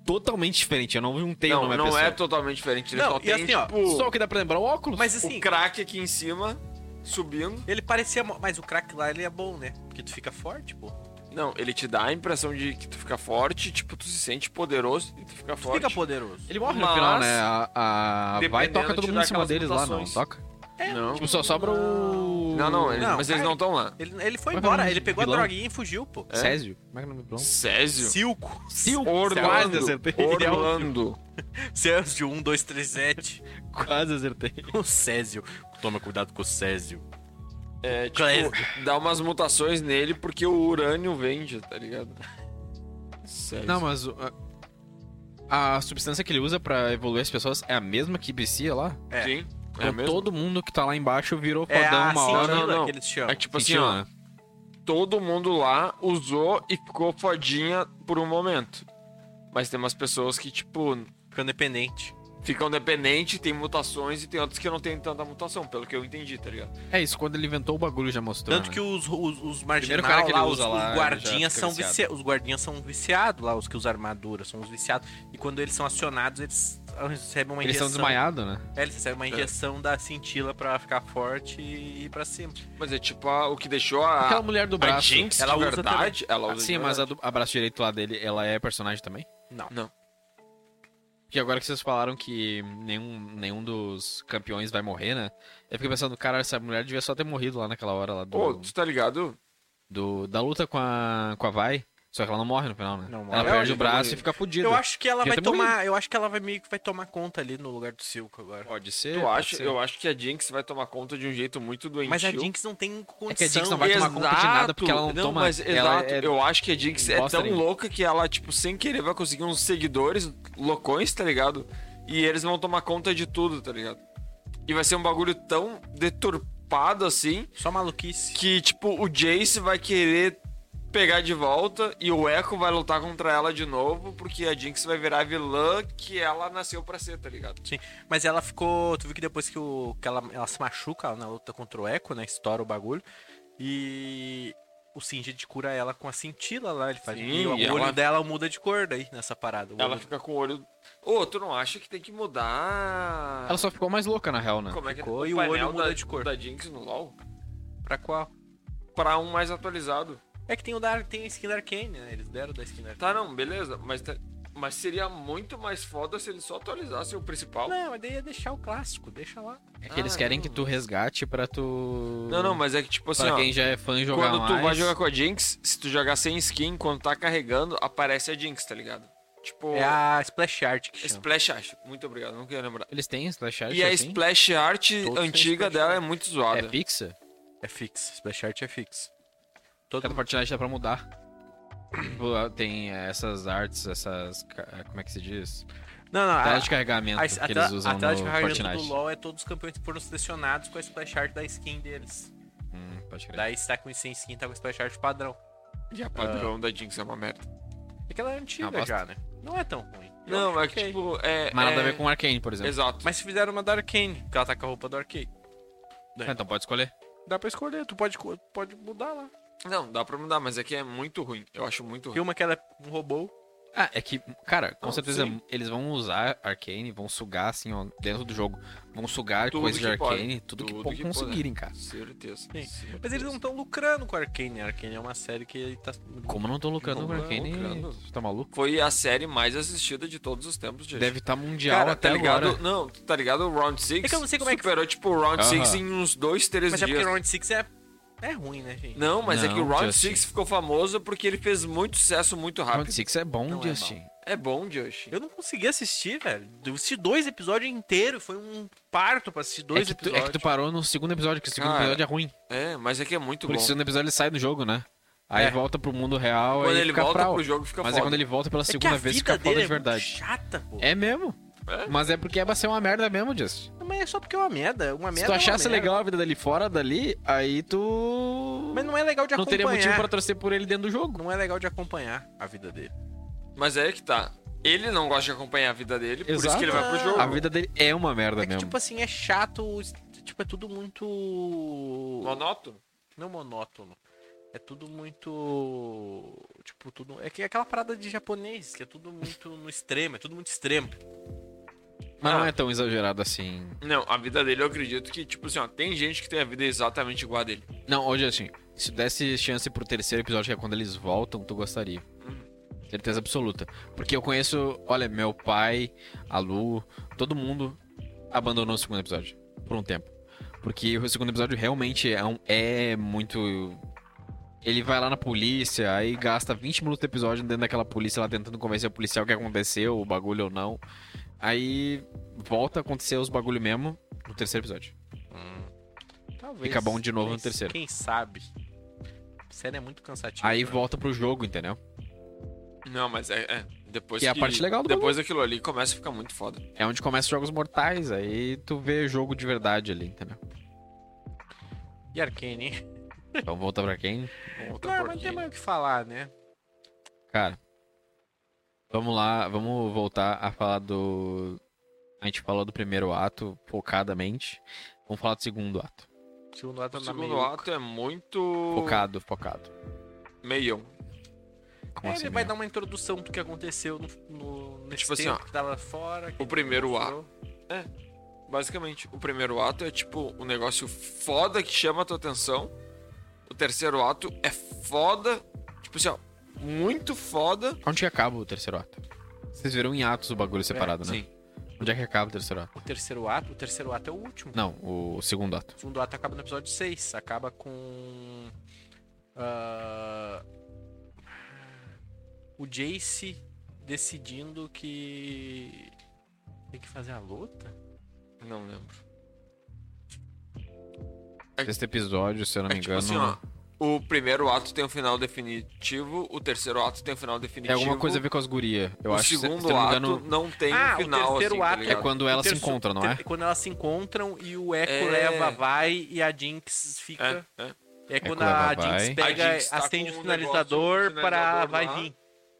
Speaker 1: totalmente diferente. Eu não juntei o
Speaker 2: não,
Speaker 1: nome
Speaker 2: não
Speaker 1: da
Speaker 2: é
Speaker 1: pessoa.
Speaker 2: totalmente diferente. Ele
Speaker 3: Não,
Speaker 2: só
Speaker 3: e
Speaker 2: tem,
Speaker 3: assim, ó,
Speaker 2: tipo,
Speaker 1: Só o que dá pra lembrar, o óculos.
Speaker 3: Mas
Speaker 2: o
Speaker 3: assim,
Speaker 2: craque aqui em cima subindo.
Speaker 3: ele parecia. mo- Mas o crack lá, ele é bom, né? Porque tu fica forte, pô.
Speaker 2: Não, ele te dá a impressão de que tu fica forte, tipo, tu se sente poderoso e tu fica
Speaker 3: Tu
Speaker 2: forte.
Speaker 3: fica poderoso.
Speaker 1: Ele morre no
Speaker 2: Mas-
Speaker 1: final, né? A, a- Vai e
Speaker 2: Dependendo,
Speaker 1: toca todo
Speaker 2: te
Speaker 1: mundo
Speaker 2: dá
Speaker 1: em cima
Speaker 2: aquelas
Speaker 1: deles lá, não?
Speaker 2: mutações.
Speaker 1: Toca.
Speaker 2: Não.
Speaker 1: Tipo, só sobra o.
Speaker 2: Não, não, ele-
Speaker 3: Não,
Speaker 2: mas eles
Speaker 3: cara,
Speaker 2: não estão lá.
Speaker 3: Ele, ele foi
Speaker 1: Como é que é o
Speaker 3: embora,
Speaker 1: nome
Speaker 3: ele
Speaker 1: do
Speaker 3: pegou
Speaker 1: vilão?
Speaker 3: a droguinha e fugiu, pô.
Speaker 1: Césio. Como é que é o nome do vilão?
Speaker 2: Césio?
Speaker 3: Silco.
Speaker 1: Silco. Quase
Speaker 2: Orlando.
Speaker 1: acertei.
Speaker 3: é
Speaker 2: Orlando.
Speaker 3: Césio de 1, 2, 3, 7.
Speaker 1: Quase acertei.
Speaker 3: O Césio. Toma cuidado com o Césio.
Speaker 2: É,
Speaker 3: Clésio.
Speaker 2: tipo, dá umas mutações nele porque o urânio vende, tá ligado? Césio.
Speaker 1: Não, mas o- a, a substância que ele usa pra evoluir as pessoas é a mesma que vicia lá?
Speaker 3: é.
Speaker 2: Sim. É
Speaker 1: Então
Speaker 2: mesmo?
Speaker 1: todo mundo que tá lá embaixo virou
Speaker 3: É
Speaker 1: fodão
Speaker 3: a
Speaker 1: uma hora.
Speaker 3: cintila
Speaker 2: Não, não, não.
Speaker 3: que eles chamam.
Speaker 2: É que, tipo assim,
Speaker 1: Sentiu,
Speaker 2: ó,
Speaker 1: né?
Speaker 2: todo mundo lá usou e ficou fodinha por um momento. Mas tem umas pessoas que, tipo,
Speaker 3: Ficou independente.
Speaker 2: ficam dependentes, tem mutações e tem outras que não tem tanta mutação, pelo que eu entendi, tá ligado?
Speaker 1: É isso, quando ele inventou o bagulho já mostrou.
Speaker 3: Tanto
Speaker 1: né?
Speaker 3: que os, os, os
Speaker 1: Primeiro
Speaker 3: marginais
Speaker 1: cara que ele
Speaker 3: lá,
Speaker 1: usa
Speaker 3: os,
Speaker 1: lá, ele
Speaker 3: os
Speaker 1: já
Speaker 3: guardinhas
Speaker 1: fica
Speaker 3: são
Speaker 1: viciado.
Speaker 3: vicia... os guardinhas são viciados lá, os que usam armadura, são os viciados. E quando eles são acionados, eles recebem uma
Speaker 1: Eles
Speaker 3: injeção.
Speaker 1: são desmaiados, né?
Speaker 3: É, eles recebem uma injeção da cintila pra ficar forte e ir pra cima.
Speaker 2: Mas é tipo a- o que deixou a.
Speaker 1: Aquela mulher do
Speaker 2: a
Speaker 1: um braço.
Speaker 2: Jinx,
Speaker 3: ela
Speaker 2: de
Speaker 3: usa
Speaker 2: verdade, ela
Speaker 1: Ah,
Speaker 2: usa de
Speaker 1: Sim, mas a, do,
Speaker 2: verdade.
Speaker 1: a braço direito lá dele, ela é personagem também?
Speaker 3: Não.
Speaker 2: Não.
Speaker 1: Porque agora que vocês falaram que nenhum, nenhum dos campeões vai morrer, né? Eu fiquei pensando, cara, essa mulher devia só ter morrido lá naquela hora lá do,
Speaker 2: Pô, tu tá ligado?
Speaker 1: do- da luta com a, com a Vai. Só que ela não morre no final, né?
Speaker 3: Não morre.
Speaker 1: ela
Speaker 3: Ela
Speaker 1: perde
Speaker 3: já
Speaker 1: o braço
Speaker 2: morreu.
Speaker 1: e fica fodida.
Speaker 3: Eu acho que ela
Speaker 1: Devia
Speaker 3: vai
Speaker 1: ter
Speaker 3: tomar. Eu acho que ela vai meio que vai tomar conta ali no lugar do Silco agora.
Speaker 1: Pode ser.
Speaker 2: Tu
Speaker 1: É, pode
Speaker 2: acha,
Speaker 1: ser.
Speaker 2: eu acho que a Jinx vai tomar conta de um jeito muito doentio.
Speaker 3: Mas a Jinx não tem condição.
Speaker 1: É que a Jinx não vai tomar conta de nada porque ela não, toma.
Speaker 2: Mas,
Speaker 1: ela
Speaker 2: exato,
Speaker 1: é-
Speaker 2: eu acho que a Jinx é
Speaker 1: bosta
Speaker 2: tão
Speaker 1: nenhuma.
Speaker 2: louca que ela, tipo, sem querer vai conseguir uns seguidores loucões, tá ligado? E eles vão tomar conta de tudo, tá ligado? E vai ser um bagulho tão deturpado assim
Speaker 3: Só maluquice.
Speaker 2: que, tipo, o Jace vai querer pegar de volta e o Echo vai lutar contra ela de novo porque a Jinx vai virar a vilã que ela nasceu pra ser, tá ligado?
Speaker 3: Sim, mas ela ficou. Tu viu que depois que, o, que ela, ela se machuca na luta contra o Echo, né? Estoura o bagulho. E o Singed cura ela com a cintila lá. Ele faz
Speaker 2: Sim,
Speaker 3: e o
Speaker 2: e
Speaker 3: olho
Speaker 2: ela-
Speaker 3: dela muda de cor daí nessa parada. O
Speaker 2: Ela
Speaker 3: olho
Speaker 2: fica com o olho. Ô, tu não acha que tem que mudar.
Speaker 1: Ela só ficou mais louca, na real, né?
Speaker 2: Como é que
Speaker 3: ficou e o
Speaker 2: painel
Speaker 3: olho muda
Speaker 2: da,
Speaker 3: de cor.
Speaker 2: da Jinx no LoL?
Speaker 3: pra qual?
Speaker 2: Pra um mais atualizado.
Speaker 3: É que tem o da, tem a skin da Arcane, né? Eles deram da skin da Arcane.
Speaker 2: Tá, não, beleza. Mas, tá- mas seria muito mais foda se eles só atualizassem o principal.
Speaker 3: Não, mas daí ia deixar o clássico, deixa lá.
Speaker 1: É que eles
Speaker 2: Ah,
Speaker 1: querem
Speaker 2: não.
Speaker 1: que tu resgate pra tu.
Speaker 2: Não, não, mas é que tipo assim,
Speaker 1: Pra
Speaker 2: ó,
Speaker 1: quem já é fã jogar
Speaker 2: quando tu
Speaker 1: mais.
Speaker 2: vai jogar com a Jinx, se tu jogar sem skin, quando tá carregando, aparece a Jinx, tá ligado? Tipo, é
Speaker 3: É a Splash Art que chama.
Speaker 2: Splash Art. Muito obrigado, não queria lembrar.
Speaker 1: Eles têm Slash Art
Speaker 2: E é a
Speaker 1: assim?
Speaker 2: Splash Art
Speaker 3: Todos têm
Speaker 2: antiga
Speaker 3: Splash
Speaker 2: dela
Speaker 3: Art.
Speaker 2: é muito
Speaker 1: É
Speaker 2: zoada.
Speaker 1: fixa?
Speaker 3: É fix, Splash Art é fix. Todo
Speaker 1: Cada personagem dá pra mudar. Tipo, Tem essas artes, essas. ca- Como é que se diz?
Speaker 3: Não,
Speaker 2: Ah,
Speaker 3: não,
Speaker 1: Tela
Speaker 3: a,
Speaker 1: de carregamento
Speaker 3: a,
Speaker 1: que
Speaker 3: a,
Speaker 1: eles usam
Speaker 3: a tela de
Speaker 1: no
Speaker 3: carregamento
Speaker 1: Fortnite.
Speaker 3: do LoL é todos os campeões que foram selecionados com a Splash Art da skin deles.
Speaker 1: Hum, pode crer.
Speaker 3: Daí se tá com sem skin, tá com splash art padrão.
Speaker 2: E a padrão da Jinx é uma merda.
Speaker 3: É que ela é antiga
Speaker 1: Ah, bosta.
Speaker 3: já, né? Não é tão ruim. Eu
Speaker 2: Não,
Speaker 3: acho
Speaker 2: é que,
Speaker 3: ok.
Speaker 2: tipo, é.
Speaker 1: Mas nada a
Speaker 2: é-
Speaker 1: ver com né? o Arcane, por exemplo.
Speaker 2: Exato.
Speaker 3: Mas se fizeram uma da Arcane, que ela tá com a roupa do Arcane.
Speaker 1: Ah, Então pode escolher.
Speaker 3: Dá pra escolher, tu pode, co- pode mudar lá.
Speaker 2: Não, dá pra mudar, mas é que é muito ruim. Eu acho muito
Speaker 3: Tem
Speaker 2: ruim.
Speaker 3: uma que ela é um robô.
Speaker 1: Ah, é que, cara, com
Speaker 2: Não,
Speaker 1: certeza
Speaker 2: sim.
Speaker 1: eles vão usar Arcane, vão sugar, assim, ó, dentro do jogo. Vão sugar
Speaker 2: Tudo
Speaker 1: coisas de
Speaker 2: que pode.
Speaker 1: Arcane, tudo, que
Speaker 2: Tudo
Speaker 1: po-
Speaker 2: que pode.
Speaker 1: conseguirem, cara.
Speaker 2: Certeza.
Speaker 3: Sim.
Speaker 2: certeza.
Speaker 3: Mas eles não estão lucrando com a Arcane. A Arcane é uma série que tá.
Speaker 1: Como não tô lucrando
Speaker 2: Não
Speaker 1: com
Speaker 2: tão
Speaker 1: Arcane?
Speaker 2: lucrando.
Speaker 1: Tu tá maluco?
Speaker 2: Foi a série mais assistida de todos os tempos, gente.
Speaker 1: Deve estar mundial
Speaker 2: Cara,
Speaker 1: até
Speaker 2: tá ligado?
Speaker 1: agora.
Speaker 2: Não, tá ligado? O Round 6
Speaker 3: É que eu não sei como é que-
Speaker 2: superou, tipo, o
Speaker 1: Aham.
Speaker 2: Round 6 em uns dois, três
Speaker 3: Mas é porque
Speaker 2: dias.
Speaker 3: Round 6 é. É ruim, né, gente?
Speaker 2: Não, mas é que o
Speaker 1: Não,
Speaker 2: Round
Speaker 1: Justin.
Speaker 2: 6 ficou famoso porque ele fez muito sucesso muito
Speaker 1: Round
Speaker 2: rápido.
Speaker 1: 6 é bom,
Speaker 3: Não é
Speaker 1: Justin.
Speaker 2: É bom, Josh.
Speaker 3: Eu não consegui assistir, velho. Eu assisti dois episódios inteiros. Foi um parto pra assistir
Speaker 1: É
Speaker 3: dois
Speaker 1: que, tu, é
Speaker 3: episódios.
Speaker 1: que tu parou no segundo episódio, que o segundo
Speaker 2: Cara,
Speaker 1: episódio é ruim.
Speaker 2: É, mas é que é muito
Speaker 1: Porque o
Speaker 2: bom.
Speaker 1: segundo episódio ele sai do jogo, né? Aí
Speaker 3: É.
Speaker 1: volta pro mundo real,
Speaker 2: Quando
Speaker 1: aí
Speaker 2: ele
Speaker 1: fica
Speaker 2: volta
Speaker 1: frau.
Speaker 2: pro jogo, fica
Speaker 1: Mas
Speaker 2: foda.
Speaker 1: é quando ele volta pela
Speaker 3: É que
Speaker 1: segunda
Speaker 3: a
Speaker 1: vez,
Speaker 3: vida
Speaker 1: fica foda
Speaker 3: dele
Speaker 1: de
Speaker 3: é muito
Speaker 1: verdade.
Speaker 3: chata, pô.
Speaker 1: É mesmo?
Speaker 2: É.
Speaker 1: Mas é porque é pra ser uma merda mesmo, Justin.
Speaker 3: Não, Mas é só porque é uma merda. Uma merda.
Speaker 1: Se
Speaker 3: é
Speaker 1: tu
Speaker 3: uma
Speaker 1: achasse
Speaker 3: merda.
Speaker 1: legal a vida dele fora dali, aí tu.
Speaker 3: Mas não é legal de
Speaker 1: não
Speaker 3: acompanhar.
Speaker 1: teria motivo pra torcer por ele dentro do jogo.
Speaker 3: Não é legal de acompanhar a vida dele.
Speaker 2: Mas é que tá. Ele não gosta de acompanhar a vida dele, por isso
Speaker 1: Exato.
Speaker 2: que ele
Speaker 3: Ah.
Speaker 2: vai pro jogo.
Speaker 1: A vida dele é uma merda
Speaker 3: É que,
Speaker 1: mesmo.
Speaker 3: tipo assim, é chato. Tipo, é tudo muito.
Speaker 2: Monótono.
Speaker 3: Não monótono. É tudo muito. Tipo, tudo. É que é aquela parada de japonês, que é tudo muito no extremo, é tudo muito extremo.
Speaker 1: Mas não
Speaker 2: Ah.
Speaker 1: é tão exagerado assim.
Speaker 2: Não, a vida dele eu acredito que, tipo assim, ó, tem gente que tem a vida exatamente igual a dele.
Speaker 1: Não, ô Justin, se desse chance pro terceiro episódio, que é quando eles voltam, tu gostaria. Certeza absoluta. Porque eu conheço, olha, meu pai, a Lu, todo mundo abandonou o segundo episódio. Por um tempo. Porque o segundo episódio realmente é, um- é muito. Ele vai lá na polícia, aí gasta 20 minutos do episódio dentro daquela polícia lá tentando convencer o policial o que aconteceu, o bagulho ou não. Aí volta a acontecer os bagulho mesmo no terceiro episódio.
Speaker 3: Talvez.
Speaker 1: Fica bom de novo no
Speaker 3: Mas
Speaker 1: terceiro.
Speaker 3: Quem sabe? A série é muito cansativa.
Speaker 1: Aí
Speaker 3: né?
Speaker 1: volta pro jogo, entendeu?
Speaker 2: Não, mas é. é, Depois
Speaker 1: Que é a parte legal do
Speaker 2: Depois daquilo ali começa a ficar muito foda.
Speaker 1: É onde começa os jogos mortais, aí tu vê jogo de verdade ali, entendeu?
Speaker 3: E Arcane, hein?
Speaker 1: Então volta pra quem?
Speaker 2: Outra
Speaker 3: Não, mas não tem
Speaker 2: porquinha.
Speaker 3: mais o que falar, né?
Speaker 1: Cara, vamos lá, vamos voltar a falar do... A gente falou do primeiro ato, focadamente. Vamos falar do segundo ato.
Speaker 3: O segundo ato
Speaker 2: O
Speaker 3: tá
Speaker 2: segundo
Speaker 3: meio...
Speaker 2: ato é muito.
Speaker 1: Focado, focado.
Speaker 2: Meio.
Speaker 1: Como
Speaker 3: é,
Speaker 1: assim, É
Speaker 3: ele vai
Speaker 1: meu?
Speaker 3: dar uma introdução do que aconteceu no, no, nesse
Speaker 2: Tipo assim,
Speaker 3: tempo
Speaker 2: ó,
Speaker 3: que tava fora. que
Speaker 2: o primeiro
Speaker 3: ele
Speaker 2: ato. Basicamente, o primeiro ato é tipo um negócio foda que chama a tua atenção. O terceiro ato é foda. Tipo assim, ó, muito foda.
Speaker 1: Onde que acaba o terceiro ato? Vocês viram em atos o bagulho separado, né?
Speaker 2: Sim.
Speaker 1: Onde é que acaba o terceiro ato?
Speaker 3: O terceiro ato, o terceiro ato é o último.
Speaker 1: Não, o segundo ato.
Speaker 3: O segundo ato acaba no episódio 6. Acaba com. ah, o Jace decidindo que. Tem que fazer a luta?
Speaker 2: Não lembro. Tipo
Speaker 1: Sexto episódio, se eu não
Speaker 2: É
Speaker 1: me
Speaker 2: tipo
Speaker 1: engano.
Speaker 2: assim, ó. O primeiro ato tem um final definitivo, o terceiro ato tem um final
Speaker 1: é
Speaker 2: definitivo.
Speaker 1: alguma coisa a ver com as gurias. Eu
Speaker 2: o
Speaker 1: acho que, se- se eu
Speaker 2: segundo
Speaker 1: não me
Speaker 2: ato
Speaker 1: engano,
Speaker 2: não tem
Speaker 3: Ah,
Speaker 2: um
Speaker 3: o
Speaker 2: final
Speaker 3: terceiro
Speaker 2: assim, tá
Speaker 3: ato é
Speaker 1: é
Speaker 2: ligado?
Speaker 1: quando elas se
Speaker 3: Terço-
Speaker 1: encontram, não é?
Speaker 3: ter- Quando elas se encontram e o Echo
Speaker 2: É.
Speaker 3: leva, vai e a Jinx fica.
Speaker 2: É, é.
Speaker 3: É, quando
Speaker 1: Echo
Speaker 3: a
Speaker 1: leva, vai.
Speaker 3: Jinx pega,
Speaker 2: A Jinx tá
Speaker 3: acende
Speaker 2: com
Speaker 3: o
Speaker 2: um
Speaker 3: finalizador
Speaker 2: negócio, um
Speaker 3: pra.
Speaker 2: finalizador
Speaker 3: Vai
Speaker 2: lá.
Speaker 3: vir.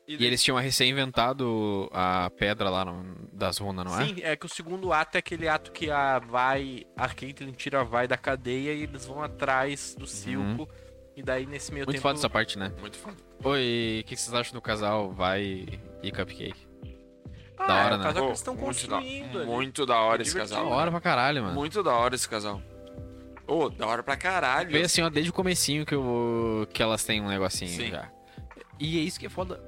Speaker 1: E eles tinham recém-inventado a pedra lá no- das runas, não é?
Speaker 3: Sim, é que o segundo ato é aquele ato que a vai, a Caitlyn tira a vai da cadeia e eles vão atrás do Silco. E daí nesse meio
Speaker 1: Uhum. Muito
Speaker 3: tempo.
Speaker 1: foda essa parte, né?
Speaker 2: é, Muito foda.
Speaker 1: Oi, o que vocês acham do casal Vai e Cupcake?
Speaker 3: ah,
Speaker 1: da hora,
Speaker 3: é o
Speaker 1: né?
Speaker 3: casal que
Speaker 2: Pô,
Speaker 3: eles estão
Speaker 2: muito da-
Speaker 3: construindo ali.
Speaker 2: Muito da hora
Speaker 3: É
Speaker 2: esse
Speaker 3: divertido.
Speaker 1: Da
Speaker 2: casal.
Speaker 1: hora pra caralho, mano.
Speaker 2: Muito da hora esse casal. Ô, da hora pra caralho.
Speaker 1: Veio assim, ó, desde o comecinho que, eu, que elas têm um negocinho
Speaker 2: Sim.
Speaker 1: já. E é isso que é foda.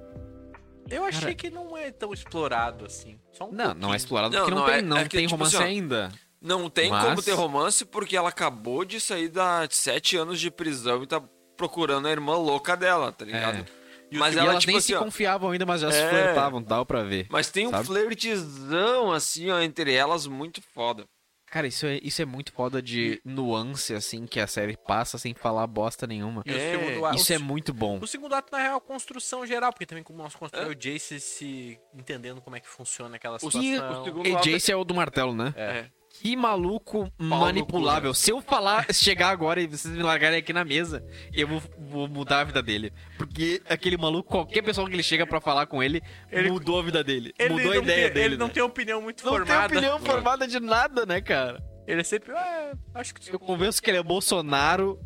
Speaker 3: Eu achei
Speaker 1: Cara-
Speaker 3: que não é tão explorado assim. Só um
Speaker 1: Não, não é
Speaker 3: pouquinho.
Speaker 1: explorado
Speaker 2: Não,
Speaker 1: porque não,
Speaker 2: não
Speaker 1: tem,
Speaker 2: é-
Speaker 1: não
Speaker 2: é que,
Speaker 1: tem
Speaker 2: tipo
Speaker 1: romance
Speaker 2: assim, ó,
Speaker 1: ainda.
Speaker 2: Não tem
Speaker 1: Mas-
Speaker 2: como ter romance porque ela acabou de sair da sete anos de prisão e tá procurando a irmã louca dela, tá ligado? Mas
Speaker 1: É. e
Speaker 2: ela,
Speaker 1: elas
Speaker 2: tipo
Speaker 1: nem
Speaker 2: assim,
Speaker 1: se
Speaker 2: ó,
Speaker 1: confiavam ainda, mas já se
Speaker 2: É.
Speaker 1: flertavam, dava pra ver.
Speaker 2: mas tem um
Speaker 1: sabe?
Speaker 2: flirtzão assim, ó, entre elas muito foda.
Speaker 1: Cara, isso é, isso é muito foda de nuance, assim, que a série passa sem falar bosta nenhuma.
Speaker 3: E o
Speaker 2: É,
Speaker 3: segundo ato-
Speaker 1: Isso é muito bom.
Speaker 3: O segundo ato, na real, é a construção geral, porque também como nós construímos o Jace se entendendo como é que funciona aquela
Speaker 1: O, se-
Speaker 3: situação.
Speaker 2: segundo
Speaker 1: e
Speaker 2: ato-
Speaker 1: Jace é o do martelo, né?
Speaker 2: É.
Speaker 1: Que maluco
Speaker 3: né?
Speaker 1: manipulável. Se eu falar, se chegar agora e vocês me largarem aqui na mesa, eu vou, vou mudar a vida dele. Porque aquele maluco, qualquer pessoa que ele chega pra falar com ele,
Speaker 3: Ele-
Speaker 1: mudou a vida dele.
Speaker 3: Ele
Speaker 1: mudou a
Speaker 3: não
Speaker 1: ideia
Speaker 3: tem,
Speaker 1: dele.
Speaker 3: Ele não
Speaker 1: né?
Speaker 3: tem opinião muito
Speaker 1: Não
Speaker 3: formada.
Speaker 1: tem opinião formada de nada, né, cara?
Speaker 3: Ele é sempre. "Ah, acho que
Speaker 1: Eu convenço que ele é Bolsonaro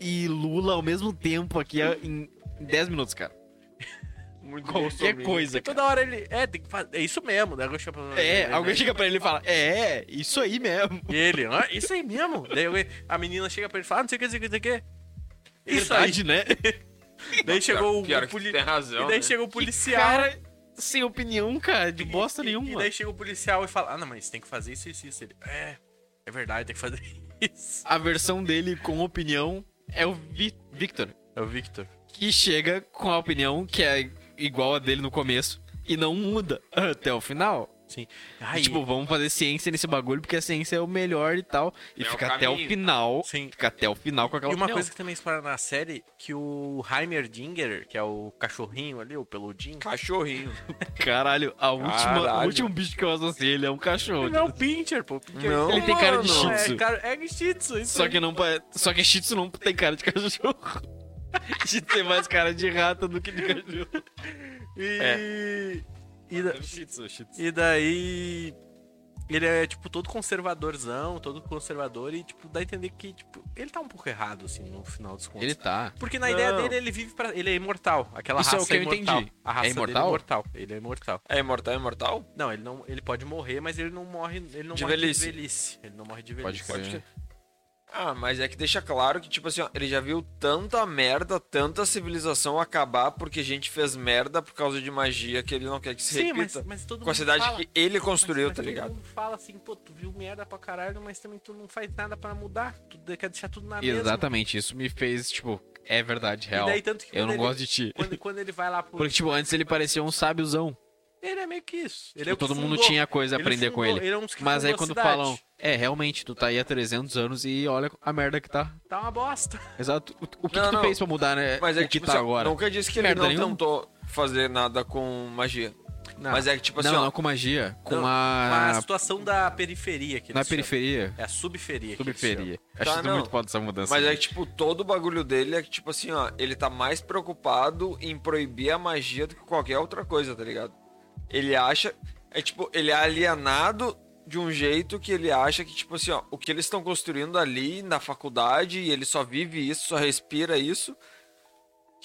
Speaker 1: e Lula ao mesmo tempo aqui em 10 minutos, cara.
Speaker 2: Muito
Speaker 1: Qualquer
Speaker 2: bolsominion.
Speaker 1: coisa, cara.
Speaker 3: Toda hora ele. É, tem que fazer. É isso mesmo. Daí alguém chega pra-
Speaker 1: É,
Speaker 3: né?
Speaker 1: alguém chega pra ele e fala, é, isso aí mesmo.
Speaker 3: E ele, ah, isso aí mesmo. Daí alguém- a menina chega pra ele e fala, ah, não sei o que, não sei o que, não sei o que. Isso aí.
Speaker 1: Verdade, né?
Speaker 3: Daí chegou o,
Speaker 2: pior
Speaker 3: o
Speaker 2: que
Speaker 3: poli-
Speaker 2: tem razão,
Speaker 3: E daí
Speaker 2: né?
Speaker 3: chegou o policial.
Speaker 1: Cara, sem opinião, cara, de bosta
Speaker 3: e-
Speaker 1: nenhuma.
Speaker 3: E daí chega o policial e fala, ah, não, mas tem que fazer isso, isso, isso. Ele, é, é verdade, tem que fazer isso.
Speaker 1: A versão dele com opinião é o Vi- Victor,
Speaker 3: É o Victor.
Speaker 1: que chega com a opinião que é igual a dele no começo e não muda até o final.
Speaker 3: Sim.
Speaker 1: E,
Speaker 3: Aí,
Speaker 1: tipo, vamos fazer ciência nesse bagulho porque a ciência é o melhor e tal. E
Speaker 2: É o
Speaker 1: fica até o
Speaker 2: caminho.
Speaker 1: final.
Speaker 3: Sim.
Speaker 1: Fica até o final com aquela
Speaker 3: e uma
Speaker 1: opinião.
Speaker 3: coisa que também explora na série, que o Heimerdinger, que é o cachorrinho ali, o peludinho,
Speaker 2: Cachorrinho.
Speaker 1: Caralho, a última,
Speaker 2: Caralho.
Speaker 1: o último bicho que eu associei, ele é um cachorro.
Speaker 3: ele é o Pincher, pô. o Pinscher.
Speaker 2: Não,
Speaker 1: Ele tem cara de
Speaker 2: mano.
Speaker 1: Shih Tzu.
Speaker 3: É, cara, é Shih Tzu, isso
Speaker 1: Só que não pa- Só que Shih Tzu não tem cara de cachorro. Shih Tzu tem mais cara de rata do que de cachorro.
Speaker 3: É.
Speaker 1: é.
Speaker 3: E... E,
Speaker 2: É um
Speaker 3: da-
Speaker 1: Shih Tzu, Shih Tzu.
Speaker 3: e daí. Ele é, tipo, todo conservadorzão, todo conservador, e, tipo, dá a entender que, tipo, ele tá um pouco errado, assim, no final dos contos.
Speaker 1: Ele tá.
Speaker 3: Porque na ideia
Speaker 2: Não.
Speaker 3: dele, ele vive pra. Ele é imortal. Aquela
Speaker 1: Isso é
Speaker 3: raça
Speaker 1: o que eu
Speaker 3: imortal.
Speaker 1: entendi.
Speaker 3: A raça
Speaker 1: É imortal?
Speaker 3: dele é imortal. Ele é imortal.
Speaker 2: É imortal, é imortal?
Speaker 3: Não, ele não. Ele pode morrer, mas ele não morre. Ele não
Speaker 2: De
Speaker 3: morre
Speaker 2: velhice.
Speaker 3: de velhice. Ele não morre de
Speaker 1: Pode
Speaker 3: velhice.
Speaker 1: crer.
Speaker 2: Pode crer. Ah, mas é que deixa claro que, tipo assim, ó, ele já viu tanta merda, tanta civilização acabar porque gente fez merda por causa de magia que ele não quer que se
Speaker 3: Sim, mas,
Speaker 2: repita.
Speaker 3: mas todo
Speaker 2: Com a
Speaker 3: mundo
Speaker 2: cidade
Speaker 3: fala-
Speaker 2: que ele
Speaker 3: mas-
Speaker 2: construiu,
Speaker 3: mas
Speaker 2: tá
Speaker 3: todo
Speaker 2: ligado?
Speaker 3: mundo fala assim, pô, tu viu merda pra caralho, mas também tu não faz nada pra mudar. Tu de- quer deixar tudo na mesma.
Speaker 1: Exatamente, isso me fez, tipo, é verdade, real.
Speaker 3: E daí, tanto que
Speaker 1: Eu
Speaker 3: quando
Speaker 1: não
Speaker 3: ele-
Speaker 1: gosto de ti.
Speaker 3: Quando, quando ele vai lá pro.
Speaker 1: Porque, tipo, antes ele parecia um sábiozão.
Speaker 3: Ele é meio que isso. Ele
Speaker 1: Tipo,
Speaker 3: é o que
Speaker 1: todo mundo
Speaker 3: fundou.
Speaker 1: tinha coisa a
Speaker 3: Ele
Speaker 1: aprender com
Speaker 3: fundou-
Speaker 1: ele.
Speaker 3: é um dos que
Speaker 1: Mas aí
Speaker 3: fundou a
Speaker 1: quando
Speaker 3: cidade.
Speaker 1: falam, é, realmente, tu tá aí há 300 anos e olha a merda que tá.
Speaker 3: Tá uma bosta.
Speaker 1: Exato. O, o que,
Speaker 2: Não,
Speaker 1: que tu
Speaker 2: não.
Speaker 1: fez pra mudar, né?
Speaker 2: Mas é
Speaker 1: o
Speaker 2: que,
Speaker 1: que
Speaker 2: tipo,
Speaker 1: tá
Speaker 2: assim, ó,
Speaker 1: agora.
Speaker 2: nunca disse que ele
Speaker 1: Merda
Speaker 2: não
Speaker 1: nenhuma.
Speaker 2: tentou fazer nada com magia.
Speaker 3: Não.
Speaker 2: Mas é que, tipo assim,
Speaker 1: não,
Speaker 2: ó,
Speaker 1: não com magia. Com
Speaker 3: Não,
Speaker 1: a.
Speaker 3: Mas a situação da periferia que
Speaker 1: Na
Speaker 3: eles chamam.
Speaker 1: periferia.
Speaker 3: É a subferia. que eles
Speaker 1: Subferia.
Speaker 2: Tá,
Speaker 1: Acho tudo
Speaker 2: não.
Speaker 1: muito foda essa mudança. né?
Speaker 2: Mas é que, tipo, todo o bagulho dele é que, tipo assim, ó, ele tá mais preocupado em proibir a magia do que qualquer outra coisa, tá ligado? Ele acha. É tipo, ele é alienado de um jeito que ele acha que, tipo assim, ó, o que eles estão construindo ali na faculdade, e ele só vive isso, só respira isso.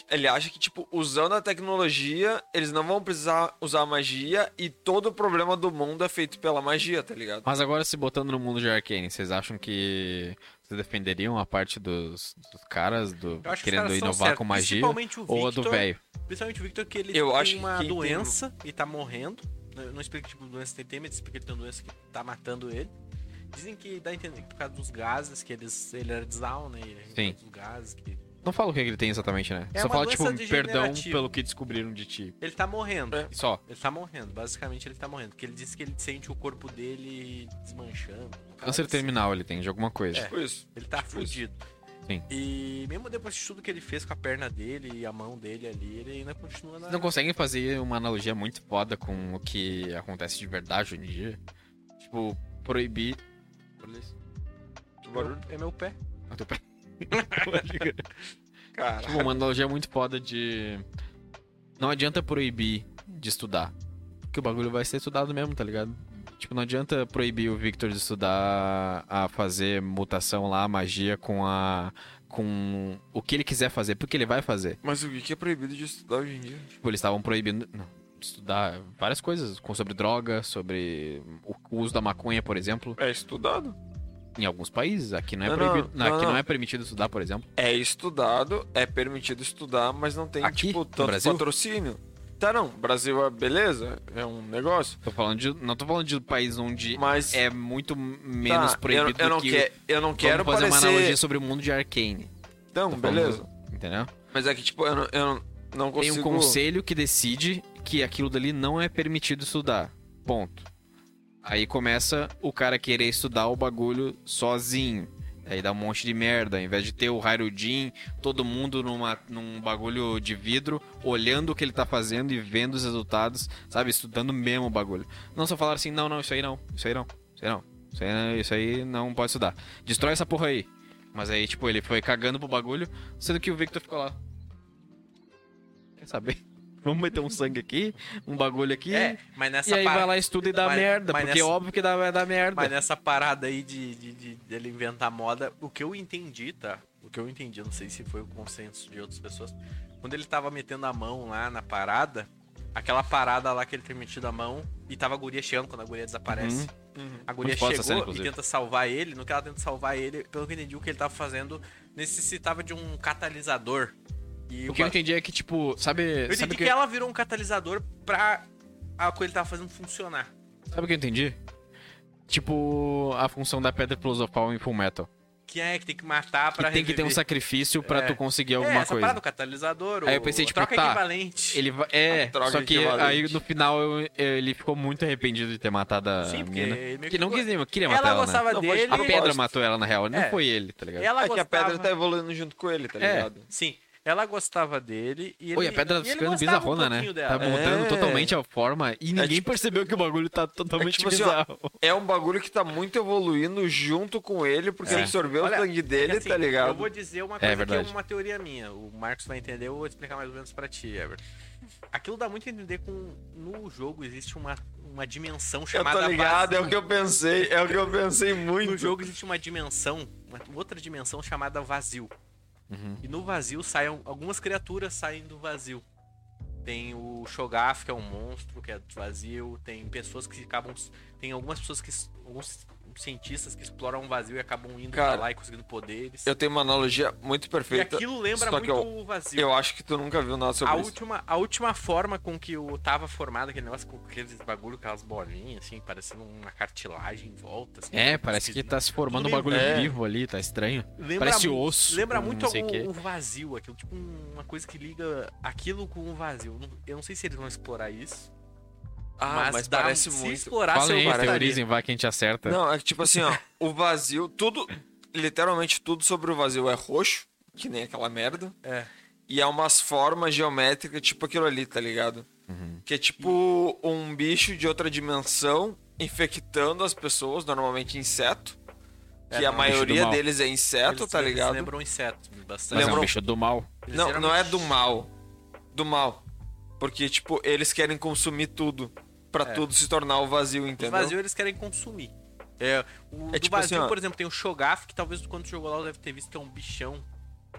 Speaker 2: Ele acha que, tipo, usando a tecnologia, eles não vão precisar usar magia e todo o problema do mundo é feito pela magia, tá ligado?
Speaker 1: Mas agora, se botando no mundo de Arkane, vocês acham que vocês defenderiam a parte dos, dos caras do,
Speaker 3: chamam. Eu acho que os
Speaker 1: querendo
Speaker 3: caras são
Speaker 1: inovar
Speaker 3: certos,
Speaker 1: com magia?
Speaker 3: Principalmente o
Speaker 1: Ou a do
Speaker 3: Victor,
Speaker 1: velho?
Speaker 3: Principalmente o Victor, que ele
Speaker 2: Eu
Speaker 3: tem
Speaker 2: acho
Speaker 3: uma
Speaker 2: que tem- um
Speaker 3: doença e tá morrendo. Eu não explico que tipo de doença que ele tem, mas explica que ele tem uma doença que tá matando ele. Dizem que dá a entender que por causa dos gases que eles, ele era desal, né? E
Speaker 1: Sim.
Speaker 3: Os gases que...
Speaker 1: Não fala o que ele tem exatamente, né?
Speaker 3: É
Speaker 1: Só
Speaker 3: uma
Speaker 1: fala, tipo,
Speaker 3: doença
Speaker 1: perdão
Speaker 3: degenerativa.
Speaker 1: pelo que descobriram de ti.
Speaker 3: Ele tá morrendo.
Speaker 2: É.
Speaker 1: Só.
Speaker 3: Ele tá morrendo. Basicamente ele tá morrendo. Porque ele disse que ele sente o corpo dele desmanchando.
Speaker 1: Câncer
Speaker 3: Assim.
Speaker 1: terminal ele tem, de alguma coisa.
Speaker 3: É.
Speaker 2: Tipo isso.
Speaker 3: Ele tá
Speaker 2: Tipo isso.
Speaker 3: fudido.
Speaker 1: Sim.
Speaker 3: E mesmo depois de tudo que ele fez com a perna dele e a mão dele ali, ele ainda continua na.
Speaker 1: Vocês não conseguem fazer uma analogia muito foda com o que acontece de verdade hoje em dia? Tipo, proibir.
Speaker 2: Tipo
Speaker 1: Olha isso.
Speaker 2: Que barulho.
Speaker 3: É meu pé.
Speaker 1: Ah, teu pé.
Speaker 2: Cara.
Speaker 1: Tipo, uma analogia muito foda de. Não adianta proibir de estudar. Porque o bagulho vai ser estudado mesmo, tá ligado? Tipo, não adianta proibir o Victor de estudar a fazer mutação lá, magia com a. com o que ele quiser fazer, porque ele vai fazer.
Speaker 2: Mas o que que é proibido de estudar hoje em dia?
Speaker 1: Tipo, eles estavam proibindo. Não, de estudar várias coisas, com- sobre droga, sobre o uso da maconha, por exemplo,
Speaker 2: É estudado.
Speaker 1: em alguns países. Aqui não é
Speaker 2: Não,
Speaker 1: proibido.
Speaker 2: não,
Speaker 1: aqui
Speaker 2: não.
Speaker 1: não é permitido estudar, por exemplo.
Speaker 2: É estudado, é permitido estudar, mas não tem,
Speaker 1: Aqui,
Speaker 2: tipo,
Speaker 1: no
Speaker 2: tanto
Speaker 1: Brasil?
Speaker 2: patrocínio. Tá, não. Brasil é beleza, é um negócio.
Speaker 1: Tô falando de. Não tô falando de país onde
Speaker 2: Mas.
Speaker 1: é muito menos
Speaker 2: tá,
Speaker 1: proibido
Speaker 2: eu, eu não
Speaker 1: do que
Speaker 2: quero, eu não quero
Speaker 1: Vamos fazer
Speaker 2: parecer...
Speaker 1: uma analogia sobre o mundo de Arcane.
Speaker 2: Então,
Speaker 1: Tô falando-
Speaker 2: beleza.
Speaker 1: Entendeu?
Speaker 2: Mas é que, tipo, eu não, eu não- não
Speaker 1: Tem
Speaker 2: consigo...
Speaker 1: um conselho que decide que aquilo dali não é permitido estudar. Ponto. Aí começa o cara querer estudar o bagulho sozinho. Aí dá um monte de merda. Ao invés de ter o Hyrule todo mundo numa, num bagulho de vidro, olhando o que ele tá fazendo e vendo os resultados, sabe? Estudando mesmo o bagulho. Não só falar assim, não, não, isso aí não, isso aí não, isso aí não. Isso aí, isso aí não pode estudar. Destrói essa porra aí. Mas aí, tipo, ele foi cagando pro bagulho, sendo que o Victor ficou lá. Quer saber? Vamos meter um sangue aqui, um bagulho aqui.
Speaker 3: É, mas nessa
Speaker 1: e aí
Speaker 3: parte.
Speaker 1: vai lá, estuda e dá
Speaker 3: mas-
Speaker 1: merda.
Speaker 3: mas
Speaker 1: porque
Speaker 3: nessa-
Speaker 1: óbvio que dá, vai dar merda.
Speaker 3: Mas nessa parada aí de, de, de- dele inventar moda, o que eu entendi, tá? O que eu entendi, eu não sei se foi o consenso de outras pessoas. Quando ele tava metendo a mão lá na parada, aquela parada lá que ele tem metido a mão e tava a guria chegando quando a guria desaparece. A guria
Speaker 1: Uhum. Muito foda essa
Speaker 3: chegou
Speaker 1: cena,
Speaker 3: e
Speaker 1: inclusive.
Speaker 3: tenta salvar ele. No que ela tenta salvar ele, pelo que eu entendi, o que ele tava fazendo necessitava de um catalisador. E
Speaker 1: O que eu
Speaker 3: ba-
Speaker 1: entendi é que, tipo, sabe.
Speaker 3: eu
Speaker 1: sabe
Speaker 3: entendi
Speaker 1: o
Speaker 3: que...
Speaker 1: que,
Speaker 3: ela virou um catalisador pra a coisa que ele tava fazendo funcionar.
Speaker 1: sabe o que eu entendi? Tipo, a função da pedra filosofal em Full Metal.
Speaker 3: Que é que tem que matar pra
Speaker 1: e tem que ter um
Speaker 3: reviver.
Speaker 1: sacrifício pra
Speaker 3: É.
Speaker 1: tu conseguir
Speaker 3: é,
Speaker 1: alguma
Speaker 3: essa
Speaker 1: coisa.
Speaker 3: parada do catalisador,
Speaker 1: Aí
Speaker 3: o-
Speaker 1: eu pensei, tipo,
Speaker 3: troca
Speaker 1: tá,
Speaker 3: equivalente.
Speaker 1: Ele va- é,
Speaker 2: A troca
Speaker 1: só que
Speaker 2: equivalente.
Speaker 1: aí no final eu- ele ficou muito arrependido de ter matado a
Speaker 3: Sim, porque
Speaker 1: mina.
Speaker 3: ele meio
Speaker 1: Ah, né? Que não
Speaker 3: go-
Speaker 1: quis, nem- queria matar
Speaker 3: Ela
Speaker 1: ela, né?
Speaker 3: gostava
Speaker 2: Não,
Speaker 3: dele.
Speaker 2: pode-
Speaker 1: A pedra
Speaker 2: gosta.
Speaker 1: matou ela, na real. Não
Speaker 3: É.
Speaker 1: foi ele, tá ligado?
Speaker 3: Ela
Speaker 2: É que a
Speaker 3: gostava...
Speaker 2: pedra tá evoluindo junto com ele, tá
Speaker 1: É.
Speaker 2: ligado?
Speaker 3: Sim. Ela gostava dele e ele
Speaker 1: Oi, a pedra
Speaker 3: e
Speaker 1: tá
Speaker 3: ele
Speaker 1: ficando
Speaker 3: gostava um
Speaker 1: bizarrona, né?
Speaker 3: pouquinho
Speaker 1: Tá
Speaker 3: dela. É
Speaker 1: mudando
Speaker 2: É.
Speaker 1: totalmente a forma e ninguém
Speaker 2: tipo-
Speaker 1: percebeu que o bagulho tá totalmente
Speaker 2: É tipo assim, ó,
Speaker 1: bizarro.
Speaker 2: É um bagulho que tá muito evoluindo junto com ele, porque
Speaker 1: Sim.
Speaker 2: absorveu
Speaker 3: Olha,
Speaker 2: o sangue dele,
Speaker 3: Assim,
Speaker 2: tá ligado?
Speaker 3: Eu vou dizer uma coisa que é
Speaker 1: verdade.
Speaker 3: uma teoria minha. O Marcos vai entender, eu vou explicar mais ou menos pra ti, Everton. Aquilo dá muito a entender com no jogo existe uma, uma dimensão
Speaker 2: Eu
Speaker 3: chamada
Speaker 2: tô ligado, é
Speaker 3: vazio.
Speaker 2: o que eu pensei, é o que eu pensei muito.
Speaker 3: No jogo existe uma dimensão, uma outra dimensão chamada vazio.
Speaker 2: Uhum.
Speaker 3: E no vazio saem algumas criaturas saem do vazio. Tem o Shogaf, que é um monstro, que é do vazio. Tem pessoas que acabam. Tem algumas pessoas que. Alguns cientistas que exploram o vazio e acabam indo
Speaker 2: Cara,
Speaker 3: pra lá e conseguindo poderes.
Speaker 2: Eu tenho uma analogia muito
Speaker 3: E
Speaker 2: perfeita.
Speaker 3: aquilo lembra
Speaker 2: só que
Speaker 3: muito
Speaker 2: eu-
Speaker 3: o vazio.
Speaker 2: Eu acho que tu nunca viu nada sobre
Speaker 3: A
Speaker 2: isso.
Speaker 3: última, a última forma com que o tava formado, aquele negócio com aqueles bagulho, aquelas bolinhas, assim, parecendo uma cartilagem em volta. assim,
Speaker 1: É, parece que
Speaker 3: esquisito.
Speaker 1: tá se formando um
Speaker 3: Tudo
Speaker 1: bagulho
Speaker 2: bem. É.
Speaker 1: vivo ali, tá estranho.
Speaker 3: Lembra
Speaker 1: Parece
Speaker 3: mu-
Speaker 1: osso.
Speaker 3: Lembra
Speaker 1: com
Speaker 3: muito
Speaker 1: não sei o quê.
Speaker 3: algum, um vazio, aquilo, tipo um- uma coisa que liga aquilo com o vazio. Não- Eu não sei se eles vão explorar isso,
Speaker 2: Ah,
Speaker 3: mas,
Speaker 2: mas,
Speaker 3: dá- um
Speaker 2: parece
Speaker 3: se
Speaker 2: muito.
Speaker 3: explorar,
Speaker 1: Fala
Speaker 3: eu
Speaker 1: aí,
Speaker 3: gostaria.
Speaker 1: teorizem, vai que a gente
Speaker 3: Tá.
Speaker 1: acerta.
Speaker 2: Não, é que tipo assim, ó, o vazio, tudo, literalmente tudo sobre o vazio é roxo, que nem aquela merda.
Speaker 3: É.
Speaker 2: E é umas formas geométricas, tipo aquilo ali, tá ligado?
Speaker 3: Uhum.
Speaker 2: Que é tipo um bicho de outra dimensão infectando as pessoas, normalmente inseto.
Speaker 3: É,
Speaker 2: Que
Speaker 3: não,
Speaker 2: a
Speaker 3: bicho do
Speaker 2: maioria
Speaker 1: mal.
Speaker 2: deles é inseto,
Speaker 3: Eles-
Speaker 2: tá
Speaker 3: eles
Speaker 2: ligado?
Speaker 3: Lembram insetos bastante.
Speaker 1: Mas é um
Speaker 2: lembrou-
Speaker 1: bicho do mal.
Speaker 3: Eles
Speaker 2: Não, não é
Speaker 3: geralmente-
Speaker 2: do mal. Do mal. Porque, tipo, eles querem consumir tudo. Pra
Speaker 3: É.
Speaker 2: tudo se tornar o vazio,
Speaker 3: Os
Speaker 2: entendeu?
Speaker 3: vazios eles querem consumir. É, o
Speaker 2: É
Speaker 3: do
Speaker 2: tipo
Speaker 3: vazio,
Speaker 2: assim, ó.
Speaker 3: por exemplo, tem o Shogaf, que talvez quando tu jogou lá deve ter visto que é um bichão.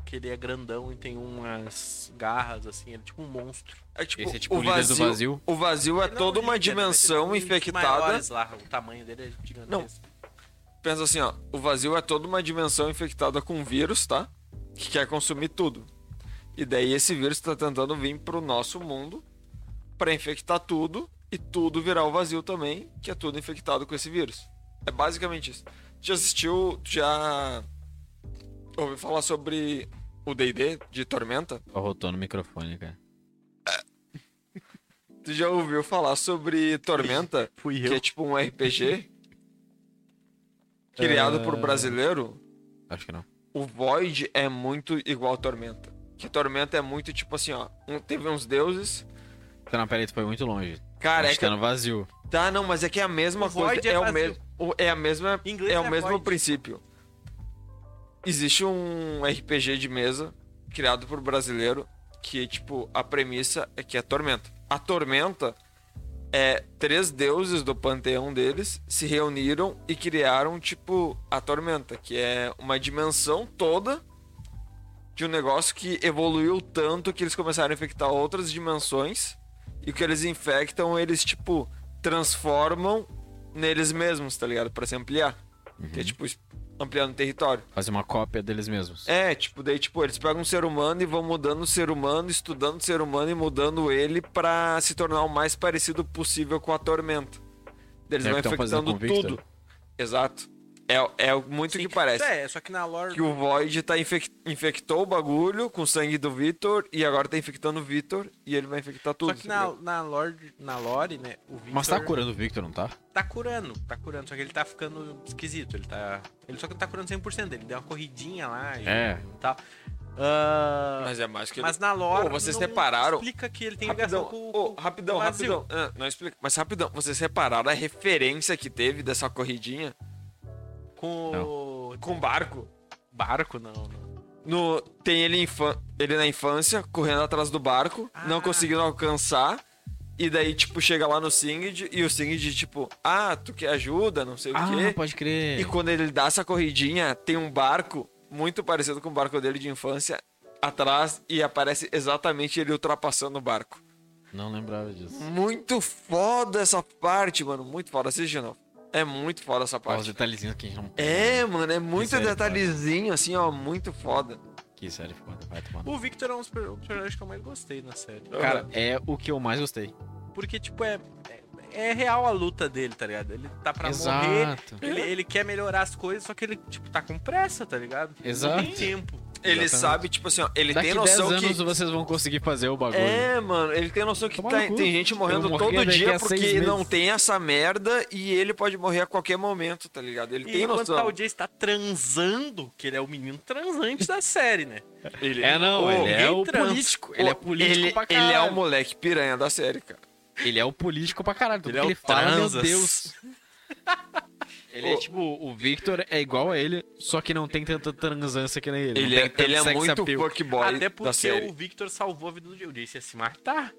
Speaker 3: Que ele é grandão e tem umas garras, assim, ele é tipo um monstro.
Speaker 2: É tipo,
Speaker 1: Esse é tipo o
Speaker 2: o
Speaker 1: líder do
Speaker 2: vazio,
Speaker 1: vazio.
Speaker 2: O vazio é
Speaker 3: Ele não
Speaker 2: toda
Speaker 3: um
Speaker 2: uma
Speaker 3: líder, né, mas ele é um
Speaker 2: dimensão
Speaker 3: dos
Speaker 2: infectada.
Speaker 3: maiores lá, o tamanho dele é gigantesco.
Speaker 2: Pensa assim, ó. O vazio é toda uma dimensão infectada com vírus, tá? Que quer consumir tudo. E daí esse vírus tá tentando vir pro nosso mundo pra infectar tudo e tudo virar o vazio também, que é tudo infectado com esse vírus. É basicamente isso. Tu Já assistiu, tu já ouviu falar sobre o D&D de Tormenta?
Speaker 1: Arrotou no microfone, cara.
Speaker 2: Tu já ouviu falar sobre Tormenta?
Speaker 3: Fui
Speaker 2: que é tipo um RPG criado por brasileiro,
Speaker 1: Acho que não.
Speaker 2: o Void é muito igual a Tormenta. Que Tormenta é muito tipo assim, ó, um- teve uns deuses.
Speaker 1: Tá, não, peraí, tu foi muito longe.
Speaker 2: Cara, é
Speaker 1: Acho que
Speaker 2: que,
Speaker 1: tá no vazio.
Speaker 2: tá, não, mas é que é a mesma
Speaker 3: O
Speaker 2: coisa,
Speaker 3: Void é
Speaker 2: é, o
Speaker 3: vazio.
Speaker 2: mesmo, o- é a mesma,
Speaker 3: Em inglês
Speaker 2: é o
Speaker 3: é
Speaker 2: mesmo
Speaker 3: Void.
Speaker 2: princípio. Existe um RPG de mesa criado por brasileiro que tipo a premissa é que é Tormenta. A Tormenta é, três deuses do panteão deles se reuniram e criaram, tipo, a Tormenta, que é uma dimensão toda de um negócio que evoluiu tanto que eles começaram a infectar outras dimensões e o que eles infectam, eles, tipo, transformam neles mesmos, tá ligado? Pra se ampliar.
Speaker 1: Uhum.
Speaker 2: Que é, tipo, es- ampliando o território.
Speaker 1: Fazer uma cópia deles mesmos.
Speaker 2: É, tipo, daí, tipo, eles pegam um ser humano e vão mudando o ser humano, estudando o ser humano e mudando ele pra se tornar o mais parecido possível com a tormenta. Eles
Speaker 1: É o
Speaker 2: vão
Speaker 1: que tão fazendo
Speaker 2: infectando
Speaker 1: com o Victor.
Speaker 2: tudo. Exato. É, é muito
Speaker 3: Sim,
Speaker 2: que parece.
Speaker 3: É, só que na lore
Speaker 2: Que o Void tá infec- infectou o bagulho com o sangue do Victor e agora tá infectando o Victor e ele vai infectar tudo.
Speaker 3: Só que
Speaker 2: tá
Speaker 3: na,
Speaker 2: ligado?
Speaker 3: na, lore, na lore, né, o Victor
Speaker 1: Mas tá curando o Victor, não tá?
Speaker 3: tá curando, tá curando, só que ele tá ficando esquisito, ele tá... Ele só que não tá curando 100%, ele deu uma corridinha lá e
Speaker 1: É.
Speaker 3: tal. Ah,
Speaker 2: Mas é mais que.
Speaker 3: mas na lore...
Speaker 2: Pô, vocês
Speaker 3: não
Speaker 2: repararam?
Speaker 3: explica que ele tem ligação
Speaker 2: Rapidão,
Speaker 3: com,
Speaker 2: ô,
Speaker 3: com-
Speaker 2: rapidão,
Speaker 3: com o vazio.
Speaker 2: rapidão. Ah, não explica. Mas rapidão, vocês repararam a referência que teve dessa corridinha?
Speaker 3: Com o.
Speaker 2: Com barco.
Speaker 3: Barco, não, não.
Speaker 2: No, tem ele, infa- ele na infância, correndo atrás do barco, não
Speaker 3: Ah.
Speaker 2: conseguindo alcançar. E daí, tipo, chega lá no Singed e o Singed, tipo, ah, tu quer ajuda, não sei o
Speaker 1: Ah,
Speaker 2: quê.
Speaker 1: pode crer.
Speaker 2: E quando ele dá essa corridinha, tem um barco muito parecido com o barco dele de infância atrás e aparece exatamente ele ultrapassando o barco.
Speaker 1: Não lembrava disso.
Speaker 2: Hum. Muito foda essa parte, mano. Muito foda. Assiste de novo. É muito foda essa
Speaker 1: Olha os
Speaker 2: parte.
Speaker 1: detalhezinhos que a gente não...
Speaker 2: É, mano, é muito
Speaker 1: série
Speaker 2: detalhezinho, assim, ó, muito foda.
Speaker 1: Que série foda, vai tomar. no-
Speaker 3: O Victor é um dos per- dos personagens que eu mais gostei na série.
Speaker 1: Cara, é o que eu mais gostei.
Speaker 3: Porque, tipo, é. É é real a luta dele, tá ligado? Ele tá pra morrer.
Speaker 1: Exato.
Speaker 3: Ele, ele quer melhorar as coisas, só que ele, tipo, tá com pressa, tá ligado?
Speaker 1: Exato.
Speaker 3: Não tem tempo.
Speaker 2: Ele
Speaker 1: Exatamente.
Speaker 2: sabe, tipo assim, ó, ele
Speaker 1: Daqui
Speaker 2: tem
Speaker 1: 10
Speaker 2: noção
Speaker 1: anos
Speaker 2: que.
Speaker 1: vocês vão conseguir fazer o bagulho.
Speaker 2: É, mano, ele tem noção que
Speaker 1: Tomar
Speaker 2: tá-
Speaker 1: no cu.
Speaker 2: tem gente
Speaker 1: Eu
Speaker 2: morrendo
Speaker 1: morria
Speaker 2: todo
Speaker 1: daqui
Speaker 2: dia
Speaker 1: a seis
Speaker 2: porque não
Speaker 1: meses.
Speaker 2: tem essa merda e ele pode morrer a qualquer momento, tá ligado? Ele
Speaker 3: E
Speaker 2: tem
Speaker 3: enquanto
Speaker 2: noção.
Speaker 3: tá, o Jay está transando, que ele é o menino transante da série, né?
Speaker 2: Ele...
Speaker 1: É, não,
Speaker 2: Ô,
Speaker 1: ele é
Speaker 3: ninguém
Speaker 1: o
Speaker 3: transa.
Speaker 1: político. Ele é político
Speaker 2: ele,
Speaker 1: pra
Speaker 2: ele
Speaker 1: caralho.
Speaker 2: é o moleque piranha da série, cara.
Speaker 1: Ele é o político pra caralho. Tudo
Speaker 3: Ele é
Speaker 1: que
Speaker 3: o
Speaker 1: ele fala, meu
Speaker 3: transas.
Speaker 1: Deus. Ele é tipo, o Victor é igual a ele, só que não tem tanta transância que nem ele. não
Speaker 2: Ele
Speaker 1: tem
Speaker 2: é,
Speaker 1: tanto
Speaker 2: ele é
Speaker 1: sex
Speaker 2: muito
Speaker 1: appeal.
Speaker 2: fuckboy
Speaker 3: Até
Speaker 2: da
Speaker 3: porque
Speaker 2: série.
Speaker 3: o Victor salvou a vida do Jay. O Jay ia se matar.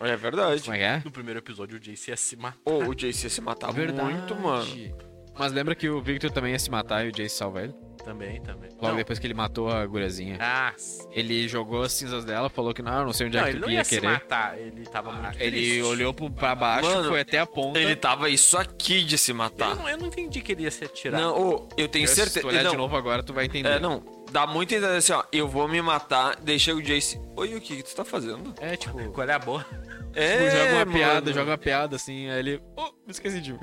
Speaker 2: É verdade.
Speaker 1: Como é que é?
Speaker 3: No primeiro episódio, o Jay ia se matar.
Speaker 2: Ô, o Jace ia se matar Tá muito, mano.
Speaker 1: Mas lembra que o Victor também ia se matar e o Jace salva ele?
Speaker 3: Também, também.
Speaker 1: Logo
Speaker 3: Não.
Speaker 1: depois que ele matou a guriazinha.
Speaker 3: Ah,
Speaker 1: Ele jogou as cinzas dela, falou que não, eu não sei onde
Speaker 3: não,
Speaker 1: é
Speaker 3: ele
Speaker 1: que tu
Speaker 3: não
Speaker 1: ia
Speaker 3: ia se
Speaker 1: querer. Ah,
Speaker 3: matar. Ele tava muito
Speaker 1: Ele
Speaker 3: triste.
Speaker 1: olhou pro- pra baixo,
Speaker 2: Mano,
Speaker 1: foi até a ponta.
Speaker 2: Ele tava isso aqui de se
Speaker 1: tá.
Speaker 3: Eu
Speaker 2: matar.
Speaker 3: não, eu não entendi que ele ia se atirar.
Speaker 2: Não, ô, eu tenho
Speaker 1: Se tu
Speaker 2: certeza.
Speaker 1: olhar
Speaker 2: não,
Speaker 1: de novo agora, tu vai entender.
Speaker 2: É, não. Dá muito entender assim, ó. Eu vou me matar, deixei o Jace. Oi, o que, que tu tá fazendo?
Speaker 1: É, tipo,
Speaker 3: Qual é a boa?
Speaker 1: tipo, joga uma
Speaker 2: mano.
Speaker 1: piada, joga uma piada assim, aí ele. Oh, me esqueci de me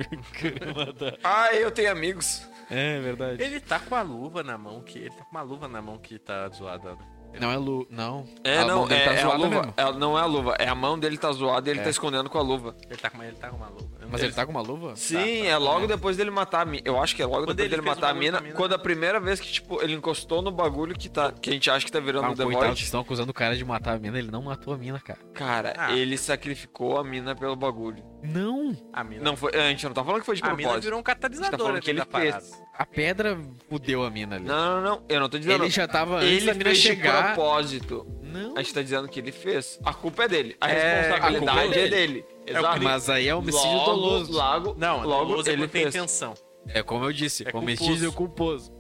Speaker 1: matar.
Speaker 2: Ah, eu tenho amigos.
Speaker 1: É verdade.
Speaker 3: Ele tá com a luva na mão, que ele tá com uma luva na mão que tá zoada. né?
Speaker 1: Não é Lu. Não.
Speaker 2: É,
Speaker 1: A mão
Speaker 2: não,
Speaker 1: dele
Speaker 2: é,
Speaker 1: tá
Speaker 2: é a
Speaker 1: zoada
Speaker 2: luva.
Speaker 1: mesmo. É.
Speaker 2: É, não é a luva, é a mão dele tá zoada e ele tá escondendo com a luva.
Speaker 3: Ele tá com uma, ele tá com uma luva. Eu não
Speaker 1: Mas
Speaker 3: sei
Speaker 1: ele tá com uma luva?
Speaker 2: Sim, é logo depois dele matar a mina. Eu acho que é logo
Speaker 3: Quando
Speaker 2: depois
Speaker 3: ele
Speaker 2: dele
Speaker 3: fez o
Speaker 2: matar a
Speaker 3: bagulho com
Speaker 2: mina,
Speaker 3: a mina.
Speaker 2: Quando a primeira vez que, tipo, ele encostou no bagulho que, tá, que a gente acha que tá virando
Speaker 1: Ah,
Speaker 2: o The
Speaker 1: coitado, vocês
Speaker 2: Void.
Speaker 1: estão acusando o cara de matar a mina, ele não matou a mina, cara.
Speaker 2: Cara,
Speaker 3: Ah.
Speaker 2: ele sacrificou a mina pelo bagulho.
Speaker 1: Não!
Speaker 3: A mina,
Speaker 2: Não foi. A gente não tá falando que foi de
Speaker 3: a mina
Speaker 2: propósito.
Speaker 3: virou um
Speaker 1: tá
Speaker 3: catalisador
Speaker 2: falando
Speaker 3: ali
Speaker 2: que ele
Speaker 3: da parada.
Speaker 1: A pedra fudeu a mina ali.
Speaker 2: Não, não, não. Eu não tô dizendo.
Speaker 1: ele já tava antes
Speaker 2: ele
Speaker 1: da mina
Speaker 2: fez de
Speaker 1: chegar.
Speaker 2: propósito.
Speaker 1: Não.
Speaker 2: A gente tá dizendo que ele fez. A culpa é dele. A
Speaker 1: É, a
Speaker 2: responsabilidade
Speaker 1: culpa
Speaker 2: é
Speaker 1: é
Speaker 2: dele. Exato.
Speaker 1: Mas aí é homicídio
Speaker 2: Logo,
Speaker 1: doloso.
Speaker 2: Logo,
Speaker 3: Não,
Speaker 2: logo
Speaker 3: logo
Speaker 2: ele
Speaker 3: ele tem
Speaker 2: fez.
Speaker 3: intenção.
Speaker 1: É como eu disse,
Speaker 3: É
Speaker 1: homicídio culposo.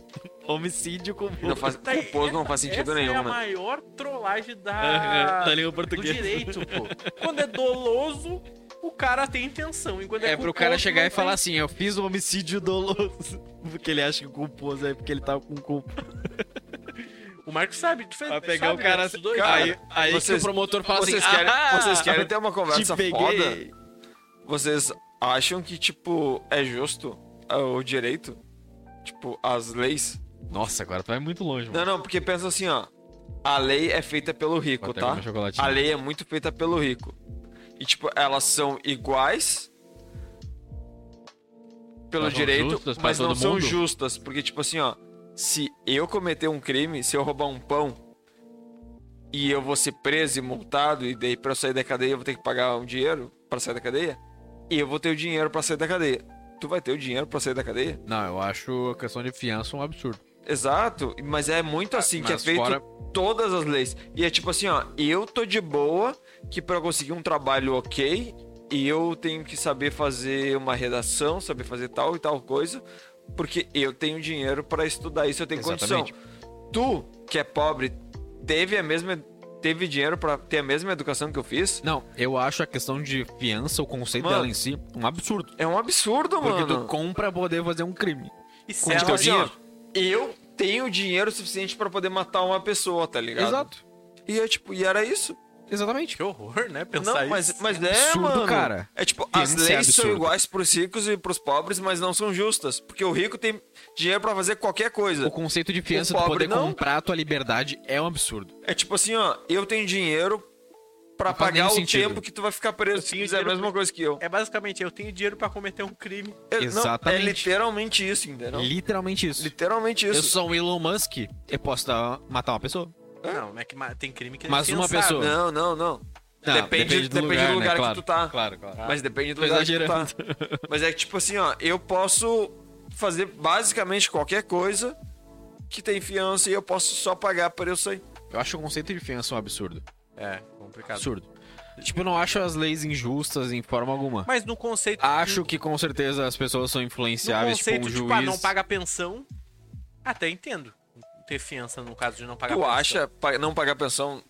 Speaker 1: homicídio culposo.
Speaker 2: Não faz,
Speaker 3: Tá aí,
Speaker 2: culposo não faz sentido
Speaker 3: Essa
Speaker 2: nenhum,
Speaker 3: é a
Speaker 2: né?
Speaker 3: maior trollagem
Speaker 1: Aham,
Speaker 3: da...
Speaker 1: da língua
Speaker 3: do
Speaker 1: portuguesa.
Speaker 3: direito, pô. Quando é doloso, o cara tem intenção. Enquanto
Speaker 1: É
Speaker 3: é,
Speaker 1: pro
Speaker 3: culposo,
Speaker 1: cara chegar
Speaker 3: não
Speaker 1: e falar assim, eu fiz um homicídio doloso. Porque ele acha que o culposo é porque ele tava com culpa.
Speaker 3: tem. O Marcos sabe. Tu fez,
Speaker 1: Pra pegar
Speaker 3: sabe,
Speaker 1: o cara
Speaker 3: né?
Speaker 1: assim.
Speaker 3: Estudou isso.
Speaker 1: Aí, aí
Speaker 2: vocês-
Speaker 1: que o promotor fala
Speaker 2: Vocês,
Speaker 1: assim,
Speaker 2: querem,
Speaker 1: "Ah,
Speaker 2: vocês querem ter uma
Speaker 1: te
Speaker 2: conversa
Speaker 1: peguei.
Speaker 2: foda? Vocês acham que, tipo, é justo ah, o direito? Tipo, as leis?
Speaker 1: Nossa, agora tu vai muito longe,
Speaker 2: Não,
Speaker 1: mano.
Speaker 2: não, porque pensa assim, ó. A lei é feita pelo
Speaker 1: Vou
Speaker 2: rico,
Speaker 1: até
Speaker 2: tá?
Speaker 1: comer chocolatinho.
Speaker 2: A lei é muito feita pelo rico. E, tipo, elas são iguais pelo
Speaker 1: Elas são
Speaker 2: direito,
Speaker 1: justas pra
Speaker 2: mas não
Speaker 1: todo
Speaker 2: são
Speaker 1: mundo?
Speaker 2: justas. Porque, tipo assim, ó, se eu cometer um crime, se eu roubar um pão e eu vou ser preso e multado, e daí pra eu sair da cadeia eu vou ter que pagar um dinheiro pra sair da cadeia, e eu vou ter o dinheiro pra sair da cadeia. Tu vai ter o dinheiro pra sair da cadeia?
Speaker 1: Não, eu acho a questão de fiança um absurdo.
Speaker 2: Exato, mas é muito assim que é
Speaker 1: Ah, Mas
Speaker 2: feito
Speaker 1: fora-
Speaker 2: todas as leis. E é tipo assim, ó, eu tô de boa que pra eu conseguir um trabalho ok, eu tenho que saber fazer uma redação, saber fazer tal e tal coisa, porque eu tenho dinheiro pra estudar isso, eu tenho
Speaker 1: Exatamente.
Speaker 2: condição. Tu, que é pobre, teve a mesma teve dinheiro pra ter a mesma educação que eu fiz?
Speaker 1: Não, eu acho a questão de fiança, o conceito
Speaker 2: Mano.
Speaker 1: dela em si, um absurdo.
Speaker 2: É um absurdo,
Speaker 1: Porque tu
Speaker 2: mano.
Speaker 1: compra pra poder fazer um crime.
Speaker 3: E se
Speaker 1: Com
Speaker 3: ela-
Speaker 1: teu
Speaker 2: Tipo assim, ó, eu tenho dinheiro suficiente pra poder matar uma pessoa, tá ligado?
Speaker 1: Exato.
Speaker 2: E eu, tipo, e era isso.
Speaker 1: Exatamente.
Speaker 3: Que horror, né? Pensar
Speaker 2: Não,
Speaker 3: isso.
Speaker 2: mas, mas é,
Speaker 1: absurdo,
Speaker 2: mano.
Speaker 1: cara.
Speaker 2: É tipo,
Speaker 1: Tem
Speaker 2: as
Speaker 1: que ser
Speaker 2: leis são
Speaker 1: absurdo.
Speaker 2: iguais pros ricos e pros pobres, mas não são justas. Porque o rico tem dinheiro pra fazer qualquer coisa.
Speaker 1: O conceito de fiança,
Speaker 2: O
Speaker 1: tu
Speaker 2: pobre
Speaker 1: poder
Speaker 2: não.
Speaker 1: comprar a tua liberdade, é um absurdo.
Speaker 2: É tipo assim, ó, eu tenho dinheiro pra
Speaker 1: Não faz
Speaker 2: pagar
Speaker 1: nenhum
Speaker 2: o
Speaker 1: sentido.
Speaker 2: tempo que tu vai ficar preso se
Speaker 3: tenho
Speaker 2: fizer a
Speaker 3: dinheiro
Speaker 2: mesma coisa que eu.
Speaker 3: É basicamente, eu tenho dinheiro pra cometer um crime.
Speaker 2: É, não,
Speaker 1: Exatamente.
Speaker 2: é literalmente isso, entendeu?
Speaker 1: Literalmente isso.
Speaker 2: Literalmente
Speaker 1: Eu
Speaker 2: isso.
Speaker 1: sou um Elon Musk, eu posso dar- matar uma pessoa.
Speaker 3: Não, é que ma- tem crime que é
Speaker 1: Mas uma
Speaker 3: fiançável.
Speaker 1: pessoa.
Speaker 2: Ah, Não, não, não.
Speaker 1: Não,
Speaker 2: depende depende do lugar,
Speaker 1: né?
Speaker 2: que
Speaker 1: Claro,
Speaker 2: tu tá.
Speaker 1: Claro, claro.
Speaker 2: Mas depende do
Speaker 1: Tô
Speaker 2: lugar que tu tá.
Speaker 1: exagerando.
Speaker 2: Mas é que, tipo assim, ó, eu posso fazer basicamente qualquer coisa que tem fiança e eu posso só pagar para eu sair.
Speaker 1: Eu acho o conceito de fiança um absurdo.
Speaker 3: É, complicado.
Speaker 1: Absurdo. Tipo, eu não acho as leis injustas em forma alguma.
Speaker 3: Mas no conceito.
Speaker 1: Acho que com certeza as pessoas são
Speaker 3: no
Speaker 1: influenciáveis por um
Speaker 3: conceito, tipo,
Speaker 1: juiz.
Speaker 3: ah, não paga pensão. Até entendo. Ter fiança no caso de não pagar
Speaker 2: tu
Speaker 3: pensão.
Speaker 2: acha pa- não pagar pensão?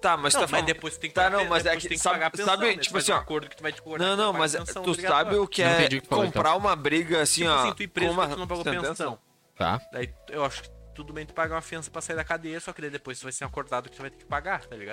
Speaker 2: Tá, mas
Speaker 3: Não,
Speaker 2: tá
Speaker 3: mas
Speaker 2: falando...
Speaker 3: depois tu tem que
Speaker 2: Tá,
Speaker 3: pagar
Speaker 2: não,
Speaker 3: pe-
Speaker 2: mas é
Speaker 3: depois
Speaker 2: que
Speaker 3: tu tem que
Speaker 2: sabe-
Speaker 3: pagar pensão,
Speaker 2: sabe,
Speaker 3: né? Tu
Speaker 2: tipo
Speaker 3: faz
Speaker 2: assim,
Speaker 3: um
Speaker 2: ó.
Speaker 3: acordo que tu vai te acordar.
Speaker 2: Não, não, mas é- tu sabe o que
Speaker 1: Não
Speaker 2: é
Speaker 1: entendi o que falou, então.
Speaker 2: comprar uma briga assim,
Speaker 3: Tipo
Speaker 2: ó.
Speaker 3: assim, tu ir preso
Speaker 2: com uma
Speaker 3: porque tu não pagou
Speaker 2: sentença?
Speaker 3: pensão.
Speaker 5: Tá.
Speaker 3: Daí eu acho que tudo bem tu pagar uma fiança pra sair da cadeia, só que daí depois tu vai ser acordado que tu vai ter que pagar, tá ligado?